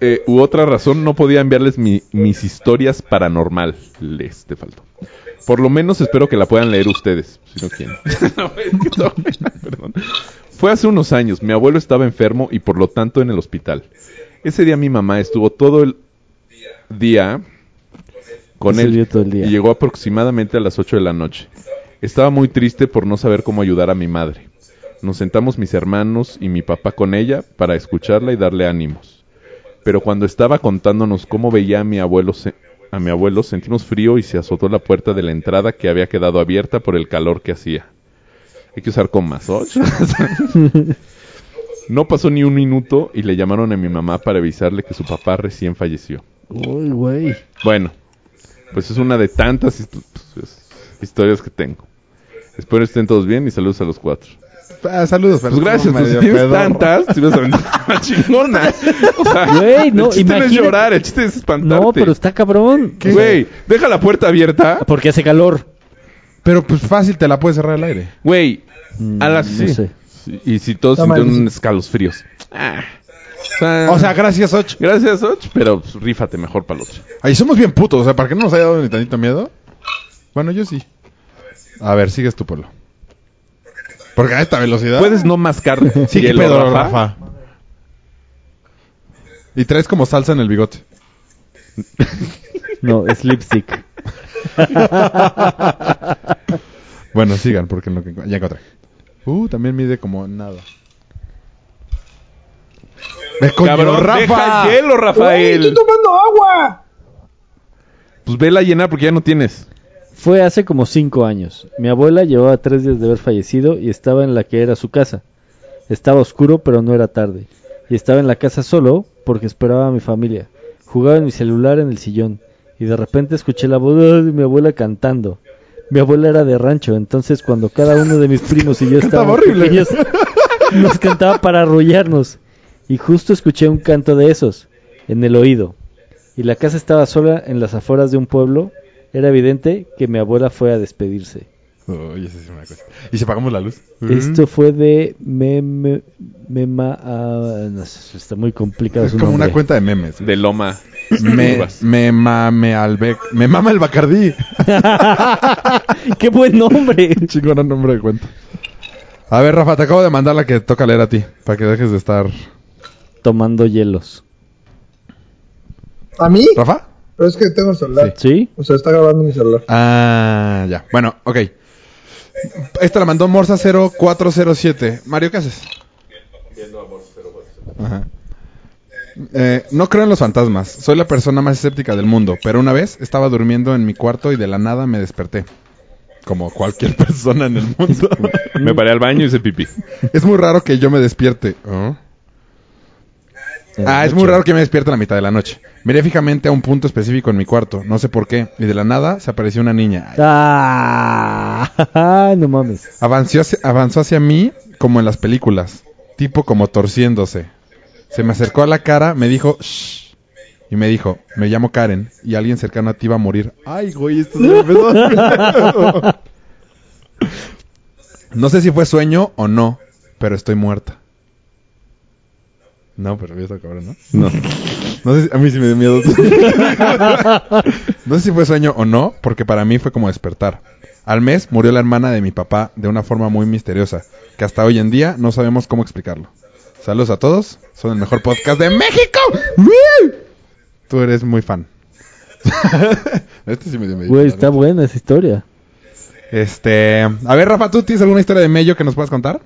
[SPEAKER 3] Eh, u otra razón, no podía enviarles mi- mis historias paranormales. Te faltó. Por lo menos espero que la puedan leer ustedes. Si no quieren. No, es que no, [laughs] perdón. Fue hace unos años. Mi abuelo estaba enfermo y por lo tanto en el hospital. Ese día mi mamá estuvo todo el día con
[SPEAKER 5] Se
[SPEAKER 3] él
[SPEAKER 5] dio todo el día.
[SPEAKER 3] y llegó aproximadamente a las 8 de la noche. Estaba muy triste por no saber cómo ayudar a mi madre. Nos sentamos mis hermanos y mi papá con ella para escucharla y darle ánimos. Pero cuando estaba contándonos cómo veía a mi abuelo, se- a mi abuelo sentimos frío y se azotó la puerta de la entrada que había quedado abierta por el calor que hacía. Hay que usar comas. ¿oh?
[SPEAKER 4] [laughs]
[SPEAKER 3] no pasó ni un minuto y le llamaron a mi mamá para avisarle que su papá recién falleció.
[SPEAKER 5] Uy, güey.
[SPEAKER 3] Bueno, pues es una de tantas histo- pues, historias que tengo. Espero estén todos bien y saludos a los cuatro.
[SPEAKER 4] Ah, saludos, pero
[SPEAKER 3] Pues gracias,
[SPEAKER 4] estuvo
[SPEAKER 3] pues si
[SPEAKER 4] medio
[SPEAKER 3] tienes
[SPEAKER 4] pedorro.
[SPEAKER 3] tantas, si vas a vender
[SPEAKER 4] [laughs]
[SPEAKER 3] una chingona. O sea,
[SPEAKER 5] Güey, no,
[SPEAKER 3] el chiste no es
[SPEAKER 5] imagínate-
[SPEAKER 3] llorar, el chiste es espantarte.
[SPEAKER 5] No, pero está cabrón.
[SPEAKER 4] ¿Qué?
[SPEAKER 3] Güey, deja la puerta abierta.
[SPEAKER 5] Porque hace calor.
[SPEAKER 4] Pero pues fácil te la puedes cerrar al aire.
[SPEAKER 3] Güey, a las...
[SPEAKER 5] Mm, no
[SPEAKER 3] Ah, sí.
[SPEAKER 5] sé.
[SPEAKER 3] Y si todos
[SPEAKER 1] Está mal,
[SPEAKER 3] sintieron
[SPEAKER 1] sí.
[SPEAKER 3] escalofríos. Ah.
[SPEAKER 4] O sea, gracias, Och.
[SPEAKER 3] Gracias, Och, pero pues, rífate mejor para el otro.
[SPEAKER 4] Ahí somos bien putos, o sea, para que no nos haya dado ni tantito miedo. Bueno, yo sí. A ver, sigues tú, Polo. Porque a esta velocidad.
[SPEAKER 3] Puedes no mascar
[SPEAKER 4] ¿Ah? Sí, qué
[SPEAKER 3] hielo,
[SPEAKER 4] pedo,
[SPEAKER 3] Rafa?
[SPEAKER 4] Rafa. Y traes como salsa en el bigote.
[SPEAKER 5] No, es lipstick.
[SPEAKER 4] Bueno, sigan, porque en lo que encu- ya encontré. Uh, también mide como nada. Ve, coño,
[SPEAKER 3] Cabrón,
[SPEAKER 4] Rafa.
[SPEAKER 3] deja el hielo, Rafael.
[SPEAKER 1] Estoy tomando agua.
[SPEAKER 3] Pues vela llenar porque ya no tienes.
[SPEAKER 5] Fue hace como cinco años. Mi abuela llevaba tres días de haber fallecido y estaba en la que era su casa. Estaba oscuro, pero no era tarde. Y estaba en la casa solo porque esperaba a mi familia. Jugaba en mi celular en el sillón. Y de repente escuché la voz de mi abuela cantando. Mi abuela era de rancho, entonces cuando cada uno de mis primos y
[SPEAKER 4] [laughs]
[SPEAKER 5] yo
[SPEAKER 4] Cantaba
[SPEAKER 5] estábamos
[SPEAKER 4] horrible.
[SPEAKER 5] pequeños, nos cantaba para arrullarnos. Y justo escuché un canto de esos, en el oído y la casa estaba sola en las afueras de un pueblo, era evidente que mi abuela fue a despedirse.
[SPEAKER 4] Uy, esa es una cosa. Y si apagamos la luz.
[SPEAKER 5] Esto fue de Meme, Mema... ah, no sé, está muy complicado
[SPEAKER 4] es
[SPEAKER 5] su
[SPEAKER 4] como una
[SPEAKER 5] nombre.
[SPEAKER 4] cuenta de memes.
[SPEAKER 3] De loma.
[SPEAKER 4] [laughs] Me,
[SPEAKER 3] Uvas.
[SPEAKER 4] me mame al bec. Me mama el [laughs] Bacardí.
[SPEAKER 5] [laughs] ¡Qué
[SPEAKER 4] [laughs]
[SPEAKER 5] buen nombre!
[SPEAKER 4] Chingona nombre de cuenta. A ver, Rafa, te acabo de mandar la que toca leer a ti. Para que dejes de estar.
[SPEAKER 5] Tomando hielos.
[SPEAKER 1] ¿A mí?
[SPEAKER 4] ¿Rafa?
[SPEAKER 1] Pero es que tengo el celular.
[SPEAKER 5] ¿Sí?
[SPEAKER 1] O sea, está grabando mi celular.
[SPEAKER 4] Ah, ya. Bueno, ok. Esta la mandó Morsa 0407. Mario, ¿qué haces? Ajá. Eh, no creo en los fantasmas. Soy la persona más escéptica del mundo. Pero una vez estaba durmiendo en mi cuarto y de la nada me desperté. Como cualquier [laughs] persona en el mundo.
[SPEAKER 3] Me paré al baño y hice pipí.
[SPEAKER 4] es muy raro que yo me despierte. ¿Oh? Ah, es muy raro que me despierte a la mitad de la noche. Miré fijamente a un punto específico en mi cuarto. No sé por qué. Y de la nada se apareció una niña.
[SPEAKER 5] ¡Ah! [laughs] No mames.
[SPEAKER 4] Avanzó hacia, avanzó hacia mí como en las películas, tipo como torciéndose. Se me acercó a la cara, me dijo, "Shh", y me dijo, me llamo Karen, y alguien cercano a ti va a morir. Ay, güey, esto se me [laughs] empezó. No sé si fue sueño o no, pero estoy muerta. No, pero está cabrón, ¿no?
[SPEAKER 3] No.
[SPEAKER 4] No sé si- a mí sí me dio
[SPEAKER 5] [laughs]
[SPEAKER 4] miedo. no sé si fue sueño o no, porque para mí fue como despertar. Al mes murió la hermana de mi papá de una forma muy misteriosa, que hasta hoy en día no sabemos cómo explicarlo. Saludos a todos, son el mejor podcast de México. ¡Woo! Tú eres muy fan. [laughs] este sí me dio miedo.
[SPEAKER 5] Güey, está buena esa historia.
[SPEAKER 4] Este, a ver Rafa, ¿tú tienes alguna historia de Mello que nos puedas contar?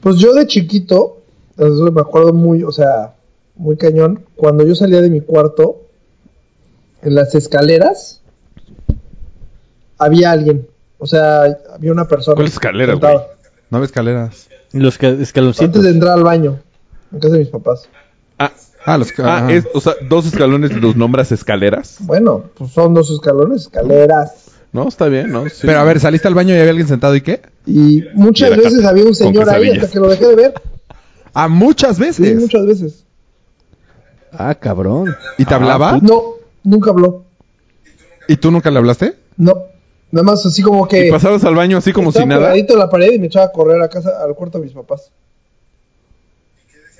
[SPEAKER 1] Pues yo de chiquito, eso me acuerdo muy, o sea, muy cañón. Cuando yo salía de mi cuarto, en las escaleras, había alguien. O sea, había una persona.
[SPEAKER 3] ¿Cuáles escaleras,
[SPEAKER 1] sentada.
[SPEAKER 3] güey?
[SPEAKER 4] No ves escaleras.
[SPEAKER 5] Los ca-
[SPEAKER 1] Antes
[SPEAKER 5] escaloncitos.
[SPEAKER 1] de entrar al baño, en casa de mis papás.
[SPEAKER 3] Ah,
[SPEAKER 4] Ah, los
[SPEAKER 3] ah,
[SPEAKER 4] ajá.
[SPEAKER 3] es- o sea, dos escalones los nombras escaleras.
[SPEAKER 1] Bueno, pues son dos escalones, escaleras.
[SPEAKER 3] No, está bien, ¿no? Sí.
[SPEAKER 4] Pero a ver, saliste al baño y había alguien sentado y qué?
[SPEAKER 1] Y muchas
[SPEAKER 3] Y era
[SPEAKER 1] veces
[SPEAKER 3] Cata,
[SPEAKER 1] había un
[SPEAKER 3] con
[SPEAKER 1] señor ahí
[SPEAKER 3] quesadillas.
[SPEAKER 1] hasta que lo dejé de ver.
[SPEAKER 4] Ah, muchas
[SPEAKER 1] Sí,
[SPEAKER 4] veces.
[SPEAKER 1] muchas veces.
[SPEAKER 5] Ah, cabrón.
[SPEAKER 4] ¿Y te
[SPEAKER 3] Ah,
[SPEAKER 4] hablaba?
[SPEAKER 1] No, nunca habló.
[SPEAKER 4] ¿Y tú nunca le hablaste?
[SPEAKER 1] No. Nada más así como que...
[SPEAKER 3] Y pasabas al baño así como si
[SPEAKER 1] estaba
[SPEAKER 3] nada.
[SPEAKER 1] pegadito a la pared y me echaba a correr a casa, al cuarto de mis papás.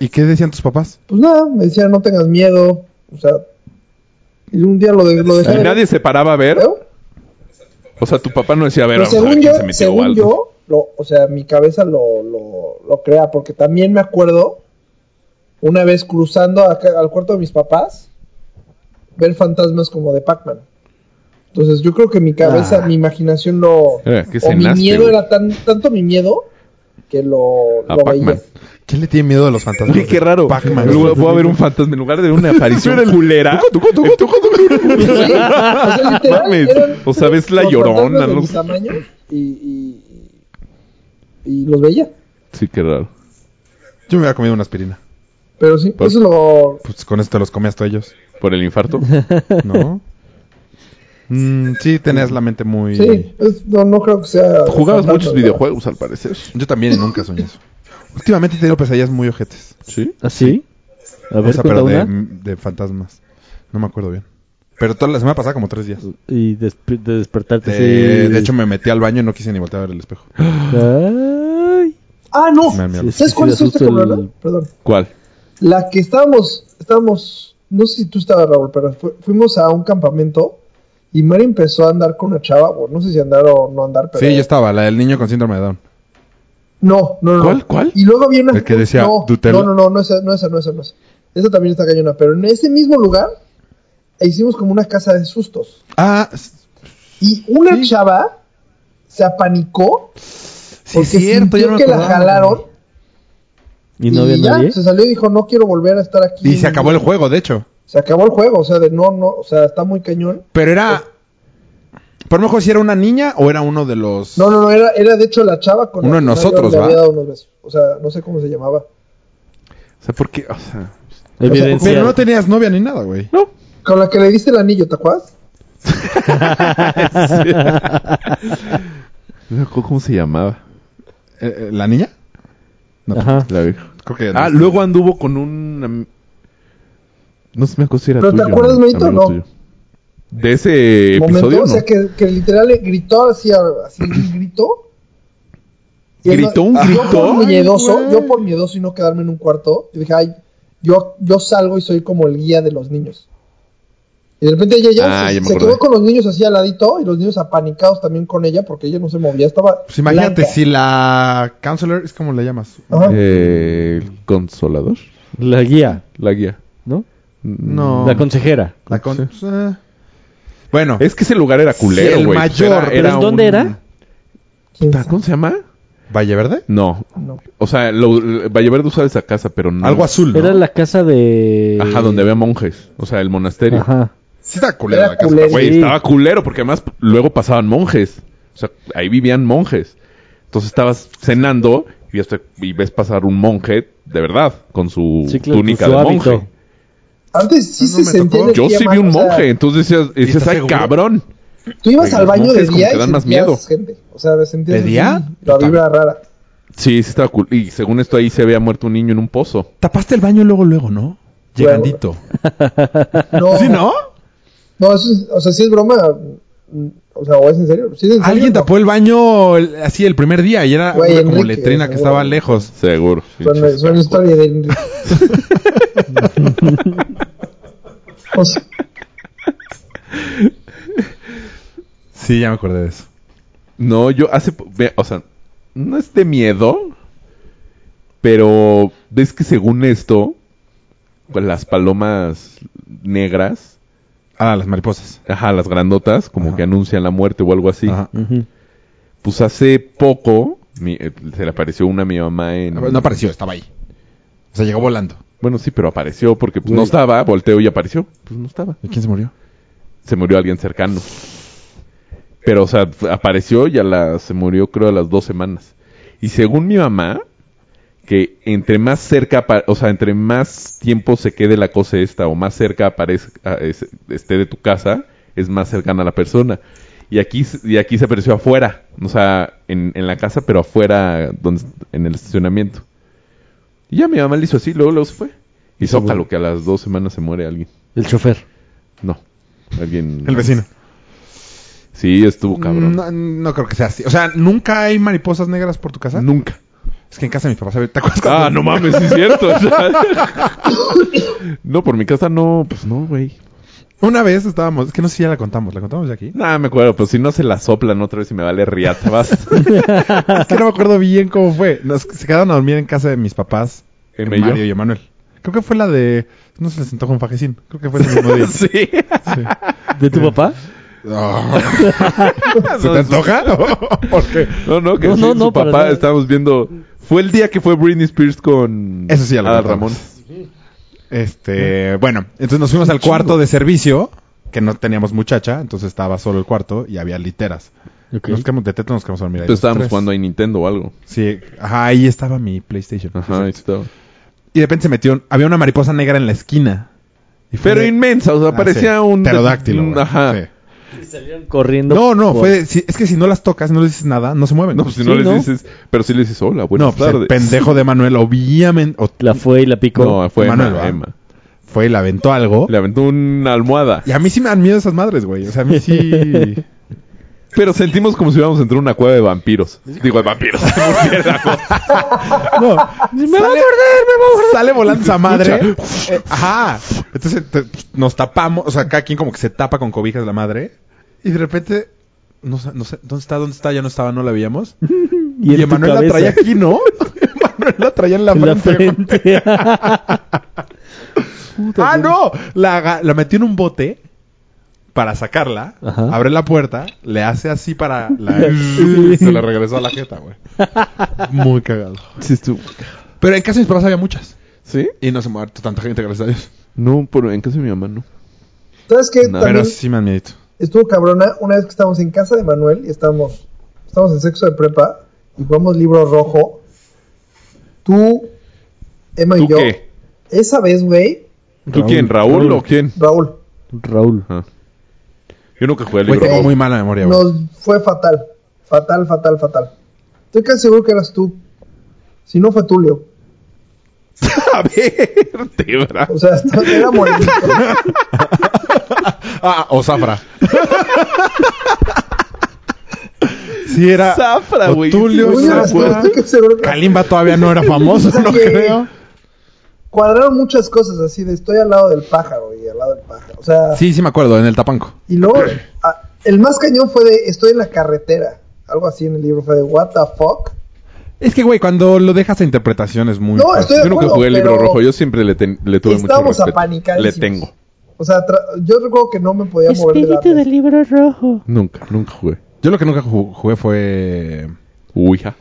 [SPEAKER 4] ¿Y qué decían tus papás?
[SPEAKER 1] Pues nada, me decían no tengas miedo. O sea... Y un día lo, de- lo dejé
[SPEAKER 3] Y
[SPEAKER 1] de ver.
[SPEAKER 3] nadie se paraba a ver.
[SPEAKER 1] ¿Veo?
[SPEAKER 3] O sea, tu papá no decía, a ver,
[SPEAKER 1] Pero
[SPEAKER 3] vamos a ver
[SPEAKER 1] según
[SPEAKER 3] quién
[SPEAKER 1] yo,
[SPEAKER 3] se metió o
[SPEAKER 1] según
[SPEAKER 3] algo.
[SPEAKER 1] yo, lo- o sea, mi cabeza lo, lo, lo crea, porque también me acuerdo una vez cruzando acá- al cuarto de mis papás, ver fantasmas como de Pac-Man. Entonces yo creo que mi cabeza,
[SPEAKER 5] Ah.
[SPEAKER 1] mi imaginación lo...
[SPEAKER 3] Mira, ¿qué
[SPEAKER 1] o mi
[SPEAKER 3] cenaste,
[SPEAKER 1] miedo
[SPEAKER 3] güey?
[SPEAKER 1] era tan, tanto mi miedo que lo,
[SPEAKER 3] A
[SPEAKER 1] lo
[SPEAKER 3] Pac-Man.
[SPEAKER 1] veía.
[SPEAKER 4] ¿Quién le tiene miedo a los fantasmas?
[SPEAKER 3] Uy, qué raro.
[SPEAKER 4] Pac-Man.
[SPEAKER 3] Luego puedo haber un fantasma en lugar
[SPEAKER 4] [laughs]
[SPEAKER 3] de una aparición culera.
[SPEAKER 1] Sí, o sea, literal,
[SPEAKER 3] Mames.
[SPEAKER 1] eran
[SPEAKER 3] O sea, ves la
[SPEAKER 1] los
[SPEAKER 3] llorona.
[SPEAKER 1] fantasmas de
[SPEAKER 3] ¿no?
[SPEAKER 1] mi tamaño y, y, y los veía.
[SPEAKER 3] Sí, qué raro.
[SPEAKER 4] Yo me hubiera comido una aspirina.
[SPEAKER 1] Pero sí,
[SPEAKER 3] Pues-
[SPEAKER 1] eso lo...
[SPEAKER 4] Pues con esto los comías tú a ellos,
[SPEAKER 3] ¿Por el
[SPEAKER 4] [laughs]
[SPEAKER 3] infarto? [laughs]
[SPEAKER 4] ¿no? Mm, sí, tenías la mente muy...
[SPEAKER 1] Sí, es- no, no creo que sea...
[SPEAKER 3] Jugabas
[SPEAKER 1] fantasma,
[SPEAKER 3] muchos
[SPEAKER 1] ¿verdad?
[SPEAKER 3] videojuegos, al parecer.
[SPEAKER 4] Yo también y nunca soñé eso. Últimamente he tenido pesadillas muy ojetes.
[SPEAKER 3] Sí.
[SPEAKER 5] ¿Así? ¿Ah, A
[SPEAKER 4] O
[SPEAKER 5] ver,
[SPEAKER 4] sea,
[SPEAKER 5] cuenta
[SPEAKER 4] pero de,
[SPEAKER 5] una.
[SPEAKER 4] de fantasmas. No me acuerdo bien. Pero toda la semana pasada como tres días.
[SPEAKER 5] Y desp- de despertarte.
[SPEAKER 4] Eh,
[SPEAKER 5] sí.
[SPEAKER 4] De hecho me metí al baño y no quise ni voltear a ver el espejo.
[SPEAKER 5] Ay.
[SPEAKER 1] Ah, no.
[SPEAKER 4] Me da miedo.
[SPEAKER 5] Sí, sí,
[SPEAKER 1] ¿Sabes
[SPEAKER 5] sí,
[SPEAKER 1] cuál
[SPEAKER 5] le
[SPEAKER 1] es esta
[SPEAKER 5] asusta el-
[SPEAKER 1] cabrona? Perdón.
[SPEAKER 3] [laughs] ¿Cuál?
[SPEAKER 1] La que estábamos, estábamos, no sé si tú estabas, Raúl, pero fu- fuimos a un campamento y Mari empezó a andar con una chava, o no sé si andar o no andar, pero...
[SPEAKER 4] Sí, yo estaba, la del niño con síndrome de Down.
[SPEAKER 1] No, no, no.
[SPEAKER 3] ¿Cuál,
[SPEAKER 1] no.
[SPEAKER 3] cuál?
[SPEAKER 1] Y luego había una...
[SPEAKER 4] El que decía,
[SPEAKER 1] no,
[SPEAKER 4] Dutella.
[SPEAKER 1] No, no, no, no esa, no esa, no esa, no esa. Esa también está cañona, pero en ese mismo lugar e hicimos como una casa de sustos.
[SPEAKER 4] Ah, s-
[SPEAKER 1] Y una
[SPEAKER 4] Sí.
[SPEAKER 1] chava se apanicó
[SPEAKER 4] sí,
[SPEAKER 1] porque
[SPEAKER 4] es cierto.
[SPEAKER 1] sintió
[SPEAKER 4] yo no me
[SPEAKER 1] que la
[SPEAKER 4] acordaba.
[SPEAKER 1] jalaron
[SPEAKER 5] ¿Y no había
[SPEAKER 1] ya,
[SPEAKER 5] nadie?
[SPEAKER 1] se salió y dijo, no quiero volver a estar aquí.
[SPEAKER 4] Y se acabó el juego, de hecho.
[SPEAKER 1] Se acabó el juego, o sea, de no, no, o sea, está muy cañón.
[SPEAKER 4] Pero era... Por lo mejor si era una niña o era uno de los...
[SPEAKER 1] No, no, no, era, era de hecho la chava con
[SPEAKER 4] Uno
[SPEAKER 1] la que
[SPEAKER 4] de nosotros,
[SPEAKER 1] le
[SPEAKER 4] ¿va?
[SPEAKER 1] había dado unos besos. O sea, no sé cómo se llamaba.
[SPEAKER 3] O sea, ¿por qué? O sea,
[SPEAKER 5] Evidencia.
[SPEAKER 4] Pero no tenías novia ni nada, güey.
[SPEAKER 3] no.
[SPEAKER 1] Con la que le diste el anillo, ¿te acuerdas?
[SPEAKER 3] No me acuerdo ¿Cómo se llamaba?
[SPEAKER 4] Eh, eh, ¿La niña? No,
[SPEAKER 5] Ajá.
[SPEAKER 3] La vieja.
[SPEAKER 4] creo que
[SPEAKER 3] Ah,
[SPEAKER 4] no.
[SPEAKER 3] luego anduvo con un. am- No sé, me acuerdo si era
[SPEAKER 1] ¿Pero te
[SPEAKER 3] tuyo,
[SPEAKER 1] acuerdas, Benito,
[SPEAKER 3] amigo
[SPEAKER 1] no?
[SPEAKER 3] tuyo. De ese episodio,
[SPEAKER 1] o
[SPEAKER 3] ¿no?
[SPEAKER 1] sea, que, que literal le gritó así, a- así
[SPEAKER 3] [clears throat]
[SPEAKER 1] un grito. él no-
[SPEAKER 3] ¿Gritó un
[SPEAKER 1] Ah, Yo
[SPEAKER 3] grito?
[SPEAKER 1] por
[SPEAKER 4] Ay,
[SPEAKER 1] miedoso,
[SPEAKER 4] güey.
[SPEAKER 1] yo por miedoso y no quedarme en un cuarto, yo dije, ay, yo, yo salgo y soy como el guía de los niños. Y de repente ella ya
[SPEAKER 3] Ah,
[SPEAKER 1] se,
[SPEAKER 3] ya me
[SPEAKER 1] se
[SPEAKER 3] acordé.
[SPEAKER 1] quedó con los niños así al ladito y los niños apanicados también con ella porque ella no se movía, estaba.
[SPEAKER 4] Pues imagínate
[SPEAKER 1] blanca.
[SPEAKER 4] si la counselor es como le llamas.
[SPEAKER 1] Ajá.
[SPEAKER 3] Eh, el consolador.
[SPEAKER 5] La guía,
[SPEAKER 3] La guía.
[SPEAKER 5] ¿no?
[SPEAKER 4] No.
[SPEAKER 5] La consejera.
[SPEAKER 4] La con- eh. Bueno,
[SPEAKER 3] Es que ese lugar era culero,
[SPEAKER 4] Sí,
[SPEAKER 3] güey.
[SPEAKER 4] el
[SPEAKER 3] Pues era-
[SPEAKER 4] mayor.
[SPEAKER 3] era
[SPEAKER 5] ¿Pero en dónde
[SPEAKER 3] un-
[SPEAKER 5] era?
[SPEAKER 1] ¿Quién
[SPEAKER 3] Puta,
[SPEAKER 1] sabe?
[SPEAKER 3] ¿Cómo se llama?
[SPEAKER 4] Valle Verde.
[SPEAKER 3] No.
[SPEAKER 1] No.
[SPEAKER 3] O sea, lo, Valleverde usaba esa casa, pero no.
[SPEAKER 4] Algo azul. ¿no?
[SPEAKER 5] Era la casa de...
[SPEAKER 3] Ajá, donde había monjes. O sea, el monasterio.
[SPEAKER 5] Ajá.
[SPEAKER 4] Sí, está culera
[SPEAKER 1] Era
[SPEAKER 4] la casa.
[SPEAKER 1] culera.
[SPEAKER 4] güey.
[SPEAKER 3] Güey,
[SPEAKER 5] Sí.
[SPEAKER 3] estaba culero porque además luego pasaban monjes. O sea, ahí vivían monjes. Entonces estabas cenando y, hasta- y ves pasar un monje de verdad con su
[SPEAKER 5] Sí, claro,
[SPEAKER 3] túnica
[SPEAKER 5] su
[SPEAKER 3] de
[SPEAKER 5] hábito.
[SPEAKER 3] monje.
[SPEAKER 1] Antes sí
[SPEAKER 4] No, no
[SPEAKER 1] se
[SPEAKER 4] me
[SPEAKER 1] sentía
[SPEAKER 4] tocó.
[SPEAKER 3] Yo
[SPEAKER 1] energía,
[SPEAKER 3] sí vi
[SPEAKER 1] mano,
[SPEAKER 3] un
[SPEAKER 1] o sea,
[SPEAKER 3] monjes, entonces decías, dices,
[SPEAKER 4] estás
[SPEAKER 3] ay,
[SPEAKER 4] seguro?
[SPEAKER 3] cabrón.
[SPEAKER 1] tú ibas al
[SPEAKER 3] Güey, los
[SPEAKER 1] baño de
[SPEAKER 3] monjes como
[SPEAKER 1] día
[SPEAKER 3] que
[SPEAKER 1] y
[SPEAKER 3] dan más
[SPEAKER 1] sentías
[SPEAKER 3] miedo.
[SPEAKER 1] gente. O sea, sentías
[SPEAKER 4] ¿De
[SPEAKER 1] así
[SPEAKER 4] día?
[SPEAKER 1] la vibra rara.
[SPEAKER 3] Sí, sí estaba cool. Y según esto ahí se había muerto un niño en un pozo.
[SPEAKER 4] Tapaste el baño luego, luego, ¿no? Llegandito.
[SPEAKER 1] No,
[SPEAKER 4] ¿Sí, no?
[SPEAKER 1] no, eso es- o sea, sí es broma. mm, O sea, o es en serio. Sí es en serio,
[SPEAKER 4] Alguien
[SPEAKER 1] no.
[SPEAKER 4] tapó el baño el- así el primer día y era
[SPEAKER 1] Güey,
[SPEAKER 4] una como
[SPEAKER 1] Enrique,
[SPEAKER 4] letrina que
[SPEAKER 1] seguro.
[SPEAKER 4] estaba lejos.
[SPEAKER 3] Seguro.
[SPEAKER 1] Suena,
[SPEAKER 3] Pinches
[SPEAKER 1] suena
[SPEAKER 3] cacos.
[SPEAKER 1] historia de. [laughs] O sea,
[SPEAKER 4] Sí, ya me acordé de eso.
[SPEAKER 3] No, yo hace... po- ve- O sea, no es de miedo, pero ves que según esto, con las palomas negras,
[SPEAKER 4] Ah, las mariposas.
[SPEAKER 3] ajá, las grandotas, como
[SPEAKER 4] Ajá.
[SPEAKER 3] que anuncian la muerte o algo así.
[SPEAKER 4] Ajá.
[SPEAKER 5] Ujú.
[SPEAKER 3] Pues hace poco mi- eh, se le apareció una a mi mamá en...
[SPEAKER 4] Ah, No apareció, estaba ahí. O sea, llegó volando.
[SPEAKER 3] Bueno, sí, pero apareció porque pues, no estaba, volteó y apareció. Pues no estaba.
[SPEAKER 4] ¿Y quién se murió?
[SPEAKER 3] se murió alguien cercano. Pero, o sea, f- apareció y a la, se murió creo a las dos semanas. Y según mi mamá, que entre más cerca, apa- o sea, entre más tiempo se quede la cosa ah, esta o más cerca aparece, a- es- esté de tu casa, es más cercana a la persona. Y aquí, y aquí se apareció afuera, o sea, en, en la casa, pero afuera, donde, en el estacionamiento. Y ya mi mamá le hizo así, luego, luego se fue. Y zócalo, que a las dos semanas se muere alguien.
[SPEAKER 5] El chofer.
[SPEAKER 3] No, alguien...
[SPEAKER 4] El vecino.
[SPEAKER 3] Sí, estuvo cabrón.
[SPEAKER 4] No, no creo que sea así. O sea, ¿nunca hay mariposas negras por tu casa?
[SPEAKER 3] Nunca.
[SPEAKER 4] Es que en casa de mis papás, ¿te acuerdas
[SPEAKER 3] Ah,
[SPEAKER 4] cuando-
[SPEAKER 3] no mames, sí es cierto. [laughs] o sea. no, por mi casa no, pues no, güey.
[SPEAKER 4] Una vez estábamos, es que no sé si ya la contamos, ¿la contamos de [laughs] aquí?
[SPEAKER 3] Nada, me acuerdo, pues si no se la soplan otra vez y me vale riata, [laughs] vas.
[SPEAKER 4] Es que no me acuerdo bien cómo fue. Nos, se quedaron a dormir en casa de mis papás,
[SPEAKER 3] Emma y yo.
[SPEAKER 4] Mario y Emanuel. Creo que fue la de, no se les antoja un fajecín, creo que fue el [laughs] mismo día.
[SPEAKER 3] sí.
[SPEAKER 5] ¿De tu papá?
[SPEAKER 4] Ah. ¿Se te antoja? ¿Por qué?
[SPEAKER 3] No, no, que
[SPEAKER 5] No,
[SPEAKER 3] sí,
[SPEAKER 5] no, no,
[SPEAKER 3] su
[SPEAKER 5] para
[SPEAKER 3] papá
[SPEAKER 5] nada.
[SPEAKER 3] estábamos viendo. Fue el día que fue Britney Spears con
[SPEAKER 4] Eso sí, ya lo
[SPEAKER 3] Adal Ramón.
[SPEAKER 4] contamos. Este, bueno, entonces nos fuimos al cuarto de servicio, que no teníamos muchacha, entonces estaba solo el cuarto y había literas.
[SPEAKER 5] Ok.
[SPEAKER 4] Nos quedamos de teto, nos quedamos a dormir ahí.
[SPEAKER 3] Entonces
[SPEAKER 4] los
[SPEAKER 3] estábamos
[SPEAKER 4] tres.
[SPEAKER 3] jugando ahí Nintendo o algo.
[SPEAKER 4] Sí, ajá, ahí estaba mi PlayStation.
[SPEAKER 3] Ajá, ahí estaba.
[SPEAKER 4] Y de repente se metió, había una mariposa negra en la esquina. Y fue
[SPEAKER 3] Pero
[SPEAKER 4] de-
[SPEAKER 3] inmensa, o sea,
[SPEAKER 4] Ah,
[SPEAKER 3] parecía
[SPEAKER 4] sí,
[SPEAKER 3] un.
[SPEAKER 4] pterodáctilo.
[SPEAKER 3] un-
[SPEAKER 4] güey,
[SPEAKER 3] ajá.
[SPEAKER 4] sí.
[SPEAKER 5] Corriendo.
[SPEAKER 4] No, no,
[SPEAKER 5] por-
[SPEAKER 4] fue de- si- es que si no las tocas, no le dices nada, no se mueven.
[SPEAKER 3] No, pues si no
[SPEAKER 5] Sí,
[SPEAKER 3] les
[SPEAKER 5] ¿no?
[SPEAKER 3] dices. Pero sí le dices hola, buenas
[SPEAKER 4] No, pues el
[SPEAKER 3] tardes.
[SPEAKER 4] pendejo de Manuel, obviamente, o-
[SPEAKER 5] La fue y la picó.
[SPEAKER 3] No, fue
[SPEAKER 4] Manuel,
[SPEAKER 3] Emma,
[SPEAKER 4] ¿va?
[SPEAKER 3] Emma.
[SPEAKER 4] fue y le aventó algo.
[SPEAKER 3] Le aventó una almohada.
[SPEAKER 4] Y a mí sí me dan miedo esas madres, güey. O sea, a mí
[SPEAKER 5] [laughs]
[SPEAKER 4] sí.
[SPEAKER 3] Pero sentimos como si íbamos a entrar a una cueva de vampiros. Digo, de [laughs] vampiros.
[SPEAKER 4] No. ¡Me va a morder! ¡Me va a morder! Sale volando esa madre. Eh, ajá. Entonces te- nos tapamos. O sea, cada quien como que se tapa con cobijas la madre. Y de repente. No, sé- no sé, ¿dónde está? ¿Dónde está? Ya no estaba, no la veíamos.
[SPEAKER 5] Y, en tu
[SPEAKER 4] Emanuel la
[SPEAKER 5] cabeza,
[SPEAKER 4] traía aquí, ¿no? [laughs] Emanuel la traía en la
[SPEAKER 5] en la
[SPEAKER 4] frente. güey.
[SPEAKER 5] frente.
[SPEAKER 4] [laughs] ah, no. La, aga- la metió en un bote para sacarla.
[SPEAKER 5] Ajá.
[SPEAKER 4] Abre la puerta. Le hace así para.
[SPEAKER 5] [laughs]
[SPEAKER 4] La, y se la regresó a la jeta, güey. Muy cagado.
[SPEAKER 3] Sí, estuvo-
[SPEAKER 4] Pero en casa de mis papás había muchas.
[SPEAKER 3] ¿Sí?
[SPEAKER 4] Y no se muerto tanta gente, gracias a Dios.
[SPEAKER 3] No, pero en casa de mi mamá no.
[SPEAKER 1] ¿Sabes qué?
[SPEAKER 3] No,
[SPEAKER 1] También
[SPEAKER 4] Pero sí me han miedo.
[SPEAKER 1] estuvo cabrona una vez que estábamos en casa de Manuel y estábamos, estábamos en sexo de prepa y jugamos libro rojo. Tú, Emma
[SPEAKER 3] ¿Tú
[SPEAKER 1] y yo.
[SPEAKER 3] qué?
[SPEAKER 1] Esa vez, güey,
[SPEAKER 3] ¿Tú
[SPEAKER 5] Raúl,
[SPEAKER 3] quién? ¿Raúl,
[SPEAKER 5] Raúl.
[SPEAKER 3] o quién?
[SPEAKER 1] Raúl,
[SPEAKER 5] Raúl.
[SPEAKER 3] Ajá. Yo nunca jugué al
[SPEAKER 4] Güey,
[SPEAKER 3] libro.
[SPEAKER 4] tengo
[SPEAKER 1] rojo.
[SPEAKER 4] muy mala memoria, güey.
[SPEAKER 1] nos fue fatal. Fatal, fatal, fatal. Estoy casi seguro que eras tú. Si no fue Tulio.
[SPEAKER 3] A ver, te bra-
[SPEAKER 1] O sea, hasta- era morenito.
[SPEAKER 4] Ah, o Zafra. [laughs] sí, era.
[SPEAKER 3] Zafra,
[SPEAKER 4] o
[SPEAKER 3] güey.
[SPEAKER 4] Tulio,
[SPEAKER 1] Según yo
[SPEAKER 4] Zafra.
[SPEAKER 1] eras tú, estoy casi seguro que-
[SPEAKER 4] Kalimba todavía no era [laughs] famoso,
[SPEAKER 1] O sea
[SPEAKER 4] no
[SPEAKER 1] que-
[SPEAKER 4] creo.
[SPEAKER 1] Cuadraron muchas cosas así de estoy al lado del pájaro y al lado del pájaro. O sea,
[SPEAKER 4] Sí, sí me acuerdo, en el Tapanco.
[SPEAKER 1] Y luego, ah, el más cañón fue de estoy en la carretera. Algo así en el libro fue de what the fuck.
[SPEAKER 4] Es que, güey, cuando lo dejas a interpretación es muy.
[SPEAKER 1] No,
[SPEAKER 4] fácil.
[SPEAKER 1] estoy-
[SPEAKER 3] Yo nunca
[SPEAKER 1] acuerdo,
[SPEAKER 3] jugué al libro
[SPEAKER 1] pero-
[SPEAKER 3] rojo. Yo siempre le, ten- le tuve mucho
[SPEAKER 1] Estábamos
[SPEAKER 3] respeto. Le
[SPEAKER 1] apanicadísimos.
[SPEAKER 3] tengo.
[SPEAKER 1] O sea, tra- yo recuerdo que no me podía mover de la
[SPEAKER 6] Espíritu del
[SPEAKER 1] mesa.
[SPEAKER 6] libro rojo.
[SPEAKER 3] Nunca, nunca jugué.
[SPEAKER 4] Yo lo que nunca ju- jugué fue.
[SPEAKER 3] Ouija.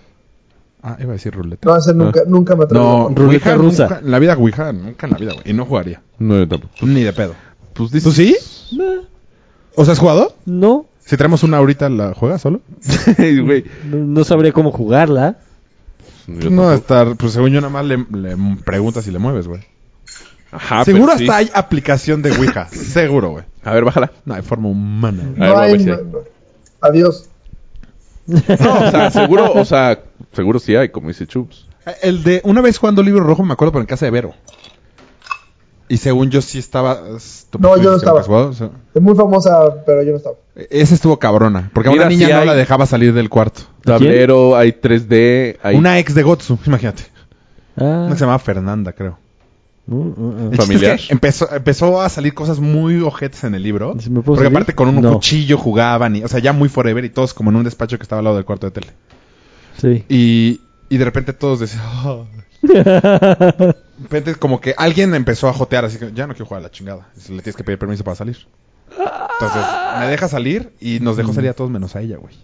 [SPEAKER 4] Ah, iba a decir ruleta.
[SPEAKER 1] No, ese
[SPEAKER 3] Ah.
[SPEAKER 1] nunca, nunca me atreví.
[SPEAKER 4] No,
[SPEAKER 5] Ruleta
[SPEAKER 4] Ouija
[SPEAKER 5] rusa.
[SPEAKER 4] nunca- en la vida Ouija, nunca en la vida, güey. Y no jugaría.
[SPEAKER 3] No, yo tampoco.
[SPEAKER 4] Ni de pedo.
[SPEAKER 3] Pues [laughs] dices,
[SPEAKER 4] ¿Tú sí?
[SPEAKER 5] Nah,
[SPEAKER 4] ¿O sea, has jugado?
[SPEAKER 5] No,
[SPEAKER 4] Si traemos una ahorita, ¿la juegas solo?
[SPEAKER 3] güey.
[SPEAKER 5] no, no sabría cómo jugarla.
[SPEAKER 3] Yo
[SPEAKER 4] No,
[SPEAKER 3] tampoco.
[SPEAKER 4] estar, pues según yo nada más le, le preguntas si le mueves, güey.
[SPEAKER 3] Ajá,
[SPEAKER 4] seguro
[SPEAKER 3] pero
[SPEAKER 4] hasta
[SPEAKER 3] Ah, pues, sí.
[SPEAKER 4] hay aplicación de Ouija, seguro, güey.
[SPEAKER 3] A ver, bájala.
[SPEAKER 4] No, hay forma humana, güey.
[SPEAKER 3] A ver,
[SPEAKER 1] No hay-
[SPEAKER 3] voy a ver si
[SPEAKER 1] no- no. Adiós.
[SPEAKER 3] No, o sea, seguro, o sea, seguro sí hay, como dice Chups.
[SPEAKER 4] El de una vez jugando libro rojo, me acuerdo, pero en casa de Vero. Y según yo sí estaba... ¿tú-
[SPEAKER 1] No, yo no
[SPEAKER 4] tú dices que nunca
[SPEAKER 1] estaba.
[SPEAKER 4] has jugado? O sea,
[SPEAKER 1] Es muy famosa, pero yo no estaba.
[SPEAKER 4] esa estuvo cabrona, porque a
[SPEAKER 3] Mira,
[SPEAKER 4] una niña
[SPEAKER 3] sí
[SPEAKER 4] no
[SPEAKER 3] hay.
[SPEAKER 4] la dejaba salir del cuarto.
[SPEAKER 3] Tablero, hay 3D, hay
[SPEAKER 4] Una ex de Gotsu, imagínate.
[SPEAKER 5] Ah,
[SPEAKER 4] Una que se llamaba Fernanda, creo.
[SPEAKER 5] uh, uh, uh.
[SPEAKER 4] El chiste
[SPEAKER 3] Familiar.
[SPEAKER 4] es que empezó, empezó a salir cosas muy ojetes en el libro.
[SPEAKER 5] ¿Sí me puedo
[SPEAKER 4] porque
[SPEAKER 5] salir?
[SPEAKER 4] aparte con un
[SPEAKER 5] No.
[SPEAKER 4] cuchillo jugaban, y, o sea, ya muy forever y todos como en un despacho que estaba al lado del cuarto de tele.
[SPEAKER 5] ah. Sí.
[SPEAKER 4] Y, y de repente todos decían...
[SPEAKER 3] [laughs]
[SPEAKER 4] "Ah". De repente como que alguien empezó a jotear, así que ya no quiero jugar a la chingada. Y Le tienes que pedir permiso para salir. Entonces, me deja salir y nos dejó salir a todos menos a ella, güey.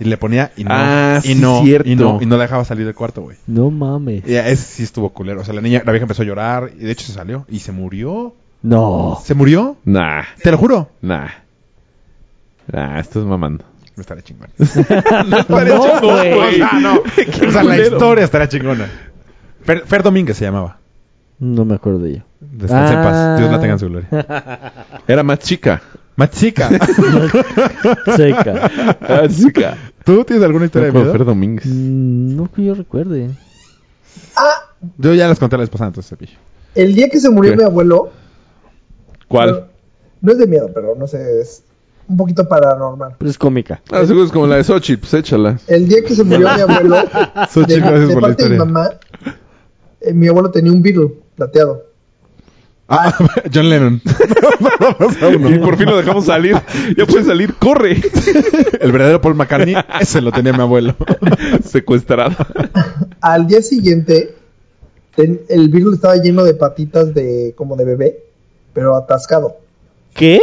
[SPEAKER 4] Y le ponía y no,
[SPEAKER 3] Ah,
[SPEAKER 4] y,
[SPEAKER 3] sí,
[SPEAKER 4] no
[SPEAKER 3] cierto.
[SPEAKER 4] y no, y no la dejaba salir del cuarto, güey.
[SPEAKER 5] No mames.
[SPEAKER 4] Y ese sí estuvo culero. O sea, la niña, la vieja empezó a llorar y de hecho se salió y se murió.
[SPEAKER 5] No.
[SPEAKER 4] ¿Se murió?
[SPEAKER 3] Nah,
[SPEAKER 4] Te lo juro.
[SPEAKER 3] nah. Nah, estás mamando.
[SPEAKER 4] No estaría [laughs] chingón.
[SPEAKER 5] No, güey.
[SPEAKER 4] Ah, no. o sea, la historia estaría chingona. Fer, Fer Domínguez se llamaba.
[SPEAKER 5] No me acuerdo de ella.
[SPEAKER 4] Descanse en
[SPEAKER 5] Ah.
[SPEAKER 4] Ah. paz. Dios la tenga en su gloria.
[SPEAKER 3] [laughs] Era más chica.
[SPEAKER 4] [laughs] Machica.
[SPEAKER 5] Seca.
[SPEAKER 3] [laughs] Chica.
[SPEAKER 4] ¿Tú tienes alguna historia de miedo?
[SPEAKER 3] Fer Domínguez.
[SPEAKER 5] Mm, No que yo recuerde.
[SPEAKER 1] Ah,
[SPEAKER 4] Yo ya las conté la vez pasada, entonces, Cepillo.
[SPEAKER 1] el día que se murió
[SPEAKER 3] ¿Qué?
[SPEAKER 1] mi abuelo,
[SPEAKER 3] ¿Cuál?
[SPEAKER 1] No, no es de miedo, pero no sé, es un poquito paranormal.
[SPEAKER 5] Pero es cómica.
[SPEAKER 3] Ah, seguro es como la de Sochi, pues échala.
[SPEAKER 1] El día que se murió mi abuelo, de,
[SPEAKER 4] Xochitl, gracias
[SPEAKER 1] de
[SPEAKER 4] por la
[SPEAKER 1] parte de mi
[SPEAKER 4] historia.
[SPEAKER 1] mamá, eh, mi abuelo tenía un Beatle plateado.
[SPEAKER 4] Ah, John Lennon.
[SPEAKER 3] Y por fin lo dejamos salir. Ya puedes salir, [laughs] corre.
[SPEAKER 4] El verdadero Paul McCartney, ese lo tenía mi abuelo.
[SPEAKER 3] Secuestrado.
[SPEAKER 1] Al día siguiente, ten- el Beatle estaba lleno de patitas de como de bebé, pero atascado.
[SPEAKER 5] ¿Qué?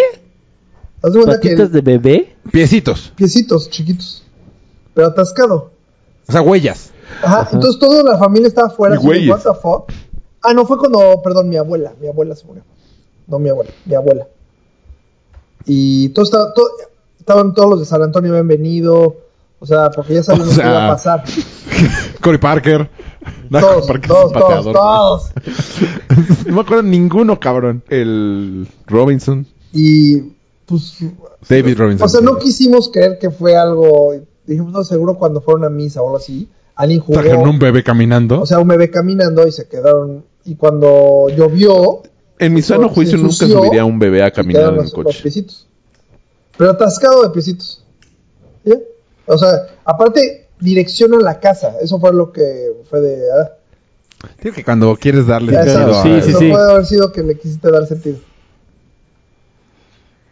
[SPEAKER 1] Haz de cuenta que-
[SPEAKER 5] ¿Patitas de bebé?
[SPEAKER 4] Piecitos.
[SPEAKER 1] piecitos chiquitos, pero atascado.
[SPEAKER 4] O sea, huellas.
[SPEAKER 1] Ajá, entonces toda la familia estaba afuera,
[SPEAKER 3] Y
[SPEAKER 1] así de,
[SPEAKER 3] güeyes.
[SPEAKER 1] what the fuck. Ah, no, fue cuando, perdón, mi abuela, mi abuela se murió. No mi abuela, mi abuela. Y todo estaba, todo- estaban todos los de San Antonio habían venido, o sea, porque ya sabíamos
[SPEAKER 4] O sea,
[SPEAKER 1] que iba a pasar.
[SPEAKER 4] Cory Parker. [laughs] No,
[SPEAKER 1] Todos,
[SPEAKER 4] Parker es un
[SPEAKER 1] todos, todos,
[SPEAKER 4] pateador,
[SPEAKER 1] todos.
[SPEAKER 4] güey. No me acuerdo ninguno, cabrón.
[SPEAKER 3] El Robinson.
[SPEAKER 1] Y pues,
[SPEAKER 4] David Robinson.
[SPEAKER 1] o sea, no quisimos creer que fue algo, dijimos, no, seguro cuando fueron a misa o algo así, alguien jugó.
[SPEAKER 4] Trajeron un bebé caminando.
[SPEAKER 1] O sea, un bebé caminando y se quedaron. Y cuando llovió,
[SPEAKER 3] En mi sano
[SPEAKER 1] Se
[SPEAKER 3] juicio nunca
[SPEAKER 1] ensució
[SPEAKER 3] subiría un bebé a
[SPEAKER 1] se
[SPEAKER 3] caminar
[SPEAKER 1] quedaron
[SPEAKER 3] en un
[SPEAKER 1] los, los
[SPEAKER 3] coche.
[SPEAKER 1] piecitos. Pero atascado de piecitos. ¿Ya? O sea, aparte, dirección a la casa. Eso fue lo que fue de. ah,
[SPEAKER 4] Tío, que cuando quieres darle
[SPEAKER 1] ya
[SPEAKER 4] sentido
[SPEAKER 1] sabes,
[SPEAKER 5] sí,
[SPEAKER 4] a-
[SPEAKER 5] sí,
[SPEAKER 1] eso
[SPEAKER 5] sí.
[SPEAKER 1] puede haber sido que le quisiste dar sentido.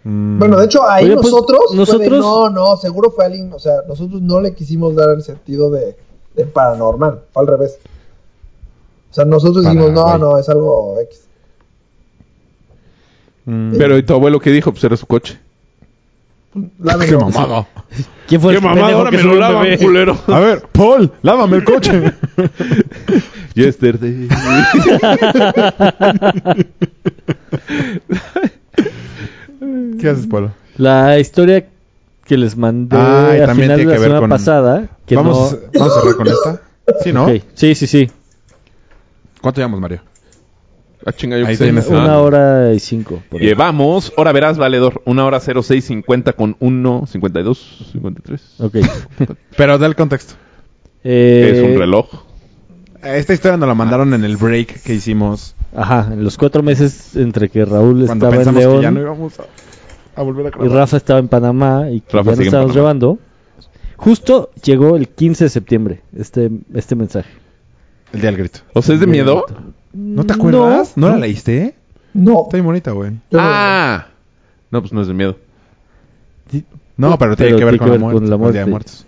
[SPEAKER 4] Mm.
[SPEAKER 1] Bueno, de hecho, ahí
[SPEAKER 5] Oye, pues,
[SPEAKER 1] nosotros. fue de,
[SPEAKER 5] nosotros-
[SPEAKER 1] no, no, seguro fue alguien. O sea, nosotros no le quisimos dar el sentido de, de paranormal. Fue al revés. O sea, nosotros dijimos, no,
[SPEAKER 4] Paraguay.
[SPEAKER 1] no, es algo X.
[SPEAKER 4] Mm.
[SPEAKER 3] Pero ¿y tu abuelo qué dijo? Pues era su coche.
[SPEAKER 4] ¡Qué
[SPEAKER 1] Lávenlo.
[SPEAKER 4] mamada!
[SPEAKER 5] ¿Quién fue
[SPEAKER 3] ¡Qué
[SPEAKER 5] el pendejo
[SPEAKER 3] mamada! Ahora
[SPEAKER 5] Pues que
[SPEAKER 3] me
[SPEAKER 5] subió
[SPEAKER 3] lo
[SPEAKER 5] un
[SPEAKER 3] lavan,
[SPEAKER 5] bebé? [laughs]
[SPEAKER 3] culero.
[SPEAKER 4] A ver, Paul, lávame el coche.
[SPEAKER 3] Yesterday.
[SPEAKER 4] ¿Qué haces, Paul?
[SPEAKER 5] La historia que les mandé
[SPEAKER 4] Ah, y
[SPEAKER 5] a
[SPEAKER 4] también
[SPEAKER 5] final de
[SPEAKER 4] tiene
[SPEAKER 5] la
[SPEAKER 4] que ver
[SPEAKER 5] semana
[SPEAKER 4] con-
[SPEAKER 5] pasada. Que
[SPEAKER 4] Vamos,
[SPEAKER 5] no-
[SPEAKER 4] vamos a cerrar con esta. Sí, ¿no?
[SPEAKER 5] Ok, Sí, sí, sí.
[SPEAKER 4] ¿Cuánto llevamos, Mario?
[SPEAKER 3] Ah, chinga, yo
[SPEAKER 4] Ahí
[SPEAKER 3] qué sé.
[SPEAKER 4] tienes.
[SPEAKER 5] Una
[SPEAKER 4] Ah.
[SPEAKER 5] hora y cinco. por ahí.
[SPEAKER 3] Llevamos, ahora verás, valedor, una hora 0650 con 1, 52, 53. [laughs]
[SPEAKER 5] Ok.
[SPEAKER 4] Pero da el contexto.
[SPEAKER 5] Eh,
[SPEAKER 3] Es un reloj.
[SPEAKER 4] Esta historia nos la mandaron en el break que hicimos
[SPEAKER 5] Ajá, en los cuatro meses entre que Raúl
[SPEAKER 4] cuando
[SPEAKER 5] estaba en
[SPEAKER 4] pensamos
[SPEAKER 5] León
[SPEAKER 4] que ya no íbamos a, a volver a
[SPEAKER 5] y
[SPEAKER 4] grabar.
[SPEAKER 5] Rafa estaba en Panamá y que
[SPEAKER 3] Rafa
[SPEAKER 5] ya no
[SPEAKER 3] sigue en
[SPEAKER 5] estábamos
[SPEAKER 3] Panamá.
[SPEAKER 5] grabando. Justo llegó el 15 de septiembre este, este mensaje.
[SPEAKER 4] El día del grito.
[SPEAKER 3] O sea, ¿es de miedo?
[SPEAKER 4] ¿No te acuerdas? ¿No, la leíste?
[SPEAKER 1] No.
[SPEAKER 4] Está bien bonita, güey.
[SPEAKER 1] yo no-
[SPEAKER 3] Ah. No, pues no es de miedo.
[SPEAKER 4] No, pero, tiene que ver, con, la muerte,
[SPEAKER 5] con la
[SPEAKER 4] con el Día de
[SPEAKER 5] muerte.
[SPEAKER 4] Muertos.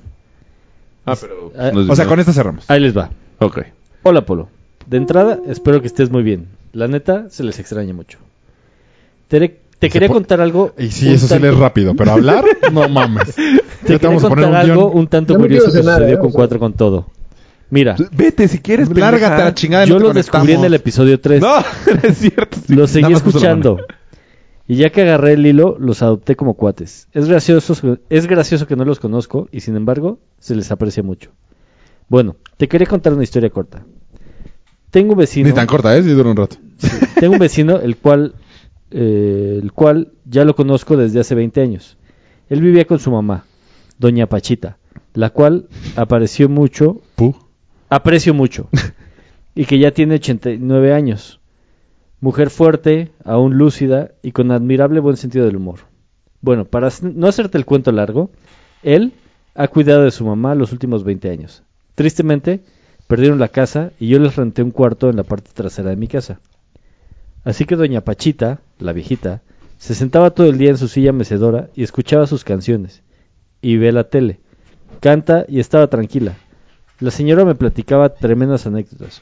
[SPEAKER 3] Ah, pero
[SPEAKER 5] Ah,
[SPEAKER 3] no es de
[SPEAKER 4] O sea,
[SPEAKER 3] miedo.
[SPEAKER 4] con esta cerramos.
[SPEAKER 5] Ahí les va.
[SPEAKER 3] Ok.
[SPEAKER 5] Hola Polo. De entrada, espero que estés muy bien. La neta, se les extraña mucho. Te, te quería
[SPEAKER 4] po-
[SPEAKER 5] contar algo.
[SPEAKER 4] Y sí,
[SPEAKER 5] un
[SPEAKER 4] eso sí
[SPEAKER 5] tan-
[SPEAKER 4] le es rápido, pero
[SPEAKER 5] [laughs]
[SPEAKER 4] hablar, no mames.
[SPEAKER 5] Te
[SPEAKER 4] Ya
[SPEAKER 5] quería contar algo un tanto
[SPEAKER 1] No me
[SPEAKER 5] curioso
[SPEAKER 1] quiero
[SPEAKER 5] que
[SPEAKER 1] cenar,
[SPEAKER 5] sucedió
[SPEAKER 1] ¿eh? O
[SPEAKER 5] con
[SPEAKER 1] sea-
[SPEAKER 5] Cuatro con Todo. Mira,
[SPEAKER 3] Vete si quieres,
[SPEAKER 4] Lárgate a
[SPEAKER 3] pendeja.
[SPEAKER 4] la chingada. y
[SPEAKER 5] yo
[SPEAKER 4] no te
[SPEAKER 5] lo descubrí en el
[SPEAKER 4] conectamos.
[SPEAKER 5] episodio 3.
[SPEAKER 3] No,
[SPEAKER 4] [laughs]
[SPEAKER 3] no es cierto.
[SPEAKER 5] Los seguí
[SPEAKER 4] nada más puso la
[SPEAKER 5] escuchando. Y ya que agarré el hilo, los adopté como cuates. Es gracioso, es gracioso que no los conozco y sin embargo se les aprecia mucho. Bueno, te quería contar una historia corta. Tengo un vecino,
[SPEAKER 4] Ni tan corta, ¿eh? Sí, dura un rato.
[SPEAKER 5] tengo un vecino el cual, eh, el cual ya lo conozco desde hace 20 años. Él vivía con su mamá, doña Pachita, la cual apareció mucho
[SPEAKER 4] Pu.
[SPEAKER 5] aprecio mucho. y que ya tiene 89 años. Mujer fuerte, aún lúcida y con admirable buen sentido del humor. Bueno, para s- no hacerte el cuento largo, él ha cuidado de su mamá los últimos 20 años. Tristemente, perdieron la casa y yo les renté un cuarto en la parte trasera de mi casa. Así que doña Pachita, la viejita, se sentaba todo el día en su silla mecedora y escuchaba sus canciones. Y ve la tele. Canta y estaba tranquila. La señora me platicaba tremendas anécdotas.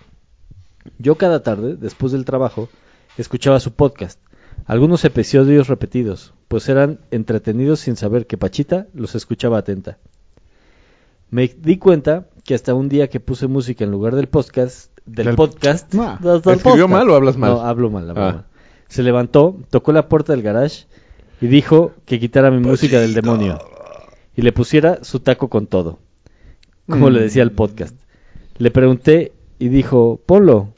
[SPEAKER 5] Yo cada tarde, después del trabajo, escuchaba su podcast, algunos episodios repetidos, pues eran entretenidos sin saber que Pachita los escuchaba atenta. Me di cuenta que hasta un día que puse música en lugar del podcast, del
[SPEAKER 4] Del-
[SPEAKER 5] podcast,
[SPEAKER 4] Ah,
[SPEAKER 5] del
[SPEAKER 3] ¿escribió mal o hablas mal?
[SPEAKER 5] No, hablo mal, hablo
[SPEAKER 3] Ah.
[SPEAKER 5] mal. Se levantó, tocó la puerta del garage y dijo que quitara
[SPEAKER 3] Pues
[SPEAKER 5] mi música del demonio y le pusiera su taco con todo, como
[SPEAKER 4] Mm.
[SPEAKER 5] le decía el podcast. Le pregunté y dijo, Polo,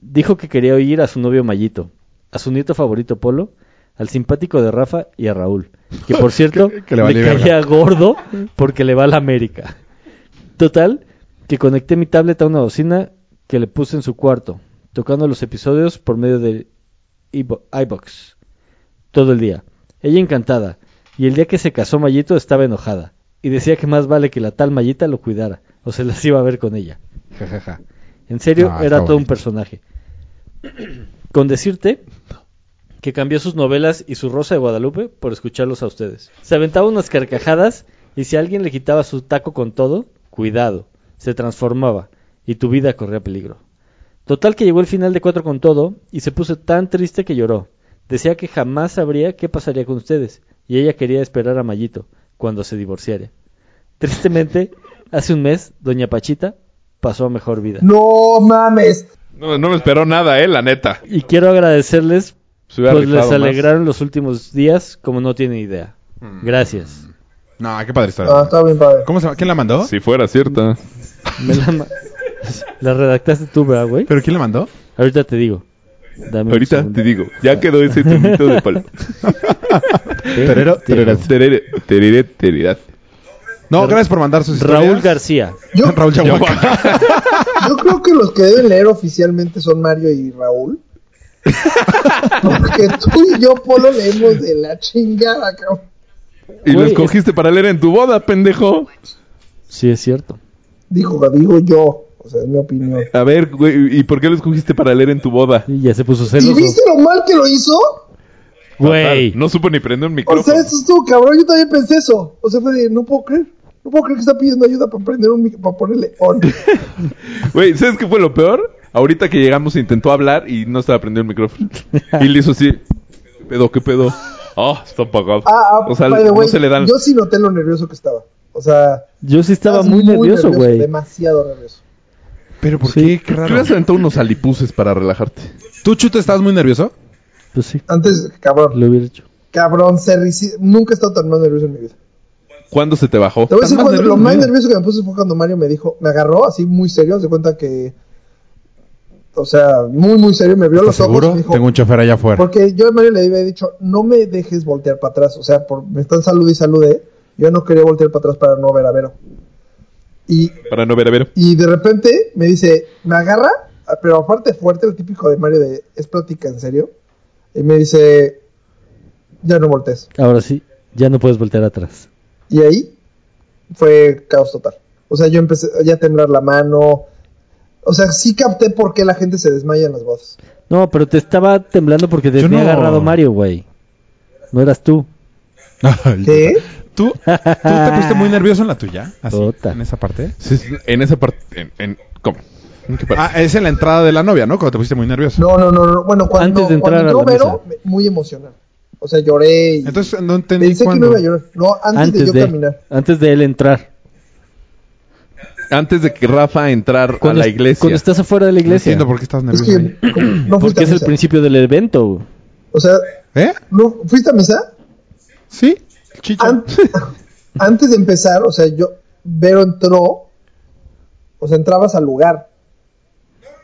[SPEAKER 5] dijo que quería oír a su novio Mayito, a su nieto favorito Polo, al simpático de Rafa y a Raúl,
[SPEAKER 4] [laughs]
[SPEAKER 5] que por cierto
[SPEAKER 4] Que- que le vale
[SPEAKER 5] le
[SPEAKER 4] verga.
[SPEAKER 5] caía gordo porque le va a la América. Total, que conecté mi tablet a una bocina que le puse en su cuarto, tocando los episodios por medio de ibo- iBox todo el día. Ella encantada, y el día que se casó Mayito estaba enojada, y decía que más vale que la tal Mayita lo cuidara, o se las iba a ver con ella. Ja, ja, ja. En serio,
[SPEAKER 4] Ah,
[SPEAKER 5] era
[SPEAKER 4] está
[SPEAKER 5] todo un
[SPEAKER 4] bonito.
[SPEAKER 5] personaje. [clears throat] Con decirte que cambió sus novelas y su Rosa de Guadalupe por escucharlos a ustedes. Se aventaba unas carcajadas y si alguien le quitaba su taco con todo, cuidado, se transformaba y tu vida corría peligro. Total que llegó el final de Cuatro con todo y se puso tan triste que lloró. Decía que jamás sabría qué pasaría con ustedes y ella quería esperar a Mayito cuando se divorciara. Tristemente, hace un mes, Doña Pachita pasó a mejor vida.
[SPEAKER 1] No mames.
[SPEAKER 3] No, no me esperó nada, eh, la neta.
[SPEAKER 5] Y quiero agradecerles,
[SPEAKER 3] Se hubiera
[SPEAKER 5] pues les
[SPEAKER 3] rifado más. Mm.
[SPEAKER 5] alegraron los últimos días como no tienen idea. Gracias.
[SPEAKER 4] No, qué padre historia.
[SPEAKER 1] Ah, está bien padre.
[SPEAKER 4] ¿Cómo se llama? ¿Quién la mandó?
[SPEAKER 3] Si fuera cierta.
[SPEAKER 5] Me la, ma- [laughs] la redactaste tú, ¿verdad, güey?
[SPEAKER 4] ¿Pero quién la mandó?
[SPEAKER 5] Ahorita te digo. Dame un
[SPEAKER 3] Ahorita
[SPEAKER 5] segundo.
[SPEAKER 3] te digo, ya quedó ese tonito de palo.
[SPEAKER 4] Terero, tererazo.
[SPEAKER 3] Terere, terere, tererat.
[SPEAKER 4] No, gracias por mandar sus historias.
[SPEAKER 5] Raúl García.
[SPEAKER 1] Yo,
[SPEAKER 4] [laughs] Raúl Yahuaca.
[SPEAKER 1] yo creo que los que deben leer oficialmente son Mario y
[SPEAKER 3] [laughs]
[SPEAKER 1] Raúl. Porque tú y yo, Polo, leemos de la chingada, cabrón.
[SPEAKER 3] Y lo
[SPEAKER 5] Güey,
[SPEAKER 3] escogiste para leer en tu boda, pendejo.
[SPEAKER 5] Sí, es cierto.
[SPEAKER 1] Dijo, digo yo. O sea, es mi opinión.
[SPEAKER 3] A ver, güey, ¿y por qué lo escogiste para leer en tu boda?
[SPEAKER 5] Y ya se puso
[SPEAKER 1] ¿Y
[SPEAKER 5] celoso.
[SPEAKER 1] viste lo mal que lo hizo?
[SPEAKER 5] Güey.
[SPEAKER 3] No supo ni prender un
[SPEAKER 1] O
[SPEAKER 3] micrófono.
[SPEAKER 1] sea, esto estuvo cabrón. Yo también pensé eso. O sea, fue de, no puedo creer. No puedo creer que está pidiendo ayuda para prender un mic- para ponerle on.
[SPEAKER 3] Güey, ¿sabes qué fue lo peor? Ahorita que llegamos intentó hablar y no estaba prendido el [laughs] micrófono. y le hizo así, ¿qué pedo, qué pedo? Ah, está apagado.
[SPEAKER 1] Ah, ah,
[SPEAKER 3] [laughs] o sea,
[SPEAKER 1] by the
[SPEAKER 3] no
[SPEAKER 1] way,
[SPEAKER 3] se le dan...
[SPEAKER 1] Yo sí noté lo nervioso que estaba. O sea,
[SPEAKER 5] Yo sí estaba
[SPEAKER 1] estabas
[SPEAKER 5] muy nervioso, güey.
[SPEAKER 1] Demasiado nervioso.
[SPEAKER 4] Pero ¿por qué?
[SPEAKER 5] Sí.
[SPEAKER 4] Qué
[SPEAKER 3] Tú
[SPEAKER 4] raro.
[SPEAKER 3] hubieras aventado unos alipuses para relajarte.
[SPEAKER 4] ¿Tú, Chuto, estás muy nervioso?
[SPEAKER 5] Pues sí,
[SPEAKER 1] Antes, cabrón.
[SPEAKER 5] lo hubiera hecho.
[SPEAKER 1] Cabrón, se risi- Nunca he estado tan más nervioso en mi vida.
[SPEAKER 3] ¿Cuándo se te bajó?
[SPEAKER 1] Te voy a
[SPEAKER 4] Estás
[SPEAKER 1] decir
[SPEAKER 4] más
[SPEAKER 1] cuando- lo
[SPEAKER 4] nervioso,
[SPEAKER 1] más
[SPEAKER 4] mira.
[SPEAKER 1] nervioso que me puse fue cuando Mario me dijo, me agarró así muy serio, se cuenta que, o sea, muy muy serio, me vio
[SPEAKER 4] ¿Estás
[SPEAKER 1] los
[SPEAKER 4] seguro?
[SPEAKER 1] ojos y me dijo,
[SPEAKER 4] Tengo un chofer allá afuera. [laughs]
[SPEAKER 1] porque yo a Mario le había dicho, no me dejes voltear para atrás, o sea, por, me están salude y salude, yo no quería voltear para atrás para no ver a Vero. Y,
[SPEAKER 3] Para no ver, a ver.
[SPEAKER 1] y de repente me dice, me agarra, pero aparte fuerte, el típico de Mario de, es plática en serio, y me dice, ya no voltees.
[SPEAKER 5] Ahora sí, ya no puedes voltear atrás.
[SPEAKER 1] Y ahí fue caos total. O sea, yo empecé ya a temblar la mano. O sea, sí capté por qué la gente se desmaya en las bodas.
[SPEAKER 5] No, pero te estaba temblando porque te
[SPEAKER 4] Yo
[SPEAKER 5] había
[SPEAKER 4] no.
[SPEAKER 5] agarrado Mario, güey. No eras tú.
[SPEAKER 1] ¿Qué?
[SPEAKER 4] ¿Tú, ¿Tú te pusiste muy nervioso en la tuya? Así,
[SPEAKER 5] Ota.
[SPEAKER 4] en esa parte.
[SPEAKER 3] Sí, sí, En esa parte... En, en- ¿Cómo? ¿En qué parte?
[SPEAKER 4] Ah, es en la entrada de la novia, ¿no? Cuando te pusiste muy nervioso.
[SPEAKER 1] No, no, no, no. Bueno, cuando,
[SPEAKER 5] Antes de entrar
[SPEAKER 1] cuando
[SPEAKER 5] a la
[SPEAKER 1] yo vero, me- muy emocional. O sea, lloré y
[SPEAKER 4] Entonces no entendí
[SPEAKER 1] pensé que
[SPEAKER 4] cuándo.
[SPEAKER 1] no iba a llorar. No, antes, de yo
[SPEAKER 5] Antes de,
[SPEAKER 1] caminar.
[SPEAKER 5] antes de él entrar.
[SPEAKER 3] Antes de que Rafa entrar a
[SPEAKER 5] Cuando
[SPEAKER 3] la
[SPEAKER 5] es-
[SPEAKER 3] iglesia.
[SPEAKER 5] Cuando estás afuera de la
[SPEAKER 4] No
[SPEAKER 5] iglesia.
[SPEAKER 4] entiendo por qué estás
[SPEAKER 1] Es
[SPEAKER 4] nervioso
[SPEAKER 1] que
[SPEAKER 4] ahí.
[SPEAKER 1] como- no fuiste
[SPEAKER 5] porque
[SPEAKER 1] a
[SPEAKER 5] es el
[SPEAKER 1] misa.
[SPEAKER 5] principio del evento. güey.
[SPEAKER 1] O sea,
[SPEAKER 4] ¿Eh?
[SPEAKER 1] no, ¿fuiste a misa?
[SPEAKER 4] ¿Sí? Chicho.
[SPEAKER 1] An- antes de empezar, o sea, yo, Vero entró, o sea, entrabas al lugar.
[SPEAKER 4] [laughs]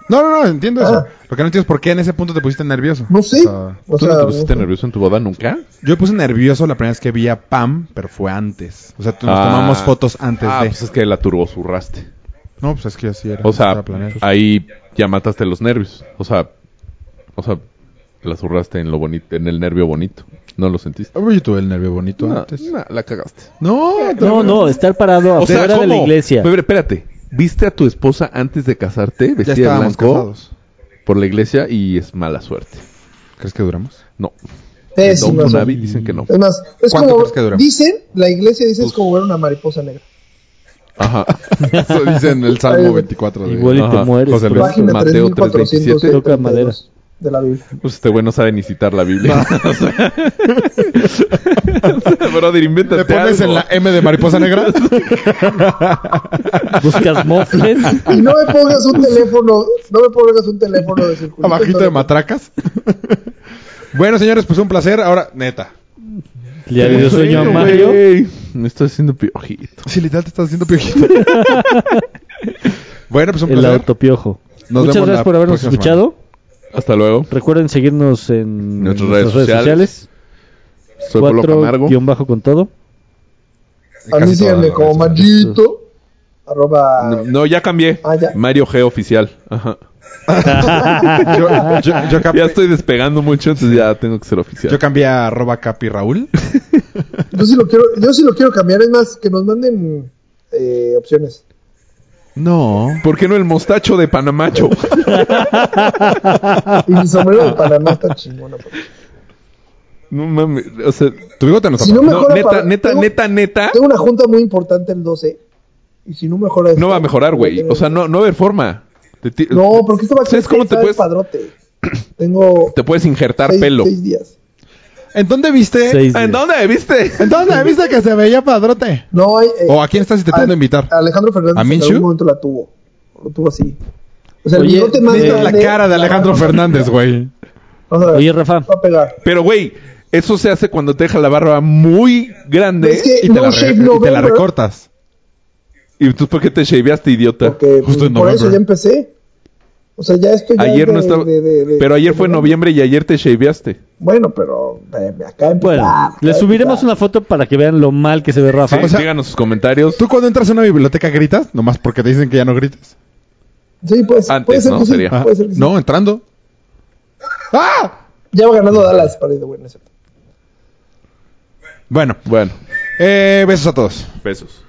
[SPEAKER 4] No, no, no, entiendo eso.
[SPEAKER 1] Ah.
[SPEAKER 4] Lo que no entiendo es por qué en ese punto te pusiste nervioso.
[SPEAKER 1] No sé.
[SPEAKER 4] O sea,
[SPEAKER 1] O
[SPEAKER 3] ¿Tú
[SPEAKER 1] sea,
[SPEAKER 3] no te
[SPEAKER 1] no
[SPEAKER 3] pusiste
[SPEAKER 1] sé.
[SPEAKER 3] nervioso en tu boda nunca?
[SPEAKER 4] yo puse nervioso la primera vez que vi a Pam, pero fue antes. O sea, tú- nos
[SPEAKER 3] Ah.
[SPEAKER 4] tomamos fotos antes
[SPEAKER 3] Ah,
[SPEAKER 4] de.
[SPEAKER 3] pues es que la turbozurraste.
[SPEAKER 4] No, pues es que así era.
[SPEAKER 3] O sea,
[SPEAKER 4] estaba planeado.
[SPEAKER 3] ahí ya mataste los nervios. O sea, o sea, la zurraste en lo bonito, en el nervio bonito. No lo sentiste.
[SPEAKER 4] Ah, pues yo tuve el nervio bonito
[SPEAKER 3] No,
[SPEAKER 4] antes.
[SPEAKER 3] no, la cagaste.
[SPEAKER 4] No,
[SPEAKER 5] No, no, estar parado
[SPEAKER 3] O sea,
[SPEAKER 5] afuera de la
[SPEAKER 3] ¿cómo?
[SPEAKER 5] iglesia.
[SPEAKER 3] Pero, espérate, ¿viste a tu esposa antes de casarte
[SPEAKER 4] Ya
[SPEAKER 3] vestida de
[SPEAKER 4] estábamos
[SPEAKER 3] blanco
[SPEAKER 4] casados.
[SPEAKER 3] por la iglesia y es mala suerte?
[SPEAKER 4] ¿Crees que duramos?
[SPEAKER 3] No.
[SPEAKER 1] Pésimo.
[SPEAKER 3] Don
[SPEAKER 1] o sea,
[SPEAKER 3] Navi dicen que no.
[SPEAKER 1] Es más, es
[SPEAKER 4] ¿Cuánto
[SPEAKER 1] como
[SPEAKER 4] crees que dura?
[SPEAKER 1] dicen, la iglesia dice es como ver una mariposa negra.
[SPEAKER 3] Ajá. [laughs]
[SPEAKER 4] Eso dice en el Salmo 24 de
[SPEAKER 5] Igual y te
[SPEAKER 3] Ajá,
[SPEAKER 5] mueres.
[SPEAKER 4] José
[SPEAKER 5] güey.
[SPEAKER 4] Luis.
[SPEAKER 1] Página
[SPEAKER 3] Mateo 3:27.
[SPEAKER 1] 3472
[SPEAKER 5] Toca madera.
[SPEAKER 1] de la Biblia.
[SPEAKER 3] Pues este güey no sabe ni citar la
[SPEAKER 4] [laughs]
[SPEAKER 3] Biblia. [laughs] O sea, brother,
[SPEAKER 4] ¿Te
[SPEAKER 3] invéntate
[SPEAKER 4] pones
[SPEAKER 3] algo.
[SPEAKER 4] en la M de mariposa negra? [laughs]
[SPEAKER 5] Buscas mofles.
[SPEAKER 1] Y no me pongas un teléfono, no me pongas un teléfono de circuito.
[SPEAKER 4] Abajito de matracas. [laughs] bueno, señores, pues un placer. Ahora, neta.
[SPEAKER 5] Le dio sueño a Mario.
[SPEAKER 3] Güey, Me estoy haciendo piojito.
[SPEAKER 4] Si literal te estás [laughs] haciendo piojito. bueno, pues un
[SPEAKER 5] El
[SPEAKER 4] placer.
[SPEAKER 5] autopiojo.
[SPEAKER 4] Nos
[SPEAKER 5] Muchas
[SPEAKER 4] vemos la
[SPEAKER 5] gracias por habernos
[SPEAKER 4] próxima
[SPEAKER 5] escuchado.
[SPEAKER 3] Hasta luego.
[SPEAKER 5] Recuerden seguirnos en
[SPEAKER 3] Nuestras redes sociales. Soy Polo Camargo.
[SPEAKER 5] guión bajo con todo.
[SPEAKER 1] A mí
[SPEAKER 4] Casi todas
[SPEAKER 1] síganme
[SPEAKER 4] las
[SPEAKER 1] como
[SPEAKER 4] redes sociales.
[SPEAKER 1] Machito. Arroba.
[SPEAKER 3] No, no, ya cambié.
[SPEAKER 1] Ah, ya.
[SPEAKER 3] Mario G oficial.
[SPEAKER 5] [laughs]
[SPEAKER 3] Ajá.
[SPEAKER 4] Yo, yo- yo
[SPEAKER 3] Ya
[SPEAKER 4] cambié,
[SPEAKER 3] estoy despegando mucho, entonces ya tengo que ser oficial.
[SPEAKER 4] yo cambié a arroba capi Raúl.
[SPEAKER 1] Yo sí lo quiero, yo sí lo quiero cambiar, es más, que nos manden eh, opciones.
[SPEAKER 4] No.
[SPEAKER 3] ¿Por qué no el mostacho de Panamacho? [laughs]
[SPEAKER 1] Y mi sombrero de Panamá está chingona. papá.
[SPEAKER 3] no mames. O sea,
[SPEAKER 4] Tu bigote no está
[SPEAKER 1] Si no
[SPEAKER 4] mal.
[SPEAKER 3] no,
[SPEAKER 1] mejora
[SPEAKER 3] neta,
[SPEAKER 1] para-
[SPEAKER 3] neta,
[SPEAKER 1] tengo-
[SPEAKER 3] neta, neta,
[SPEAKER 1] Tengo una junta muy importante el 12. Y si no mejora esto,
[SPEAKER 3] no va a mejorar, güey. O sea, no, no va a haber forma. Te, ti-
[SPEAKER 1] No, porque esto va a
[SPEAKER 3] ¿Sabes cómo
[SPEAKER 1] está
[SPEAKER 3] te
[SPEAKER 1] el
[SPEAKER 3] puedes-
[SPEAKER 1] padrote. Tengo
[SPEAKER 3] te puedes injertar
[SPEAKER 1] seis,
[SPEAKER 3] pelo.
[SPEAKER 1] seis días.
[SPEAKER 4] ¿En dónde viste?
[SPEAKER 5] Seis
[SPEAKER 3] ¿En
[SPEAKER 5] días.
[SPEAKER 3] dónde viste?
[SPEAKER 4] ¿En dónde viste que se veía padrote?
[SPEAKER 1] No, hay, eh,
[SPEAKER 4] ¿O a quién estás intentando
[SPEAKER 1] Al-
[SPEAKER 4] invitar?
[SPEAKER 1] Alejandro Fernández
[SPEAKER 4] ¿A
[SPEAKER 1] en
[SPEAKER 4] Minshew?
[SPEAKER 1] algún momento la tuvo. Lo tuvo así. O sea, el
[SPEAKER 5] Oye,
[SPEAKER 1] bigote más
[SPEAKER 5] ¿viste
[SPEAKER 4] Esta es
[SPEAKER 1] grande.
[SPEAKER 4] la cara de Alejandro Fernández, güey.
[SPEAKER 1] O sea,
[SPEAKER 5] Oye, Rafa,
[SPEAKER 1] va a pegar.
[SPEAKER 3] Pero, güey, eso se hace cuando te deja la barba muy grande.
[SPEAKER 1] Es que
[SPEAKER 4] Y te,
[SPEAKER 1] no
[SPEAKER 4] la, re-
[SPEAKER 1] shave
[SPEAKER 4] y te la
[SPEAKER 1] November,
[SPEAKER 4] recortas.
[SPEAKER 3] ¿Y tú por qué te shaveaste, idiota?
[SPEAKER 1] Porque
[SPEAKER 4] Justo
[SPEAKER 1] pues,
[SPEAKER 4] en
[SPEAKER 1] por
[SPEAKER 4] noviembre.
[SPEAKER 1] eso ya empecé. O sea, ya estoy.
[SPEAKER 3] Ayer no estaba- Pero ayer fue en noviembre y ayer te shaveaste.
[SPEAKER 1] Bueno, pero eh, acá empezar.
[SPEAKER 5] bueno,
[SPEAKER 1] acaba de
[SPEAKER 5] le subiremos
[SPEAKER 1] empezar.
[SPEAKER 5] una foto para que vean lo mal que se ve Rafa.
[SPEAKER 3] Sí,
[SPEAKER 4] o sea-
[SPEAKER 3] díganos sus comentarios.
[SPEAKER 4] ¿Tú cuando entras a una biblioteca gritas? Nomás porque te dicen que ya no grites.
[SPEAKER 1] Sí, pues.
[SPEAKER 3] Antes,
[SPEAKER 1] puede ser
[SPEAKER 3] ¿no?
[SPEAKER 1] que sí,
[SPEAKER 3] Sería.
[SPEAKER 4] Ajá.
[SPEAKER 1] puede ser que sí.
[SPEAKER 4] No, entrando. ¡Ah!
[SPEAKER 1] Ya va ganando Dallas para ir de buena.
[SPEAKER 4] Bueno,
[SPEAKER 3] Bueno,
[SPEAKER 4] eh, besos a todos.
[SPEAKER 3] besos.